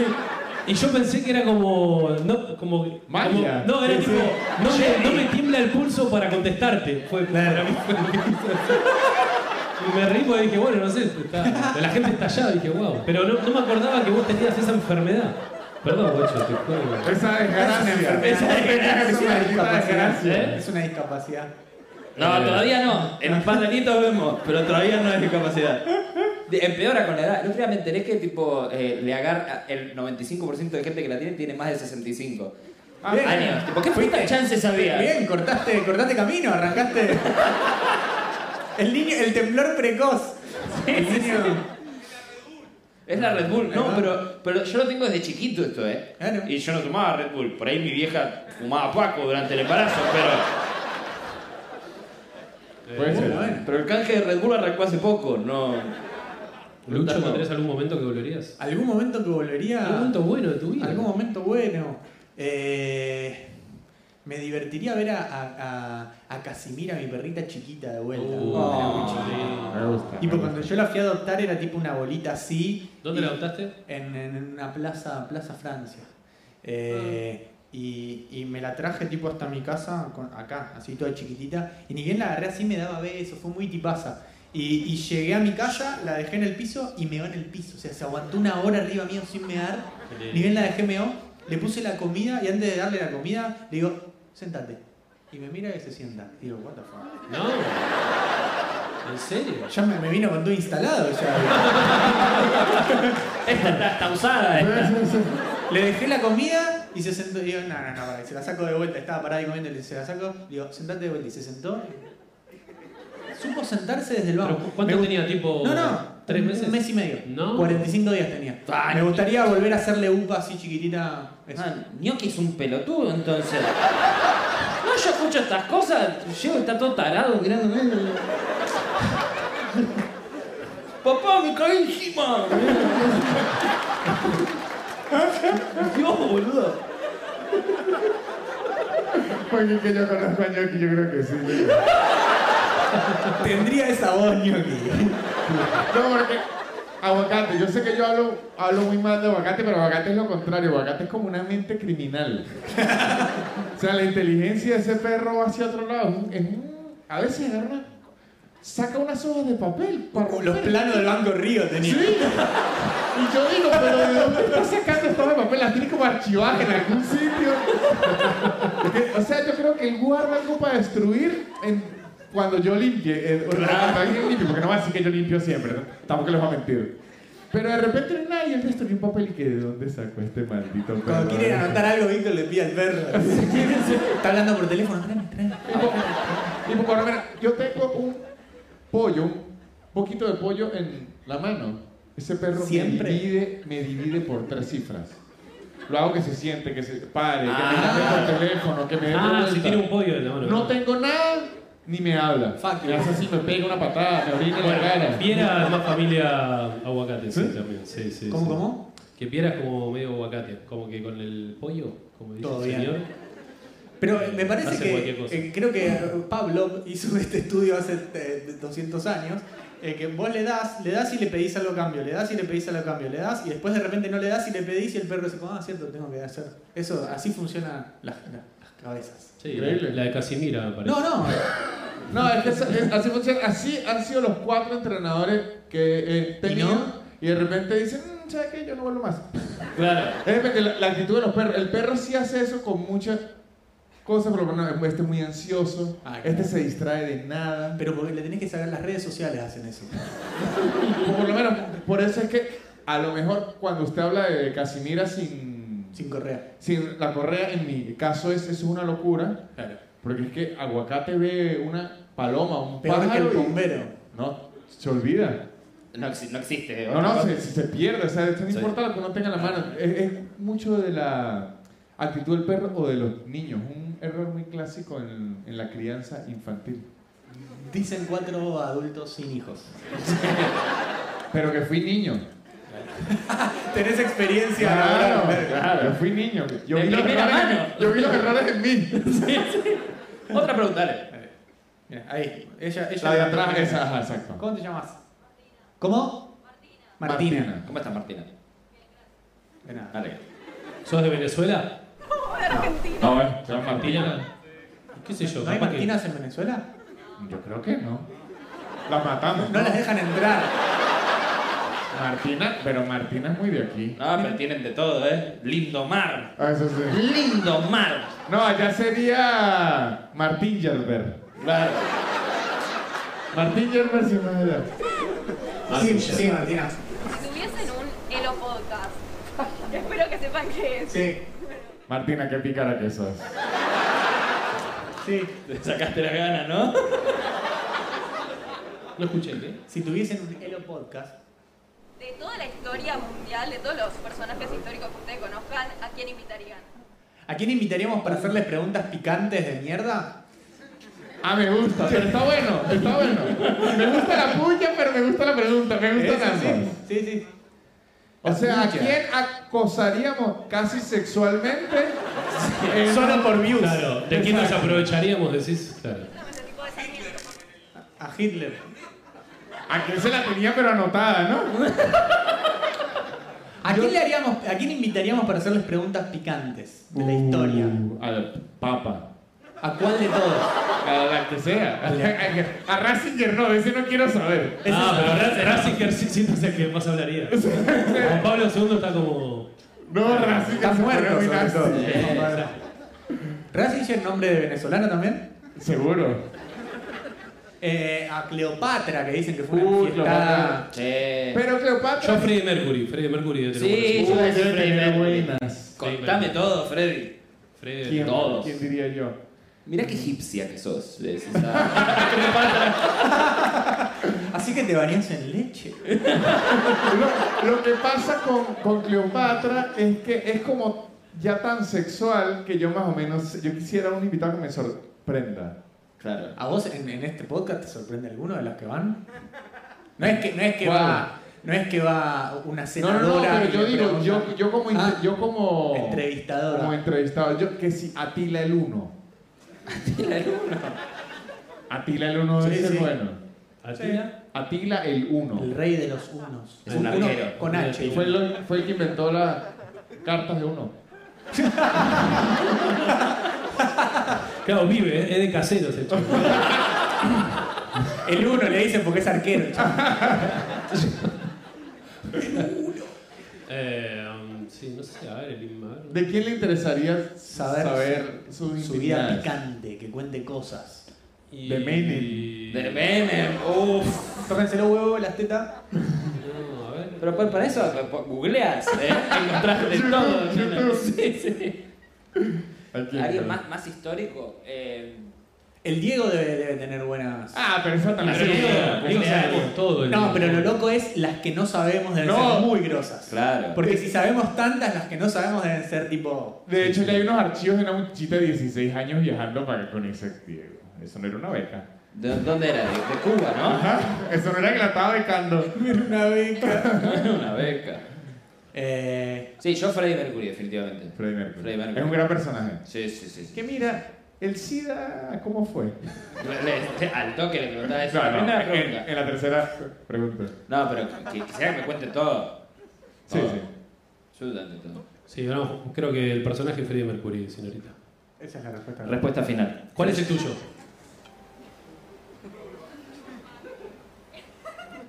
Speaker 2: Y yo pensé que era como. No, como.
Speaker 4: Magia.
Speaker 2: como- no, era
Speaker 4: Sí,
Speaker 2: tipo.
Speaker 4: sí.
Speaker 2: No, me, no me tiembla el pulso para contestarte. Fue para mí fue lo que hizo. Y me reí porque dije, bueno, no sé. está- la gente está allá, dije, wow. Pero no, no me acordaba que vos tenías esa enfermedad. Perdón, guacho, te juro.
Speaker 4: Esa *laughs* desgracia.
Speaker 1: Esa es una discapacidad.
Speaker 2: ¿Eh?
Speaker 1: Es una discapaidad.
Speaker 5: No, todavía no.
Speaker 3: En un par de añitos vemos, pero todavía no es discapacidad.
Speaker 5: De- Empeora con la edad. El otro día me enteré que tipo eh, le agarra el 95% de gente que la tiene tiene más de 65
Speaker 1: Ah, bien.
Speaker 5: años. Tipo, ¿qué puta chance sabía?
Speaker 1: Bien, cortaste, cortaste camino, arrancaste. El niño, el temblor precoz. El niño.
Speaker 5: Es la Red Bull. No,
Speaker 1: Ajá.
Speaker 5: pero, pero yo lo tengo desde chiquito esto, eh.
Speaker 1: Claro.
Speaker 3: Y yo no tomaba Red Bull. Por ahí mi vieja fumaba Paco durante el embarazo, pero,
Speaker 4: Puede ser.
Speaker 1: Bueno,
Speaker 3: pero el canje de Red Bull arrancó hace poco. No.
Speaker 2: Lucho, ¿tendrías algún momento que volverías?
Speaker 1: ¿Algún momento que volvería?
Speaker 2: ¿Algún momento bueno de tu vida?
Speaker 1: Algún momento bueno. Eh, me divertiría ver a, a, a- a Casimira, mi perrita chiquita, de vuelta.
Speaker 2: Uh,
Speaker 1: Era
Speaker 4: Oh.
Speaker 1: muy
Speaker 2: sí.
Speaker 1: chiquita.
Speaker 4: Me gusta.
Speaker 1: Tipo, cuando yo la fui a adoptar era tipo una bolita así.
Speaker 2: ¿Dónde
Speaker 1: y-
Speaker 2: la adoptaste?
Speaker 1: En, en una plaza, Plaza Francia. Eh, y, y me la traje tipo hasta mi casa, con- acá, así toda chiquitita. Y ni bien la agarré así me daba besos, fue muy tipaza. Y, y llegué a mi casa, la dejé en el piso y meó en el piso. O sea, se aguantó una hora arriba mío sin mear.
Speaker 2: Qué lindo.
Speaker 1: Ni bien la dejé meó, le puse la comida y antes de darle la comida le digo, sentate. Y me mira y se sienta. Digo, what the fuck.
Speaker 2: No. ¿En serio?
Speaker 1: Ya me, me vino con todo instalado. Ya.
Speaker 5: Esta está, está usada. eh.
Speaker 1: Le dejé la comida y se sentó. Y digo, no, no, no, pará, y se la saco de vuelta. Estaba parada y comiendo y se la saco. Digo, sentate de vuelta. Y se sentó. Supo sentarse desde el
Speaker 2: ¿Pero
Speaker 1: banco.
Speaker 2: cu- ¿Cuánto
Speaker 1: Me gu-
Speaker 2: tenía? ¿Tipo
Speaker 1: No, no.
Speaker 2: tres
Speaker 1: un-
Speaker 2: meses?
Speaker 1: Un mes y medio.
Speaker 2: No.
Speaker 1: 45 días tenía.
Speaker 5: Ah,
Speaker 1: me gustaría volver a hacerle upa así chiquitita. Eso. *laughs*
Speaker 5: Ah, Gnocchi es un pelotudo, entonces. No, yo escucho estas cosas. Llego, está todo tarado mirando. Papá, me caí encima. Dios, boludo.
Speaker 4: Porque que yo conozco a Ñoqui, yo creo que sí.
Speaker 1: Tendría esa voz, ñoqui.
Speaker 4: No, porque aguacate, yo sé que yo hablo, hablo muy mal de aguacate, pero aguacate es lo contrario, aguacate es como una mente criminal. o sea, la inteligencia de ese perro va hacia otro lado. Es un- a veces agarra, saca unas hojas de papel para
Speaker 1: Los
Speaker 4: romper.
Speaker 1: planos del Banco Río tenía.
Speaker 4: Sí. Y yo digo, pero ¿de dónde está sacando estas hojas de papel? Las tiene como archivadas en algún sitio. Porque, o sea, yo creo que él guarda algo para destruir en- cuando yo limpie. eh, o sea, cuando alguien limpie, porque no va a decir que yo limpio siempre, ¿no? tampoco les va a mentir. Pero de repente nadie él destruyó un papel y que de dónde sacó este maldito perro.
Speaker 1: Cuando quieren anotar algo, Víctor le pide al
Speaker 2: *laughs*
Speaker 1: perro. Está hablando por teléfono. Tráeme, tráeme.
Speaker 4: Tipo, tipo, por lo menos, yo tengo un pollo, un poquito de pollo en la mano. Ese perro
Speaker 1: Siempre.
Speaker 4: me divide, me divide por tres cifras. Lo hago que se siente, que se pare,
Speaker 1: Ah.
Speaker 4: que me llame por teléfono, que me dé
Speaker 2: Ah,
Speaker 4: vuelta.
Speaker 2: si tiene un pollo en la mano.
Speaker 4: No tengo nada, ni me habla.
Speaker 1: Fuck
Speaker 4: me
Speaker 1: you.
Speaker 4: hace así, me pega una patada, me orina en la cara.
Speaker 2: Piera es más familia aguacate, sí, también. Sí, sí,
Speaker 1: ¿Cómo,
Speaker 2: sí.
Speaker 1: cómo?
Speaker 2: Que Piera es como medio aguacate, como que con el pollo, como dice
Speaker 1: Todo
Speaker 2: el
Speaker 1: bien.
Speaker 2: señor.
Speaker 1: Pero me parece
Speaker 2: Hace
Speaker 1: que,
Speaker 2: cualquier cosa.
Speaker 1: eh, creo que Pablo hizo *laughs* este estudio hace eh, 200 años, eh, que vos le das, le das y le pedís algo a cambio, le das y le pedís algo a cambio, le das y después de repente no le das y le pedís y el perro dice, ah, cierto, tengo que hacer. Eso, así funcionan las, las- las cabezas.
Speaker 2: Sí, la, la de Casimira, me parece.
Speaker 1: No, no.
Speaker 4: No, es que esa- es- así funciona. Así han sido los cuatro entrenadores que he tenido. ¿Y, de repente dicen, "Mm, ¿sabes qué? Yo no vuelvo más.
Speaker 3: Claro.
Speaker 4: Es porque la, la actitud de los perros. El perro sí hace eso con muchas cosas, pero bueno, este es muy ansioso.
Speaker 1: Ah,
Speaker 4: este
Speaker 1: claro.
Speaker 4: se distrae de nada.
Speaker 1: Pero porque le tenés que saber, las redes sociales hacen eso.
Speaker 4: O por lo menos, por eso es que a lo mejor cuando usted habla de Casimira sin,
Speaker 1: Sin correa.
Speaker 4: sin la correa, en mi caso es, es una locura.
Speaker 1: Claro.
Speaker 4: Porque es que aguacate ve una paloma, un
Speaker 1: Peor que el
Speaker 4: pájaro. y-
Speaker 1: bombero.
Speaker 4: no, se olvida.
Speaker 3: No, exi- no
Speaker 5: ¿eh?
Speaker 3: existe.
Speaker 4: No, no, se, se pierde, o sea, esto no
Speaker 3: Sí.
Speaker 4: importa lo que uno tenga en la mano. Es, es mucho de la actitud del perro o de los niños, un error muy clásico en, en la crianza infantil.
Speaker 1: Dicen cuatro adultos sin hijos.
Speaker 4: Pero que fui niño.
Speaker 1: Tenés experiencia.
Speaker 4: Claro,
Speaker 1: laboral, verga.
Speaker 4: claro, fui niño. Yo
Speaker 5: De
Speaker 4: vi, los
Speaker 5: primera
Speaker 4: errores
Speaker 5: mano.
Speaker 4: En, yo vi los errores en mí.
Speaker 5: Otra pregunta, dale.
Speaker 1: Mira, ahí. Ella, ella
Speaker 4: La de atrás, esa, ajá, exacto.
Speaker 1: ¿Cómo te llamas? ¿Cómo? Martina.
Speaker 4: Martina.
Speaker 3: ¿Cómo estás, Martina?
Speaker 1: De nada.
Speaker 3: Dale.
Speaker 2: ¿Sos de Venezuela?
Speaker 6: de Argentina.
Speaker 4: No, bueno, se llama
Speaker 2: ¿Argentina? ¿Qué sé yo?
Speaker 1: ¿No hay
Speaker 2: capaz que-
Speaker 1: Martinas en Venezuela?
Speaker 4: Yo creo que no. Las matamos.
Speaker 1: No las dejan entrar.
Speaker 4: Martina, pero Martina es muy de aquí.
Speaker 3: No, pero tienen de todo, ¿eh? Lindo mar.
Speaker 4: Ah, eso sí.
Speaker 3: Lindo mar.
Speaker 4: No, allá sería Martín Gerber.
Speaker 3: Claro.
Speaker 4: Martín Gerber sí no allá.
Speaker 1: Sí, sí, Martinas.
Speaker 9: Si tuviesen un Elo Podcast, espero que sepan qué es.
Speaker 1: Sí.
Speaker 4: Martina, qué pícara que sos.
Speaker 1: Sí.
Speaker 3: Te sacaste las ganas, ¿no?
Speaker 2: No ¿eh? escuché, ¿qué?
Speaker 1: Si tuviesen un Elo Podcast,
Speaker 9: De toda la historia mundial, de todos los personajes históricos que ustedes conozcan, ¿a quién invitarían?
Speaker 1: ¿a quién invitaríamos para hacerles preguntas picantes de mierda?
Speaker 4: Ah, me gusta, pero está bueno, está bueno. Me gusta la puya, pero me gusta la pregunta, me gustan
Speaker 1: Eso
Speaker 4: ambas.
Speaker 1: sí. Sí, sí.
Speaker 4: O sea, ¿a
Speaker 1: puya.
Speaker 4: quién acosaríamos casi sexualmente? En-
Speaker 1: Solo por views.
Speaker 2: Claro, ¿de quién nos aprovecharíamos? Decís, claro.
Speaker 9: Dame ese tipo de sarmiento.
Speaker 1: A Hitler.
Speaker 4: ¿A quién se la tenía pero anotada, no?
Speaker 1: ¿A quién, le haríamos, ¿A quién invitaríamos para hacerles preguntas picantes de la historia?
Speaker 4: Uh, Al Papa.
Speaker 1: ¿A cuál de todos?
Speaker 4: A la que sea. A, a- a Ratzinger no, ese no quiero saber.
Speaker 2: Ah, pero Ra- Ratzinger sí siento que es el que más hablaría. Juan Pablo II está como.
Speaker 4: No, Ratzinger
Speaker 1: Está
Speaker 4: se
Speaker 1: muerto,
Speaker 4: pone muy
Speaker 1: sobre
Speaker 4: nazi.
Speaker 1: todo. Compadre. Ratzinger, nombre de venezolano también.
Speaker 4: Seguro.
Speaker 1: Eh, a Cleopatra, que dicen que fue
Speaker 4: Uh,
Speaker 1: una fiesta.
Speaker 4: Cleopatra.
Speaker 3: Che.
Speaker 4: Pero
Speaker 2: Yo,
Speaker 4: Cleopatra.
Speaker 2: Freddie Mercury. Freddie Mercury de
Speaker 3: Sí, yo
Speaker 4: Uy,
Speaker 3: voy a decir
Speaker 4: debe
Speaker 3: Freddie
Speaker 4: tener
Speaker 3: Mercury.
Speaker 4: buenas.
Speaker 3: Contame todo, Freddy.
Speaker 2: Freddie
Speaker 4: ¿Quién,
Speaker 3: Todos.
Speaker 4: ¿Quién diría yo?
Speaker 3: Mirá qué egipcia que sos. le decís a-
Speaker 1: Así que te bañas en leche.
Speaker 4: Lo, lo que pasa con, con Cleopatra es que es como ya tan sexual que yo más o menos, yo quisiera un invitado que me sorprenda.
Speaker 3: Claro.
Speaker 1: ¿A vos en, en este podcast te sorprende alguno de los que van? No es que, no es que
Speaker 4: ¿Cuál?
Speaker 1: va. No es que va una
Speaker 4: No, no,
Speaker 1: senadora.
Speaker 4: no, pero
Speaker 1: y
Speaker 4: yo
Speaker 1: le
Speaker 4: digo,
Speaker 1: pregunta-
Speaker 4: yo, yo como,
Speaker 1: Ah,
Speaker 4: inte- yo como,
Speaker 1: entrevistadora.
Speaker 4: como entrevistado, yo que si Atila el Uno. Atila el Uno
Speaker 1: Sí,
Speaker 4: debe ser
Speaker 1: sí.
Speaker 4: bueno.
Speaker 2: Atila.
Speaker 4: Atila el Uno.
Speaker 1: El rey de los unos.
Speaker 3: Es un arquero.
Speaker 1: con H.
Speaker 4: Fue, el- fue el que inventó las cartas de uno.
Speaker 2: Claro, vive, ¿eh? es de caseros el chico.
Speaker 1: El uno le dicen porque es
Speaker 4: *laughs*
Speaker 1: arquero. chaval.
Speaker 2: Eh, um, sí, no sé, a ver, el Inma, a ver.
Speaker 4: ¿De quién le interesaría
Speaker 1: Saber
Speaker 4: saber, sus
Speaker 1: Su vida
Speaker 4: intimidades?
Speaker 1: picante, que cuente cosas.
Speaker 2: Y-
Speaker 4: de Menem.
Speaker 3: De Menem. Uff.
Speaker 1: Tóquense los huevos, las tetas.
Speaker 2: No, a ver.
Speaker 3: *laughs* Pero pa- para eso pa- pa- googleas, ¿eh? encontrás de todo.
Speaker 4: YouTube.
Speaker 3: Sí, sí.
Speaker 4: ¿A quién?
Speaker 3: ¿Alguien más, más histórico? Eh,
Speaker 1: El Diego debe, debe tener buenas.
Speaker 4: Ah, pero esa
Speaker 2: Pero
Speaker 4: también.
Speaker 3: Así
Speaker 2: digo,
Speaker 3: que-
Speaker 2: digo,
Speaker 3: que-
Speaker 2: sabemos todo. el
Speaker 1: no,
Speaker 2: mundo.
Speaker 1: pero lo loco es las que no sabemos deben
Speaker 4: No.
Speaker 1: ser muy grosas.
Speaker 3: Claro.
Speaker 1: Porque si sabemos tantas, las que no sabemos deben ser tipo.
Speaker 4: De hecho, ya hay unos archivos de una muchachita de 16 años viajando para con ese Diego. Eso no era una beca.
Speaker 3: ¿De dónde era? De, de Cuba, *laughs* ¿no?
Speaker 4: Ajá. Eso *laughs* no era que la estaba becando.
Speaker 1: Una beca.
Speaker 3: No era una beca.
Speaker 1: Eh,
Speaker 3: Sí, yo Freddie Mercury, definitivamente.
Speaker 4: Freddie Mercury.
Speaker 3: Freddie Mercury.
Speaker 4: Es un gran personaje.
Speaker 3: Sí, sí, sí. sí.
Speaker 4: Que mira, el SIDA, ¿cómo fue?
Speaker 3: Le- le- al toque le preguntaba eso. la
Speaker 4: No, no,
Speaker 3: primera
Speaker 4: *laughs* en,
Speaker 3: pregunta.
Speaker 4: en la tercera pregunta.
Speaker 3: No, pero que- quisiera que me cuente todo.
Speaker 4: Sí,
Speaker 3: Todo.
Speaker 4: sí.
Speaker 3: Absolutamente todo.
Speaker 2: Sí, no, creo que el personaje es Freddie Mercury, señorita.
Speaker 1: esa es la respuesta.
Speaker 3: Respuesta final.
Speaker 2: ¿Cuál es el tuyo?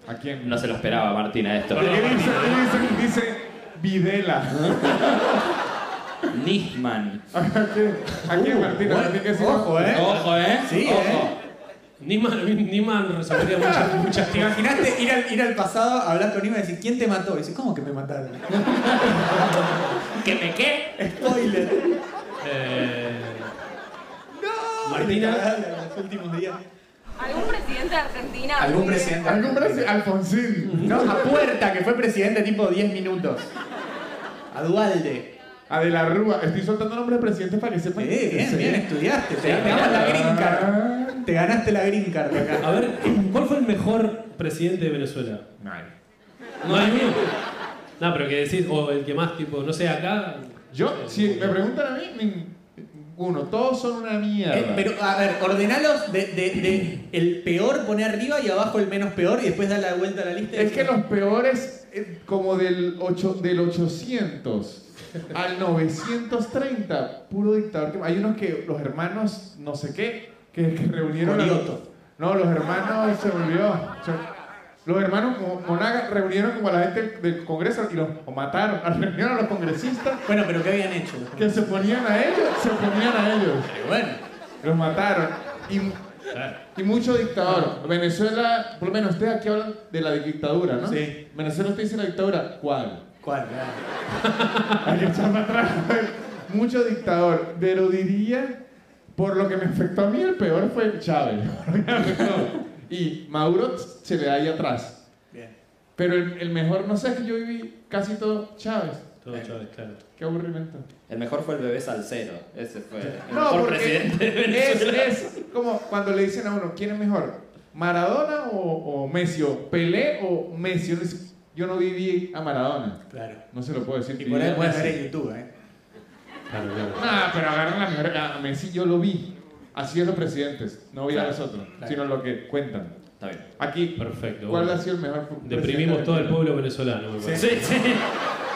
Speaker 4: ¿A quién?
Speaker 3: No se lo esperaba, Martina, esto.
Speaker 4: Porque dice, dice, dice Videla. *laughs*
Speaker 3: Nisman.
Speaker 4: ¿A quién, a quién
Speaker 3: Uh,
Speaker 4: Martina?
Speaker 1: Bueno,
Speaker 4: ¿A quién que sí?
Speaker 1: ojo, ¿eh?
Speaker 3: Ojo, ¿eh?
Speaker 1: Sí,
Speaker 3: Ojo.
Speaker 1: ¿eh?
Speaker 2: Nisman, Nisman resolvería muchas, muchas
Speaker 1: ¿Te
Speaker 2: dudas.
Speaker 1: imaginaste ir al, ir al pasado, hablar con Ima y decir, ¿quién te mató? Y dice, ¿cómo que me mataron?
Speaker 3: ¿Que me qué?
Speaker 1: Spoiler.
Speaker 2: Eh,
Speaker 1: ¡No!
Speaker 2: Martina.
Speaker 1: Y le cagaron Los últimos días.
Speaker 9: ¿Algún presidente de Argentina?
Speaker 1: ¿Algún presidente?
Speaker 4: ¿Algún presidente? Alfonsín.
Speaker 1: No, a Puerta, que fue presidente tipo 10 minutos. A Dualde.
Speaker 4: A De la Rúa. Estoy soltando nombres de presidentes para que sepan.
Speaker 1: Sí, bien, bien, estudiaste. Te
Speaker 3: Sí,
Speaker 1: ganamos la
Speaker 4: mira.
Speaker 1: green card. Te ganaste la green card acá.
Speaker 2: a ver, ¿cuál fue el mejor presidente de Venezuela?
Speaker 4: Mal.
Speaker 2: No hay uno. No, pero que decís, o el que más, tipo, no sé, acá.
Speaker 4: Yo, si me preguntan a mí, nin- uno. Todos son una mierda.
Speaker 1: Eh, pero, a ver, ordenalos de, de- de el peor, pone arriba y abajo el menos peor y después da la vuelta a la lista. y-
Speaker 4: Es que los peores, eh, como del, ocho- del 800 al 930, puro dictador. que- Hay unos que los hermanos, no sé qué, que, que reunieron. a-
Speaker 1: Corioto.
Speaker 4: no, los hermanos se volvió. se- los hermanos Mo- Monagas reunieron como a la gente del, del Congreso y los mataron. *laughs* Reunieron a los congresistas
Speaker 1: Bueno, pero ¿qué habían hecho?
Speaker 4: que se oponían a ellos, se oponían a ellos.
Speaker 1: Pero bueno,
Speaker 4: Los mataron. Y, y mucho dictador. Venezuela, por lo menos ustedes aquí hablan de la dictadura, ¿no?
Speaker 1: Sí.
Speaker 4: Venezuela usted dice la dictadura. ¿Cuál?
Speaker 1: ¿cuál? Ah,
Speaker 4: Hay que echar para atrás. mucho dictador. Pero diría, por lo que me afectó a mí, el peor fue Chávez. *laughs* y Maduro se le da ahí atrás.
Speaker 1: Bien.
Speaker 4: Pero el, el mejor, no sé, es que yo viví casi todo Chávez.
Speaker 2: Todo Chávez, claro.
Speaker 4: Qué aburrimiento.
Speaker 3: El mejor fue el bebé Salcero. Ese fue el
Speaker 4: No,
Speaker 3: mejor
Speaker 4: porque
Speaker 3: presidente de
Speaker 4: es,
Speaker 3: Venezuela.
Speaker 4: es como cuando le dicen a uno, ¿quién es mejor? ¿Maradona o, o Messi? ¿O Pelé o Messi? Uno dice, yo no viví a Maradona.
Speaker 1: Claro.
Speaker 4: No se lo puedo decir.
Speaker 1: Y
Speaker 4: viví
Speaker 1: por ahí
Speaker 4: a
Speaker 1: puedes
Speaker 4: Messi.
Speaker 1: ver en YouTube, ¿eh?
Speaker 2: Claro, claro.
Speaker 4: Ah, pero agarran la mejor. A Messi yo lo vi. Así es los presidentes. No vi a nosotros, sino lo que cuentan.
Speaker 3: Está bien.
Speaker 4: Aquí,
Speaker 2: Perfecto,
Speaker 4: ¿cuál
Speaker 2: bueno.
Speaker 4: ha sido el mejor fu-
Speaker 2: Deprimimos
Speaker 4: presidente?
Speaker 2: todo el pueblo venezolano, me parece.
Speaker 3: Sí, sí.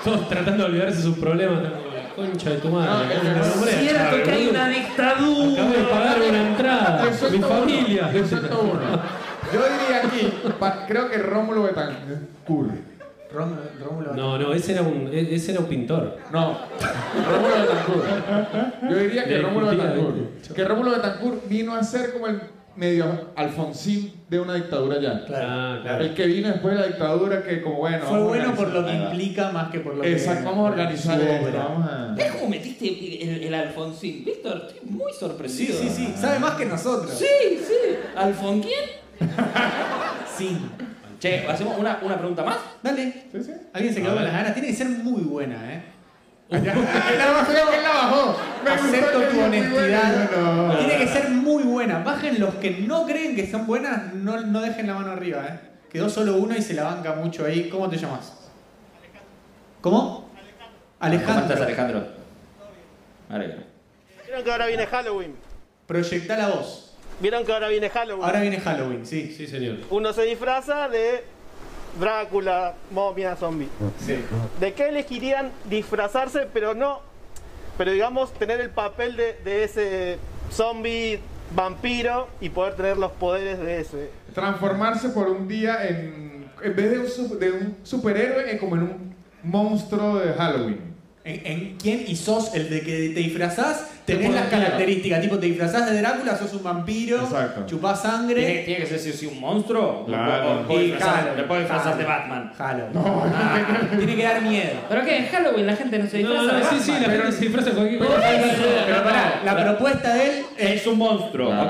Speaker 2: Todos tratando de olvidarse sus problemas. están como, "La Concha de tu
Speaker 4: No,
Speaker 2: madre.
Speaker 4: es
Speaker 2: ¿cómo
Speaker 4: verdad.
Speaker 2: nombré a Chávez, boludo? Acabo de pagar una entrada.
Speaker 4: Le suelto
Speaker 2: Mi
Speaker 4: uno,
Speaker 2: familia.
Speaker 4: le suelto uno. Yo diría aquí, pa- creo que Rómulo Betancourt.
Speaker 1: Rom- Rómulo.
Speaker 2: No, no, ese era un, e- ese era un pintor.
Speaker 4: No, Rómulo Betancourt. Yo diría que
Speaker 2: De
Speaker 4: Rómulo
Speaker 2: Argentina,
Speaker 4: Betancourt.
Speaker 2: ¿viste?
Speaker 4: Que Rómulo Betancourt vino a ser como el medio Alfonsín de una dictadura ya.
Speaker 1: Claro.
Speaker 2: Ah, claro.
Speaker 4: El que vino después de la dictadura, que como bueno.
Speaker 1: Fue
Speaker 4: Ah, vamos a
Speaker 1: bueno por
Speaker 4: organizar.
Speaker 1: lo que
Speaker 3: Ahí va.
Speaker 1: implica más que por lo que.
Speaker 4: Exacto, vamos a organizar
Speaker 1: su
Speaker 4: esto.
Speaker 1: obra.
Speaker 4: Vamos a...
Speaker 5: ¿Ves cómo metiste el, el Alfonsín? Víctor, estoy muy
Speaker 1: Sí,
Speaker 5: sorprendido.
Speaker 1: sí, sí. Sabe más que nosotros.
Speaker 5: Sí, sí. ¿Alfon quién?
Speaker 1: Sí.
Speaker 3: Che, ¿hacemos una, una pregunta más?
Speaker 1: Dale.
Speaker 4: Sí, sí.
Speaker 1: Alguien se
Speaker 2: A
Speaker 1: quedó con
Speaker 2: ver. Uh.
Speaker 1: las ganas. Tiene que ser muy buena, ¿eh?
Speaker 4: Nada más creo que él la bajó. Me
Speaker 1: Acepto
Speaker 4: gustó que
Speaker 1: tu
Speaker 4: diga muy
Speaker 1: honestidad.
Speaker 4: bueno. No.
Speaker 1: Tiene que ser muy buena. Bajen los que no creen que son buenas, no, no dejen la mano arriba, ¿eh? Quedó solo uno y se la banca mucho ahí. ¿Cómo te llamas? ¿Cómo?
Speaker 3: ¿Cómo estás,
Speaker 1: Alejandro.
Speaker 3: Alejandro? Vale.
Speaker 8: Vieron que ahora viene Halloween.
Speaker 1: Proyectá la voz.
Speaker 8: Vieron que ahora viene Halloween.
Speaker 1: Ahora viene Halloween, sí.
Speaker 2: Sí, señor.
Speaker 8: Uno se disfraza de Drácula, momia, Ah, zombie.
Speaker 1: Sí.
Speaker 8: ¿De qué elegirían disfrazarse, pero no, pero digamos tener el papel de, de ese zombie vampiro y poder tener los poderes de ese?
Speaker 4: transformarse por un día en, en vez de un, su- de un superhéroe, es como en un monstruo de Halloween.
Speaker 1: ¿En, en quién? Y sos el de que te disfrazás, tenés
Speaker 4: Como
Speaker 1: las
Speaker 4: vampiro.
Speaker 1: características. Tipo, te disfrazás de Drácula, sos un vampiro,
Speaker 4: Exacto.
Speaker 1: chupás
Speaker 3: ¿Tiene,
Speaker 1: sangre.
Speaker 3: tiene que ser si un monstruo?
Speaker 4: Claro.
Speaker 3: ¿O- o- o puedo
Speaker 1: Y
Speaker 3: disfrazar-
Speaker 1: Halloween.
Speaker 3: ¿Me puedo disfrazar de
Speaker 1: Halloween.
Speaker 3: Batman?
Speaker 1: Halloween. Ah, tiene que dar miedo.
Speaker 5: ¿Pero qué? En Halloween la gente no se disfraza.
Speaker 2: No, no,
Speaker 5: de
Speaker 2: sí,
Speaker 5: Batman.
Speaker 2: sí, la gente se disfraza de cualquier
Speaker 1: Pero
Speaker 2: cosa.
Speaker 1: pará, la propuesta de él
Speaker 3: Es un monstruo.
Speaker 4: Ah.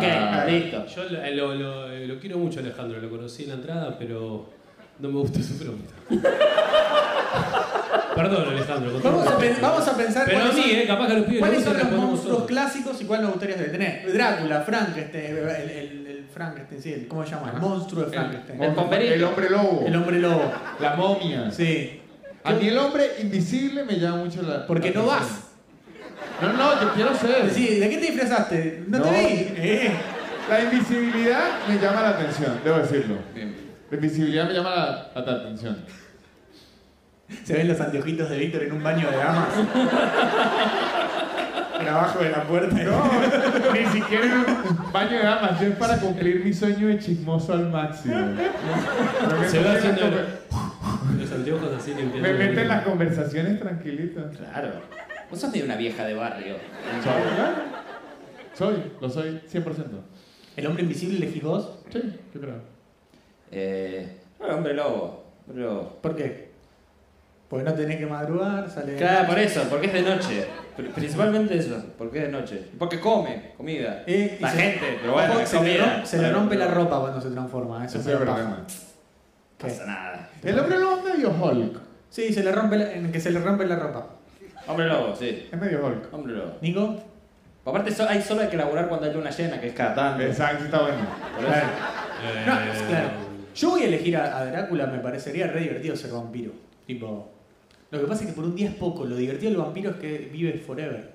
Speaker 3: Ok, listo.
Speaker 2: Yo lo, lo- lo- lo quiero mucho, Alejandro. Lo conocí en la entrada, pero no me gustó su
Speaker 1: *laughs*
Speaker 2: pregunta. Perdón, Alejandro. continúa.
Speaker 1: Vamos a, pen- vamos a pensar
Speaker 2: Pero a
Speaker 1: cuáles
Speaker 2: mí,
Speaker 1: son,
Speaker 2: eh, capaz que los pibes
Speaker 1: cuáles
Speaker 2: les
Speaker 1: son los
Speaker 2: gusta y respondemos
Speaker 1: monstruos
Speaker 2: todos.
Speaker 1: clásicos y cuál nos gustaría tener. Drácula, Frankenstein, el, el, el Frankenstein, sí, el- ¿cómo se llama? El monstruo de Frankenstein.
Speaker 4: El,
Speaker 1: El,
Speaker 4: hombre lobo.
Speaker 1: hombre lobo.
Speaker 4: La momia.
Speaker 1: Sí.
Speaker 4: A mí el hombre invisible me llama mucho la.
Speaker 1: Porque
Speaker 4: la
Speaker 1: no
Speaker 4: atención.
Speaker 1: vas.
Speaker 4: No, no, yo quiero ser.
Speaker 1: Sí, ¿de qué te disfrazaste? No, te
Speaker 4: No.
Speaker 1: vi. Eh.
Speaker 4: La invisibilidad me llama la atención, debo decirlo. La invisibilidad me llama la, la- la
Speaker 2: *laughs*
Speaker 4: atención.
Speaker 1: Se ven los anteojitos de Víctor en un baño de damas. *laughs* Pero abajo de la puerta.
Speaker 4: Ni siquiera en un baño de damas, yo es para cumplir mi sueño de chismoso al máximo. Lo que
Speaker 2: Se va
Speaker 4: me-
Speaker 2: haciendo los anteojos así que empiezan
Speaker 4: Me
Speaker 2: a-
Speaker 4: meten las conversaciones tranquilitas.
Speaker 3: Claro. Vos sos medio una vieja de barrio.
Speaker 4: Soy, ¿verdad? Soy, lo soy 100%.
Speaker 1: ¿El hombre invisible elegís vos?
Speaker 4: Sí, qué bravo.
Speaker 3: Eh, bueno, hombre lobo. Hombre lobo.
Speaker 1: ¿Por qué? Porque no tenés que madrugar, sale.
Speaker 3: Claro, por eso, porque es de noche. Pr- Principalmente eso, porque es de noche. Porque come, comida.
Speaker 1: Eh, y
Speaker 3: la
Speaker 1: se-
Speaker 3: gente, pero bueno,
Speaker 1: Ojo,
Speaker 3: es
Speaker 1: se, le
Speaker 3: comida.
Speaker 1: rom- se le
Speaker 3: Bueno,
Speaker 1: rompe la
Speaker 3: no
Speaker 1: ropa cuando se transforma. Eso
Speaker 4: Ese
Speaker 1: es
Speaker 4: es el
Speaker 1: una paja.
Speaker 4: problema.
Speaker 1: ¿Qué?
Speaker 3: pasa nada.
Speaker 4: El hombre lobo es medio Hulk.
Speaker 1: Sí, se le rompe la- en que se le rompe la ropa.
Speaker 3: Hombre lobo, sí.
Speaker 4: Es medio Hulk.
Speaker 3: Hombre lobo.
Speaker 1: Nico,
Speaker 3: Aparte, so- hay solo hay que laburar cuando hay luna llena, que es cada
Speaker 2: Ah,
Speaker 3: tanto.
Speaker 4: Exacto, está bueno.
Speaker 3: Por eso.
Speaker 2: Eh,
Speaker 1: No, es claro. Yo voy a elegir a, a Drácula, me parecería re divertido ser vampiro. Tipo. Lo que pasa es que por un día es poco, lo divertido del vampiro es que vive forever.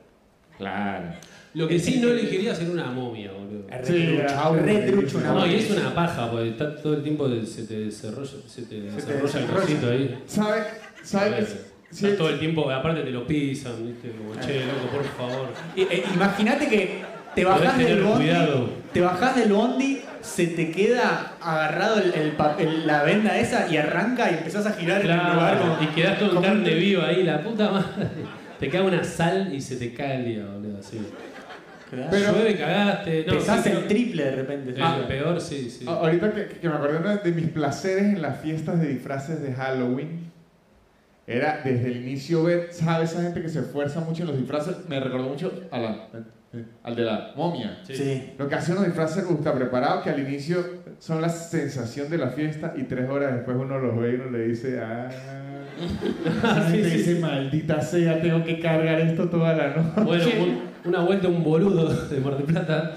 Speaker 3: Claro.
Speaker 2: Lo que sí no elegiría sería una momia, boludo.
Speaker 1: Es
Speaker 4: Sí,
Speaker 1: Re
Speaker 4: chau,
Speaker 1: trucho, re trucho una
Speaker 2: No, y
Speaker 1: momia.
Speaker 2: es una paja, porque está todo el tiempo de- se te desarrolla, se te desarrolla el
Speaker 1: desarrolla.
Speaker 2: cosito ahí.
Speaker 4: ¿Sabes?
Speaker 2: A
Speaker 4: ¿Sabes?
Speaker 2: ver,
Speaker 4: Sí,
Speaker 2: está todo el tiempo, aparte te lo pisan, viste, como che, loco, por favor.
Speaker 1: Eh, eh, Imagínate que te
Speaker 2: Podés
Speaker 1: bajás del
Speaker 2: tener
Speaker 1: bondi,
Speaker 2: cuidado.
Speaker 1: te bajás del bondi, se te queda agarrado el, el papel- la venda esa y arranca y empezás a girar en el lugar.
Speaker 2: Claro,
Speaker 1: como-
Speaker 2: y quedás todo en
Speaker 1: como un-
Speaker 2: carne viva ahí, la puta madre. *laughs* Te cae una sal y se te cae el día, boludo, así.
Speaker 1: Claro.
Speaker 4: Pero-
Speaker 2: Llueve, cagaste. No,
Speaker 1: pesás
Speaker 2: sí,
Speaker 1: el
Speaker 2: creo-
Speaker 1: triple de repente.
Speaker 2: Eh,
Speaker 1: Ah,
Speaker 2: peor, sí, sí.
Speaker 4: a- Ahorita que, que me acordé de- de mis placeres en las fiestas de disfraces de Halloween, era desde el inicio ver, ¿sabes? Esa gente que se esfuerza mucho en los disfraces, me recordó mucho a la- al de la momia.
Speaker 1: sí.
Speaker 2: *laughs*
Speaker 1: *laughs*
Speaker 4: Lo que hacen los disfraces gusta preparados, que al inicio son la sensación de la fiesta y tres horas después uno los ve y uno le dice, ah, y
Speaker 2: Sí, sí,
Speaker 4: dice, maldita sea, tengo que cargar esto toda la noche.
Speaker 2: Bueno, un- una vuelta un boludo de Mar del Plata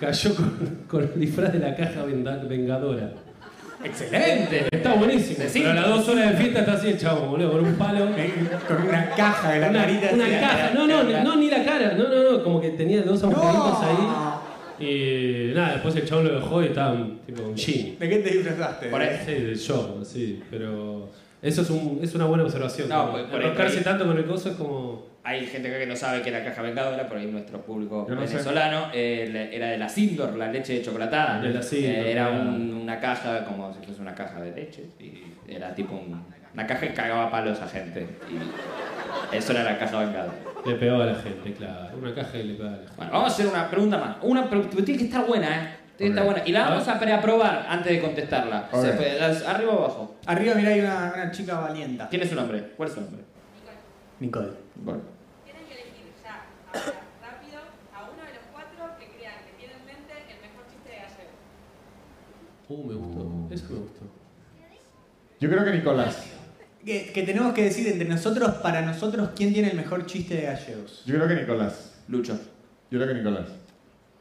Speaker 2: cayó con, con el disfraz de la caja venda- vengadora.
Speaker 1: ¡Excelente!
Speaker 2: Está buenísimo.
Speaker 3: Sí.
Speaker 2: Pero a las dos horas de fiesta está así el chavo, boludo, con un palo.
Speaker 1: Eh, Con una caja de la
Speaker 2: Una,
Speaker 1: carita.
Speaker 2: una
Speaker 1: hacia-
Speaker 2: caja. No, no, no, ni la cara. No, no, no. Como que tenía dos agujeritos
Speaker 1: No.
Speaker 2: ahí. Y nada, después el chavo lo dejó y estaba un, tipo un jean.
Speaker 1: ¿De qué te disfrazaste?
Speaker 3: Por eso.
Speaker 2: Sí, del show, sí. Pero eso es, un- es una buena observación.
Speaker 3: No,
Speaker 2: ¿no?
Speaker 3: por- por
Speaker 2: Enroscarse
Speaker 3: ahí-
Speaker 2: tanto con el coso es como...
Speaker 3: Hay gente acá que no sabe que la caja vengadora, por ahí nuestro público
Speaker 4: Yo no sé.
Speaker 3: venezolano, eh, la- era de la Sindor, la leche de chocolatada.
Speaker 2: De la Sindor,
Speaker 3: Eh, era
Speaker 2: claro.
Speaker 3: un- una caja como si fuese una caja de leche. Y era tipo un- una caja que cagaba palos a gente. Y eso era la caja vengadora.
Speaker 2: Le pegaba a la gente, claro. Una caja y le pegaba a la gente.
Speaker 3: Bueno, vamos a hacer una pregunta más. Una pre- pero tiene que estar buena, ¿eh? Tiene que estar
Speaker 4: Ok.
Speaker 3: buena. Y la
Speaker 2: A
Speaker 3: vamos a preaprobar antes de contestarla.
Speaker 4: Ok.
Speaker 3: Se puede- las- ¿Arriba o abajo?
Speaker 1: Arriba, mirá, hay una, una chica valienta.
Speaker 3: ¿Quién es su nombre? ¿Cuál es su nombre?
Speaker 1: Nicole.
Speaker 3: Bueno.
Speaker 9: Tienen que elegir ya, ahora, rápido, a uno de los cuatro que crean que tiene en mente el mejor chiste de gallego.
Speaker 2: Uh, me gustó. Eso me gustó.
Speaker 4: Yo creo que Nicolás.
Speaker 1: Que, que tenemos que decir entre nosotros, para nosotros, quién tiene el mejor chiste de gallegos.
Speaker 4: Yo creo que Nicolás.
Speaker 3: Lucho.
Speaker 4: Yo creo que Nicolás.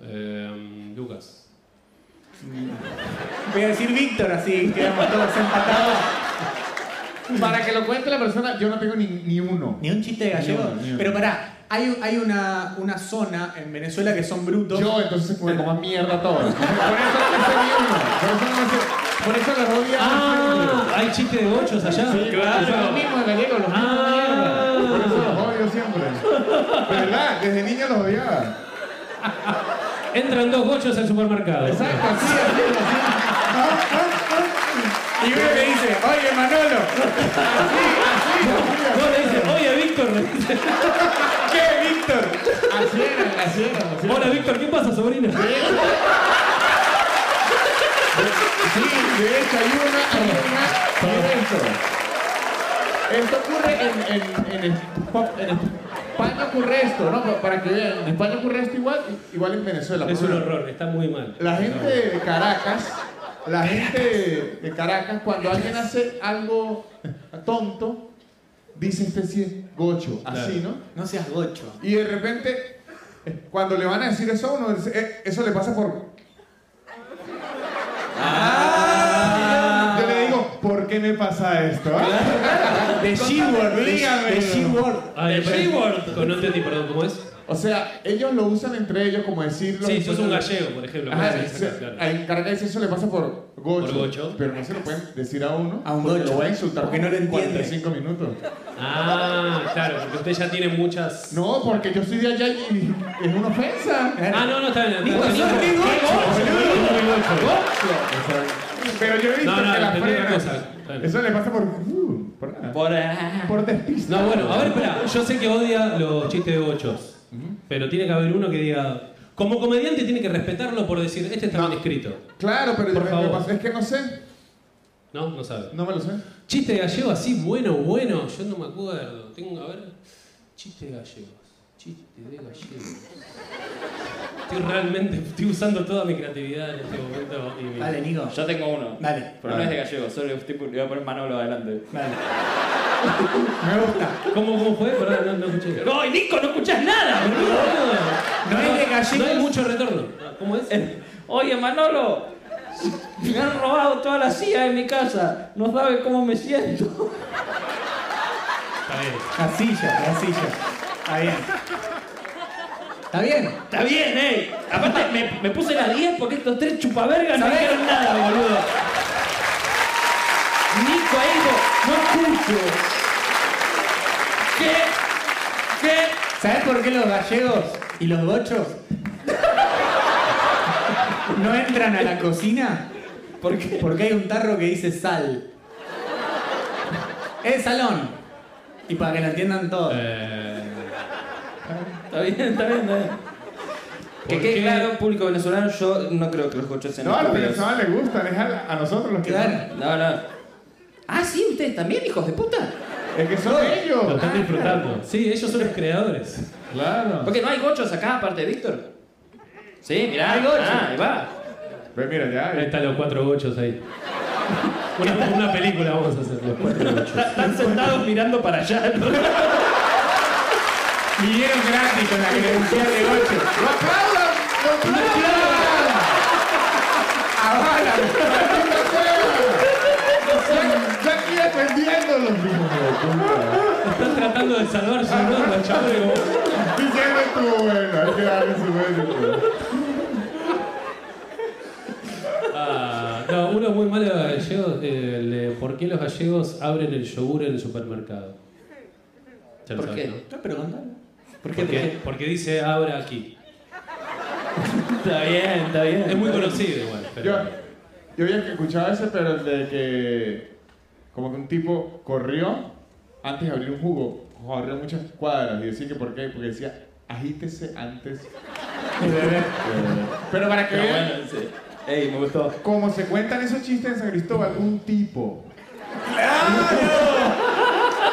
Speaker 2: Eh, Lucas.
Speaker 1: Voy a decir Víctor, así quedamos todos empatados.
Speaker 4: Para que lo cuente la persona, yo no tengo ni, ni uno.
Speaker 1: Ni un chiste de gallego.
Speaker 4: Ni uno, ni uno.
Speaker 1: Pero pará, hay, un- hay una, una zona en Venezuela que son brutos.
Speaker 4: Yo, entonces, como como mierda todo. Por eso no sé ni uno. Por eso no sé. Por eso la rodilla.
Speaker 2: Ah, hay chiste de ochos allá.
Speaker 4: Sí, claro. Lo mismo en gallego, los mismos
Speaker 2: Ah.
Speaker 4: mierda. Por eso los odio siempre. ¿Verdad? Desde niño los odiaba.
Speaker 2: Entran dos gochos al supermercado.
Speaker 4: Exacto, así, así,
Speaker 1: Y uno que dice, oye Manolo,
Speaker 4: así.
Speaker 2: No, le dicen, oye Víctor. *laughs* le dicen.
Speaker 1: ¿qué Víctor?
Speaker 4: Así era, así era. así era.
Speaker 2: Hola Víctor, ¿qué pasa, sobrino?
Speaker 4: Sí, de hecho hay una, hay una, miren esto. Esto ocurre en, en, en, Espa- en España ocurre esto, ¿no? Pa- Para que vean, en España ocurre esto igual, igual en Venezuela.
Speaker 2: Es
Speaker 4: por
Speaker 2: un
Speaker 4: ejemplo.
Speaker 2: horror, está muy mal.
Speaker 4: La gente de Caracas, la gente de Caracas, cuando alguien hace algo tonto, dice este sí es gocho, así, ¿no?
Speaker 1: No seas gocho.
Speaker 4: Y de repente, cuando le van a decir eso a uno, dice, "Eh, eso le pasa por... Ah, Yo le digo, ¿por qué me me pasa esto? ¿ah?
Speaker 1: Ah, De She-World, de, de She-World.
Speaker 2: Ah,
Speaker 5: De
Speaker 2: no, pero-
Speaker 5: Freeword.
Speaker 2: No entendí, perdón, ¿cómo es?
Speaker 4: O sea, ellos lo usan entre ellos como decirlo.
Speaker 2: Sí, sos un gallego, por ejemplo.
Speaker 4: Ajá,
Speaker 2: puedes
Speaker 4: se-
Speaker 2: decir esa- claro.
Speaker 4: a encargarse eso le pasa por gocho,
Speaker 2: Por gocho.
Speaker 4: Pero no se lo pueden decir a uno.
Speaker 1: A un
Speaker 4: porque
Speaker 1: gocho,
Speaker 4: Lo va a insultar
Speaker 1: porque no lo
Speaker 4: por
Speaker 1: entiende.
Speaker 4: 45 minutos.
Speaker 2: Ah, claro, porque usted ya tiene muchas.
Speaker 4: No, porque yo soy de allá y es una ofensa.
Speaker 2: Ah, no, no, está bien. está bien.
Speaker 1: sos de gocho,
Speaker 4: Pero yo he visto
Speaker 2: No, no,
Speaker 4: que la
Speaker 2: entendí una
Speaker 4: frena.
Speaker 2: cosa. Claro.
Speaker 4: Eso le pasa por. uh, por nada.
Speaker 3: Por, ah,
Speaker 4: Por despiste.
Speaker 2: No, bueno, a ver, espera. Yo sé que odia los chistes de bochos. Pero tiene que haber uno que diga. Como comediante tiene que respetarlo por decir, este está
Speaker 4: No.
Speaker 2: bien escrito.
Speaker 4: Claro, pero
Speaker 2: Por
Speaker 4: lo que
Speaker 2: favor.
Speaker 4: pasa es que no sé.
Speaker 2: No, no sabe.
Speaker 4: No me lo sé.
Speaker 2: Chiste de gallego así, bueno, bueno. Yo no me acuerdo. Tengo, a ver. Chiste de gallegos. Chiste de gallegos. Estoy realmente, estoy usando toda mi creatividad en este momento. y mi-
Speaker 1: Dale, Nico.
Speaker 3: yo tengo uno.
Speaker 1: Dale.
Speaker 3: Pero no es de gallego, solo estoy, pu- le voy a poner Manolo adelante.
Speaker 1: Dale. Me gusta.
Speaker 2: ¿Cómo, ¿Cómo fue? Perdón, no, no escuché.
Speaker 5: No, y Nico, no escuchás nada, boludo.
Speaker 2: boludo.
Speaker 1: No es de gallegos.
Speaker 2: No hay mucho retorno. Ah, ¿Cómo es?
Speaker 5: Eh, Oye, Manolo, me han robado toda la silla de mi casa. No sabes cómo me siento.
Speaker 2: Está bien.
Speaker 1: La silla, la silla. Está bien. Está bien.
Speaker 5: Está bien, ey. Aparte, me, me puse la 10 porque estos tres chupavergas no
Speaker 1: ¿Sabés?
Speaker 5: dijeron nada, boludo. Nico ahí dijo, no escucho. ¿Qué? ¿Qué?
Speaker 1: ¿Sabes por qué los gallegos y los gochos no entran a la cocina?
Speaker 5: ¿Por qué?
Speaker 1: Porque hay un tarro que dice sal. Es salón. Y para que lo entiendan todos.
Speaker 2: Eh.
Speaker 5: Está bien, está bien, está bien.
Speaker 3: Que
Speaker 2: ¿Por
Speaker 3: quede
Speaker 2: qué?
Speaker 3: claro, público venezolano, yo no creo que los coches sean
Speaker 4: No, a los
Speaker 3: estúpidos.
Speaker 4: venezolanos les gusta, dejar a nosotros los que.
Speaker 1: Claro.
Speaker 3: No, no.
Speaker 5: Ah, sí, ustedes también, hijos de puta.
Speaker 4: Es que son ellos.
Speaker 2: Lo están disfrutando. Sí, ellos son los creadores.
Speaker 4: Claro.
Speaker 5: Porque no hay gochos acá, aparte de Víctor.
Speaker 3: Sí, mirá.
Speaker 5: Hay gocho.
Speaker 3: Ah, ahí va.
Speaker 4: Pues mira, ya.
Speaker 2: Ahí están los cuatro gochos
Speaker 5: *laughs*
Speaker 2: ahí. Una, una película vamos a hacer, los cuatro gochos.
Speaker 5: *laughs* Están sentados mirando para allá.
Speaker 4: Vinieron gratis con la credencial de gocho. ¡Lo aplaudan! ¡Lo aplaudan! ¡Avalan! ¡Ya- ¡Ya aquí defendiéndolos!
Speaker 2: Están tratando de salvar su honor, los chavales. como-
Speaker 4: Diciendo estuvo bueno, hay que darle su mérito.
Speaker 2: Ah, no, uno muy malo de gallegos, eh, el de ¿por qué los gallegos abren el yogur en el supermercado? Ya lo
Speaker 5: ¿Por
Speaker 2: sabes,
Speaker 5: qué?
Speaker 2: ¿no?
Speaker 1: No, pero contalo.
Speaker 2: ¿Por qué? Porque, porque dice abra aquí.
Speaker 5: *laughs* Está bien, está bien.
Speaker 2: Es muy conocido igual. pero-
Speaker 4: Yo, yo había escuchado ese, pero el de que como que un tipo corrió antes de abrir un jugo, corrió muchas cuadras y decía que por qué, porque decía agítese antes Eh, de beber". pero para que
Speaker 3: Pero
Speaker 4: vean
Speaker 3: Ah, bueno, sí. Ey, me gustó.
Speaker 4: como se cuentan esos chistes en San Cristóbal, un tipo,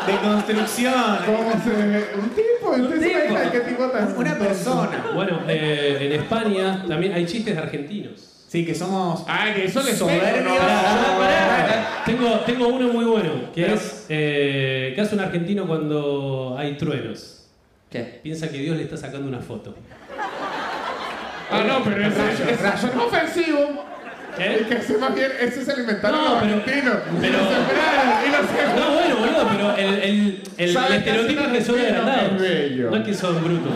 Speaker 1: De construcción.
Speaker 4: como se un tipo, entonces imagina qué tipo tan
Speaker 1: Una persona.
Speaker 2: Bueno, eh, en España también hay chistes de argentinos.
Speaker 1: Sí, que somos
Speaker 4: Ay, Ah, que eso le
Speaker 1: soberbios.
Speaker 2: Pará, pará. Tengo, tengo uno muy bueno, que es, eh, ¿qué hace un argentino cuando hay truenos?
Speaker 5: ¿Qué?
Speaker 2: Piensa que Dios le está sacando una foto.
Speaker 4: Ah, no, pero eso, eso- eso es ofensivo. Y
Speaker 2: ¿Qué?
Speaker 4: que se más bien, ese se lo inventaron
Speaker 2: ¿Eh? No,
Speaker 4: los
Speaker 2: pero-
Speaker 4: argentinos.
Speaker 2: pero-
Speaker 4: Lo sembraron y lo sembraron.
Speaker 2: No, bueno, boludo, pero el, el, el, el
Speaker 4: Sabe
Speaker 2: estereotipo
Speaker 4: que
Speaker 2: es que son
Speaker 4: argentino
Speaker 2: agrandados.
Speaker 4: es bello.
Speaker 2: No es que son brutos.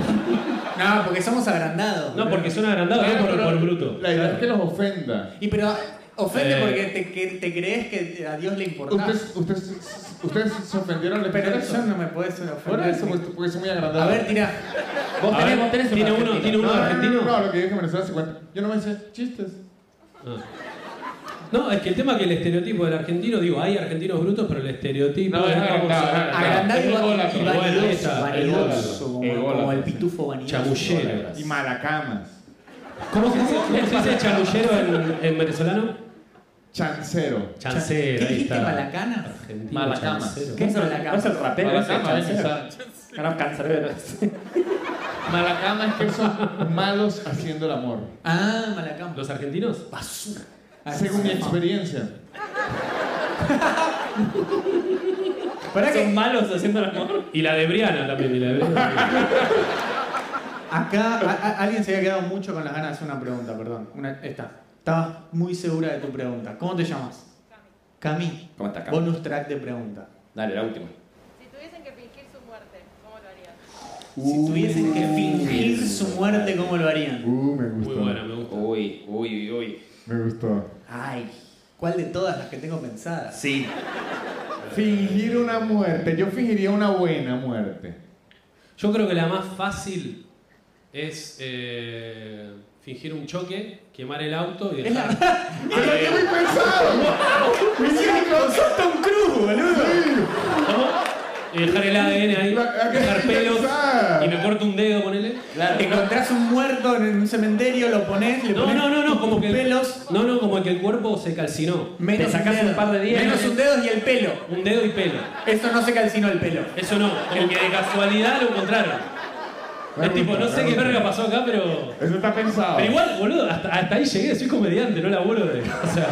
Speaker 1: No, porque somos agrandados.
Speaker 2: No, porque son agrandados, no
Speaker 4: Claro,
Speaker 2: por,
Speaker 4: pero
Speaker 2: por bruto.
Speaker 4: Ah, La idea es que los ofenda.
Speaker 1: Y pero ofende
Speaker 2: Eh.
Speaker 1: porque te, que te crees que a Dios le importa.
Speaker 4: Ustedes, ustedes, ustedes se ofendieron al
Speaker 1: Pero yo
Speaker 4: eso.
Speaker 1: no me puedes
Speaker 4: Por
Speaker 1: ofender.
Speaker 4: eso, porque- porque son muy agrandados.
Speaker 1: A ver, tira.
Speaker 5: Vos
Speaker 2: A ver,
Speaker 5: tenés, vos tenés
Speaker 2: ¿tiene
Speaker 5: un
Speaker 2: uno,
Speaker 5: argentino.
Speaker 2: tiene uno
Speaker 4: Ah, no, no, no,
Speaker 2: argentino?
Speaker 4: no, no, lo que dije en Venezuela se cuenta. Yo no me sé chistes.
Speaker 2: Ah. No, es que el tema es que el estereotipo del argentino, digo, hay agrentinos brutos, pero el estereotipo
Speaker 4: No, es
Speaker 2: como
Speaker 4: agrandado,
Speaker 2: son
Speaker 4: es agrandado.
Speaker 1: Agrandado y, va- y
Speaker 2: Ególatra. Bueno,
Speaker 1: vanidoso.
Speaker 2: esa,
Speaker 1: Vanidoso, como,
Speaker 4: ególatra,
Speaker 1: como el
Speaker 4: sí.
Speaker 1: pitufo vanidoso.
Speaker 2: Chamullero.
Speaker 4: Y malacamas.
Speaker 2: ¿Cómo se dice, cómo se dice chamullero en, en venezolano?
Speaker 4: Chancero.
Speaker 2: Chancero,
Speaker 1: ¿Qué
Speaker 2: ahí
Speaker 1: dijiste,
Speaker 2: está.
Speaker 1: malacanas?
Speaker 2: Argentino,
Speaker 3: Malacamas.
Speaker 2: chancero.
Speaker 1: ¿Qué es
Speaker 3: ¿No es el
Speaker 1: malacamas?
Speaker 3: rapero ese?
Speaker 4: Malacamas,
Speaker 3: Chancero.
Speaker 4: esa-
Speaker 3: Eran cancerberos.
Speaker 4: malacamas que son malos haciendo el amor.
Speaker 1: Ah, malacamas.
Speaker 2: ¿Los argentinos?
Speaker 1: Basura.
Speaker 2: Ah,
Speaker 4: Según mi experiencia.
Speaker 1: Para
Speaker 5: Son
Speaker 1: que
Speaker 5: malos haciendo el amor.
Speaker 2: Y la de Briana también, y la de *laughs* Briana.
Speaker 1: acá a- a- alguien se había quedado mucho con las ganas de hacer una pregunta, perdón. Una, esta. Estabas muy segura de tu pregunta. ¿Cómo te llamas? Cami. Cami,
Speaker 3: *laughs* ¿Cómo estás, Cam?
Speaker 1: bonus track de pregunta.
Speaker 3: Dale, la última.
Speaker 9: Si tuviesen que fingir su muerte, ¿cómo lo harían?
Speaker 1: Si tuviesen que fingir su muerte, ¿cómo lo harían?
Speaker 4: Uh, me gustó.
Speaker 2: Muy buena, me gusta.
Speaker 3: Uy, uy, uy, uy.
Speaker 4: Me gustó.
Speaker 3: Ay,
Speaker 1: ¿Cuál de todas las que tengo pensadas?
Speaker 3: sí.
Speaker 4: Fingir una muerte. Yo fingiría una buena muerte.
Speaker 2: Yo creo que la más fácil es eh, fingir un choque, quemar el auto y dejar.
Speaker 4: ¡Pero qué muy pensado!
Speaker 2: *laughs*
Speaker 4: ¡Me hicieron cosas!
Speaker 1: ¡Tom Cruise, boludo!
Speaker 2: ¿no? Y dejar el ADN ahí,
Speaker 4: La- la que
Speaker 2: dejar
Speaker 4: hay que
Speaker 2: pelos
Speaker 4: pensar.
Speaker 2: y me corto un dedo, ponele.
Speaker 3: Claro.
Speaker 1: Encontrás un muerto en un cementerio, lo pones, le
Speaker 2: No,
Speaker 1: pones
Speaker 2: no, no, no, como que el,
Speaker 1: pelos,
Speaker 2: no, no, como que el cuerpo se calcinó.
Speaker 1: menos
Speaker 5: Te sacás
Speaker 1: dedo.
Speaker 5: un par de dientes.
Speaker 1: Menos un dedo y el pelo.
Speaker 2: Un dedo y pelo.
Speaker 1: Eso no se calcinó el pelo.
Speaker 2: Eso no, como que de casualidad lo encontraron.
Speaker 4: Me
Speaker 2: Es tipo,
Speaker 4: gusta,
Speaker 2: no sé
Speaker 4: me
Speaker 2: qué
Speaker 4: gusta.
Speaker 2: verga pasó acá, pero.
Speaker 4: Eso está pensado.
Speaker 2: Pero igual, boludo, hasta, hasta ahí llegué, soy comediante, no laburo de. O sea,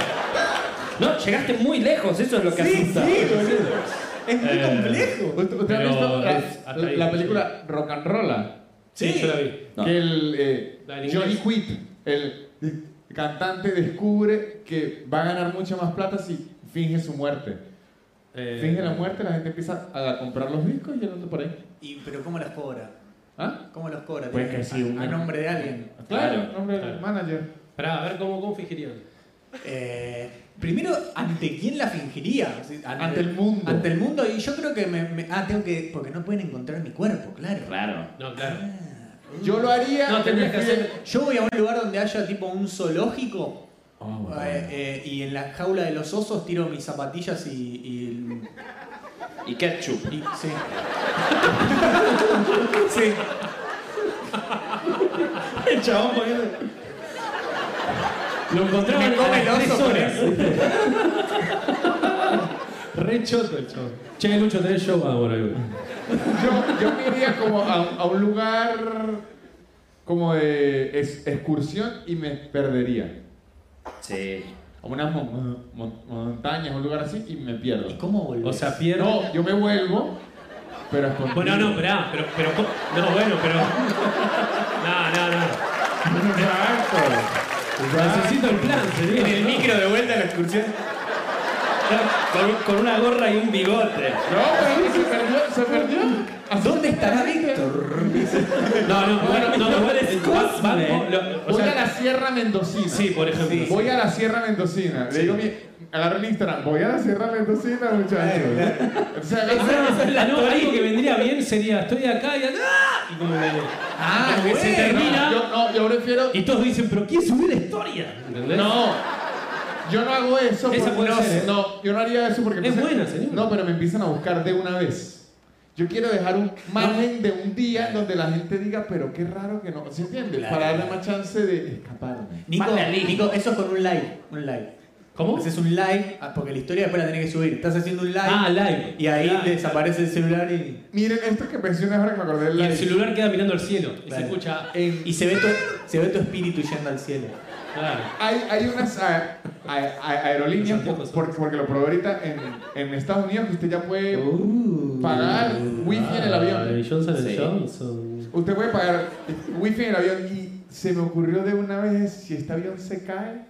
Speaker 5: No, llegaste muy lejos, eso es lo que asusta.
Speaker 1: boludo. Es muy
Speaker 2: Eh,
Speaker 1: complejo.
Speaker 4: ¿Usted, usted ha
Speaker 2: Pero
Speaker 4: visto la,
Speaker 2: es- hasta
Speaker 4: la-
Speaker 2: ahí,
Speaker 4: la
Speaker 2: sí.
Speaker 4: película Rock and Rolla?
Speaker 2: sí,
Speaker 1: Sí.
Speaker 2: yo la vi.
Speaker 3: No.
Speaker 4: Que el eh,
Speaker 2: La en
Speaker 4: Johnny
Speaker 2: inglés.
Speaker 4: Quick, el cantante, descubre que va a ganar mucha más plata si finge su muerte.
Speaker 2: Eh,
Speaker 4: Finge la muerte, la gente empieza a comprar los discos y andando por ahí.
Speaker 1: Y, pero ¿cómo las cobra?
Speaker 4: ¿Ah?
Speaker 1: ¿Cómo los cobra?
Speaker 4: Pues que
Speaker 1: Tiene-
Speaker 4: sí, un-
Speaker 1: a, a nombre de alguien.
Speaker 3: Claro,
Speaker 4: Claro, nombre del
Speaker 2: claro.
Speaker 4: manager.
Speaker 2: Eh, Pará, a ver cómo, cómo fingirían.
Speaker 1: Eh, primero, ¿ante quién la fingiría? Sí,
Speaker 4: Ante el mundo.
Speaker 1: Ante el mundo. Y yo creo que me, me- Ah, tengo que... Porque no pueden encontrar mi cuerpo, claro.
Speaker 3: Raro.
Speaker 2: No, claro.
Speaker 4: Yo lo haría.
Speaker 2: No,
Speaker 4: que
Speaker 2: tendrías
Speaker 4: me
Speaker 2: que
Speaker 4: fui-
Speaker 2: hacer-
Speaker 1: Yo voy a un lugar donde haya tipo un zoológico
Speaker 4: Oh, bueno.
Speaker 1: eh, eh, y en la jaula de los osos tiro mis zapatillas y... y-
Speaker 3: Y ketchup.
Speaker 1: y- sí. sí.
Speaker 5: El chabón poniendo-
Speaker 2: Lo encontraron
Speaker 1: Me come
Speaker 2: a las
Speaker 1: el oso,
Speaker 2: tres horas. *laughs* Re choto el chavo. Che, Lucho, tenés show. Ah, bueno, ahí voy.
Speaker 4: Yo, yo me iría como a, a un lugar como de ex- excursión y me perdería.
Speaker 3: Sí.
Speaker 4: A unas mon- mon- montañas, un lugar así y me pierdo.
Speaker 1: ¿Y cómo volvés?
Speaker 2: O sea, pierdo.
Speaker 4: No, yo me vuelvo, pero escondido.
Speaker 2: Bueno, no, pará, pero, pero, ¿cómo? no, bueno, pero. No, no, no.
Speaker 4: Exacto. Exacto.
Speaker 2: Necesito el plan, sería.
Speaker 5: En el micro de vuelta a la excursión. Con, con una gorra y un bigote.
Speaker 4: No, pero se perdió, se perdió.
Speaker 1: ¿Dónde estará Víctor?
Speaker 2: No, no, bueno, no, igual es vas- vas- vos, lo- o
Speaker 4: Voy a
Speaker 2: sea,
Speaker 4: la Sierra Mendocina.
Speaker 2: Sí, por ejemplo.
Speaker 4: Voy a la Sierra Mendocina. Le digo, mi, agarro el Instagram. Voy a la Sierra Mendocina, muchachos. Entonces agarro-
Speaker 2: Ah, no, algo que *laughs* vendría bien sería, estoy acá y acá. Y como que-
Speaker 1: Ah,
Speaker 2: como que se
Speaker 1: bueno.
Speaker 2: termina.
Speaker 4: yo, no, yo prefiero.
Speaker 2: Y todos dicen, pero ¿quién subió la historia? ¿Entendés?
Speaker 4: No, yo no hago eso.
Speaker 2: Esa
Speaker 4: porque
Speaker 2: puede
Speaker 4: no,
Speaker 2: ser, ¿eh?
Speaker 4: no, yo no haría eso porque.
Speaker 2: Es buena, señor.
Speaker 4: No, pero me empiezan a buscar de una vez. Yo quiero dejar un margen de un día donde la gente diga, pero qué raro que no. ¿Se entiende?
Speaker 1: Claro.
Speaker 4: Para darle más chance de escaparme.
Speaker 1: Nico,
Speaker 5: Más realista.
Speaker 1: Nico, eso es con un live. Un live.
Speaker 2: ¿Cómo?
Speaker 1: Haces un live, ah, porque la historia después la tenés que subir. Estás haciendo un live
Speaker 2: Ah, live.
Speaker 1: y ahí
Speaker 2: Claro.
Speaker 1: desaparece el celular y,
Speaker 4: Miren, esto que pensé una vez ahora que me acordé del
Speaker 2: Y el
Speaker 4: live.
Speaker 2: celular queda mirando al cielo y se
Speaker 1: Claro.
Speaker 2: escucha.
Speaker 4: En-
Speaker 1: y se, ve tu, se ve tu espíritu yendo al cielo.
Speaker 2: Claro.
Speaker 4: hay, hay unas a- a- a- aerolíneas,
Speaker 2: Los anteojos.
Speaker 4: porque, porque lo probé ahorita en, en Estados Unidos, que usted ya puede Uh. pagar wifi en el avión.
Speaker 2: Ay, Ah, Johnson
Speaker 3: Sí.
Speaker 2: Johnson.
Speaker 4: Usted puede pagar wifi en el avión y se me ocurrió de una vez, si este avión se cae,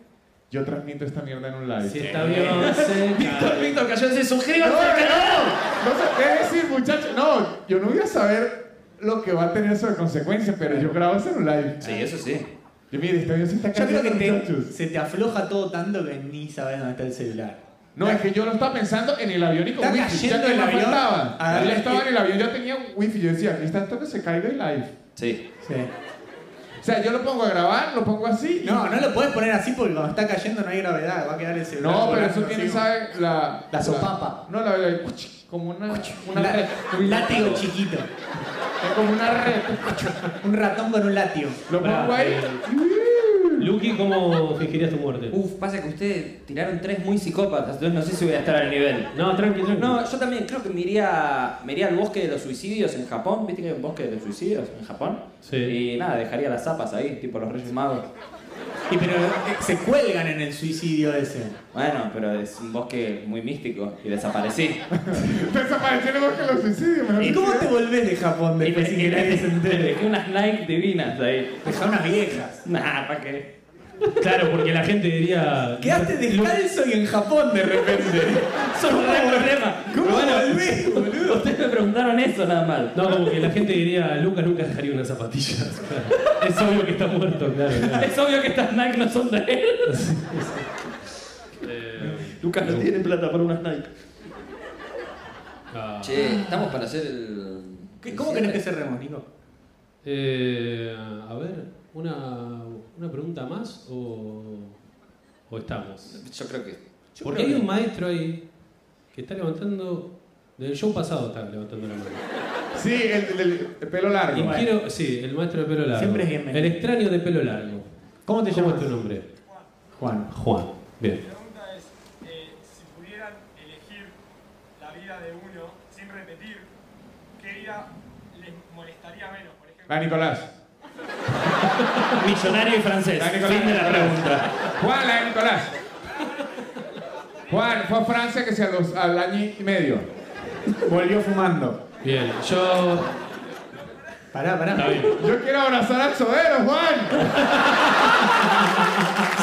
Speaker 4: yo transmito esta mierda en un live.
Speaker 2: Si
Speaker 5: *laughs*
Speaker 2: está avión se
Speaker 5: Víctor,
Speaker 2: cae.
Speaker 5: Víctor, cállense,
Speaker 4: No, no,
Speaker 5: suscríbanse
Speaker 4: no,
Speaker 5: al canal.
Speaker 4: no sé qué decir, muchachos. No, yo no voy a saber lo que va a tener eso de consecuencias, pero yo grabo eso en un live.
Speaker 3: Sí, eso sí.
Speaker 4: Yo mire, este avión se está
Speaker 1: Yo creo
Speaker 4: cayendo,
Speaker 1: que
Speaker 4: muchachos.
Speaker 1: te- se te afloja todo tanto que ni sabes dónde está el celular.
Speaker 4: No, es que yo lo estaba pensando en el avión y con
Speaker 1: Está
Speaker 4: wifi.
Speaker 1: cayendo
Speaker 4: Ya que
Speaker 1: el
Speaker 4: me
Speaker 1: avión.
Speaker 4: faltaba.
Speaker 1: Ah,
Speaker 4: Yo
Speaker 1: es
Speaker 4: estaba
Speaker 1: que-
Speaker 4: en el avión, yo tenía wifi. Yo decía, aquí está esto que se caiga el live.
Speaker 3: Sí.
Speaker 1: Sí.
Speaker 4: O sea, yo lo pongo a grabar, lo pongo así. y-
Speaker 1: No, no lo podés poner así porque cuando está cayendo no hay gravedad, va a quedar el celular.
Speaker 4: No, pero
Speaker 1: volando
Speaker 4: eso tiene,
Speaker 1: así.
Speaker 4: ¿sabe? La,
Speaker 1: La sopapa.
Speaker 4: no, la la- Como una, una
Speaker 1: La-
Speaker 4: red.
Speaker 1: un látigo chiquito.
Speaker 4: Es como una red.
Speaker 1: Un ratón con un látigo.
Speaker 4: Lo pongo
Speaker 2: Bravo.
Speaker 4: ahí.
Speaker 2: Lucky, ¿cómo fingirías tu muerte?
Speaker 3: Uf, pasa que ustedes tiraron tres muy psicópatas, entonces no sé si voy a estar al nivel.
Speaker 2: No, tranqui, tranqui.
Speaker 3: No, yo también creo que me iría, me iría al bosque de los suicidios en Japón. ¿Viste que hay un bosque de los suicidios en Japón?
Speaker 2: Sí.
Speaker 3: Y nada, dejaría las zapas ahí, tipo los Reyes Magos.
Speaker 1: Y pero eh, se cuelgan en el suicidio ese.
Speaker 3: Bueno, pero es un bosque muy místico y desaparecí.
Speaker 4: Desaparecieron más que los suicidios. mejor
Speaker 1: ¿Y
Speaker 4: dicho.
Speaker 1: cómo te volvés de Japón
Speaker 3: Y
Speaker 1: después
Speaker 3: me-
Speaker 1: sin
Speaker 3: y
Speaker 1: que nadie se
Speaker 3: me-
Speaker 1: entere?
Speaker 3: dejé unas Nike divinas ahí.
Speaker 1: Dejá unas viejas.
Speaker 3: Nah, ¿para qué? *laughs*
Speaker 2: Claro, porque la gente diría.
Speaker 1: Quedaste descalzo y en Japón de repente.
Speaker 5: Eso es un gran problema.
Speaker 1: ¿Cómo volvés, boludo?
Speaker 5: Ustedes me preguntaron eso nada más.
Speaker 2: No, como que la gente diría, Lucas nunca dejaría unas zapatillas. *laughs* Claro. Es obvio que está muerto, claro. claro.
Speaker 5: Es obvio que estas Nike no son de él.
Speaker 2: Eh,
Speaker 5: Lucas no tiene plata para unas Nike.
Speaker 2: ah,
Speaker 3: Che, estamos para hacer el.
Speaker 1: ¿Qué-
Speaker 3: el
Speaker 1: ¿Cómo
Speaker 3: cierre?
Speaker 1: querés que cerremos, Nico?
Speaker 2: eh, a ver, una, una pregunta más o, o estamos.
Speaker 3: Yo creo que.
Speaker 1: Yo
Speaker 2: Porque
Speaker 1: creo
Speaker 2: hay
Speaker 1: que-
Speaker 2: un maestro ahí que está levantando. Del show pasado está levantando la mano.
Speaker 4: Sí, el, el- el- el pelo largo.
Speaker 2: Y quiero. Sí, el maestro de pelo largo.
Speaker 1: Siempre es bienvenido.
Speaker 2: El extraño de pelo largo.
Speaker 1: ¿Cómo te
Speaker 2: ¿Cómo es
Speaker 1: llamas?
Speaker 2: tu nombre?
Speaker 1: Juan.
Speaker 2: Juan. Bien.
Speaker 10: pregunta es, eh, si pudieran elegir la vida de uno sin repetir, ¿qué vida les molestaría menos? Por ejemplo,
Speaker 4: Va, Nicolás.
Speaker 5: Millonario y francés.
Speaker 1: Ah,
Speaker 4: Va, Nicolás.
Speaker 5: Fin de la pregunta.
Speaker 4: Juan, la de Nicolás. Juan fue a Francia que se alos- al año y medio.
Speaker 1: Volvió fumando.
Speaker 2: Bien. Yo.
Speaker 1: Pará,
Speaker 2: Está
Speaker 1: pará.
Speaker 2: bien.
Speaker 4: Yo quiero abrazar al sodero, Juan.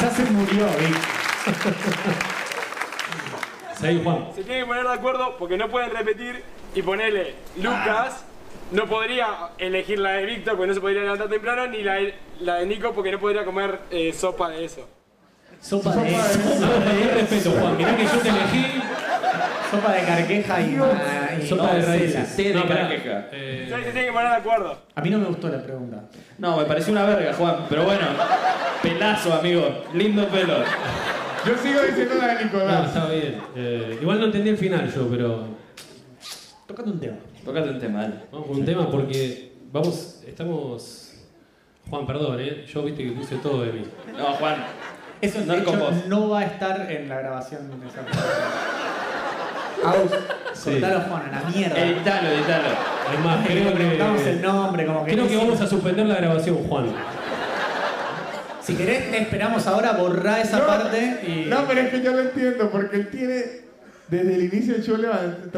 Speaker 1: Ya se murió, ¿eh? Vic.
Speaker 2: Seguí, Juan.
Speaker 10: se tienen que poner de acuerdo porque no pueden repetir y ponerle Lucas. No podría elegir la de Víctor porque no se podría levantar temprano, ni la de, la de Nico porque no podría comer eh, sopa de eso.
Speaker 5: Sopa
Speaker 1: de-
Speaker 2: No, no, no, respeto, Juan. Mirá que yo te elegí.
Speaker 1: Sopa de carqueja y, ma- y
Speaker 2: Sopa de
Speaker 1: no,
Speaker 2: raíces.
Speaker 1: celas.
Speaker 3: té de
Speaker 2: No, pará.
Speaker 3: carqueja.
Speaker 2: Eh,
Speaker 10: Ustedes se tienen que poner de acuerdo.
Speaker 1: A mí no me gustó la pregunta.
Speaker 3: No, me pareció una verga, Juan, pero bueno. Pelazo, amigo. Lindo pelo.
Speaker 4: Yo sigo diciendo la de
Speaker 2: no,
Speaker 4: Nicolás.
Speaker 2: está bien. Eh, igual no entendí el final yo, pero
Speaker 1: Tocate un tema.
Speaker 3: Tócate un tema. dale.
Speaker 2: vamos con un tema porque vamos, estamos... Juan, perdón, ¿eh? Yo viste que puse todo de mí.
Speaker 3: No, Juan.
Speaker 1: Eso
Speaker 3: No
Speaker 1: de
Speaker 3: con vos.
Speaker 1: hecho, no va a estar en la grabación de esa Aus,
Speaker 2: Sí.
Speaker 1: cortalo, Juan, a la mierda.
Speaker 3: Editalo, editalo.
Speaker 2: Es más,
Speaker 1: Creo
Speaker 2: creo
Speaker 1: que preguntamos el
Speaker 2: que...
Speaker 1: nombre, como que.
Speaker 2: Creo que vamos a suspender la grabación, Juan.
Speaker 1: Si querés, te esperamos ahora, borrá esa parte y.
Speaker 4: No, pero es que yo lo entiendo porque él tiene. Desde el inicio yo le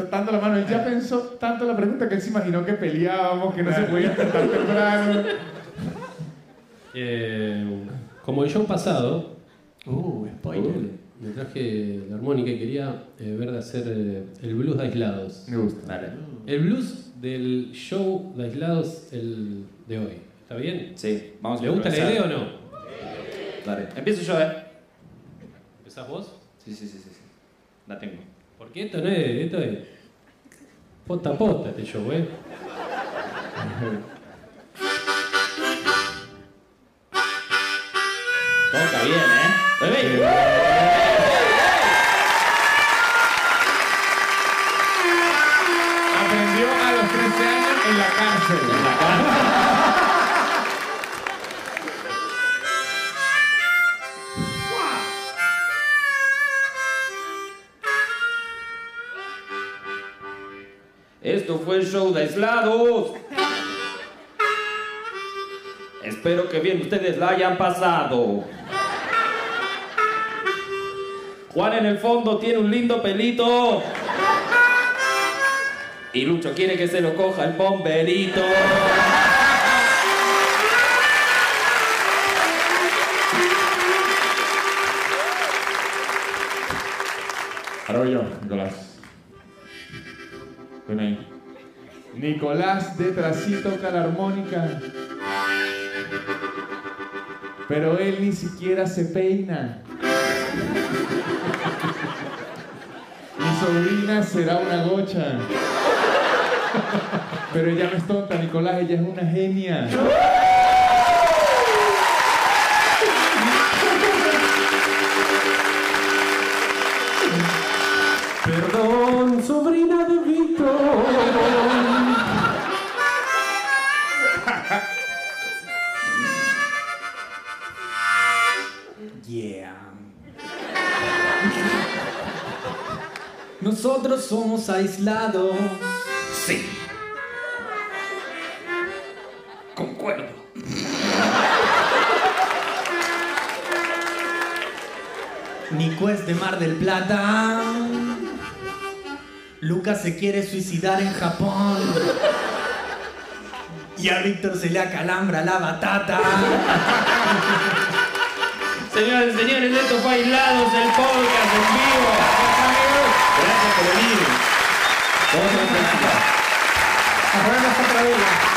Speaker 4: tanto la mano. Él ya pensó tanto la pregunta que él se imaginó que peleábamos, que no se podía despertar temprano.
Speaker 2: Eh, como el show pasado,
Speaker 1: Uh, spoiler.
Speaker 2: me traje la armónica y quería eh, ver de hacer eh, el blues de aislados.
Speaker 4: Me gusta.
Speaker 3: Dale.
Speaker 2: El blues del show de aislados el de hoy. ¿Está bien?
Speaker 3: Sí, vamos a
Speaker 2: ¿Le gusta la
Speaker 3: improvisar.
Speaker 2: idea o no?
Speaker 3: Dale. Empiezo yo, eh.
Speaker 2: ¿Empezás vos?
Speaker 3: Sí, sí, sí, sí. sí. La tengo.
Speaker 2: Porque esto no es, esto es posta a posta este show, ¿eh?
Speaker 3: Toca bien, eh. Bebé.
Speaker 4: Aprendió a los 13 años en la cárcel.
Speaker 3: Esto fue el show de aislados. Espero que bien ustedes la hayan pasado. Juan en el fondo tiene un lindo pelito. Y Lucho quiere que se lo coja el bomberito.
Speaker 4: Arroyo, Nicolás. Nicolás detrás sí toca la armónica. Pero él ni siquiera se peina. Mi sobrina será una gocha. Pero ella no es tonta, Nicolás, ella es una genia.
Speaker 2: Perdón, sobrina de Víctor.
Speaker 1: Yeah. Nosotros somos aislados.
Speaker 3: Sí. Concuerdo.
Speaker 1: Nico es de Mar del Plata. Lucas se quiere suicidar en Japón. Y a Víctor se le acalambra la batata.
Speaker 5: Señoras y señores, esto fue Aislados, el podcast en vivo.
Speaker 3: Gracias por venir. Vamos a la próxima.
Speaker 1: Nos vemos otra vez.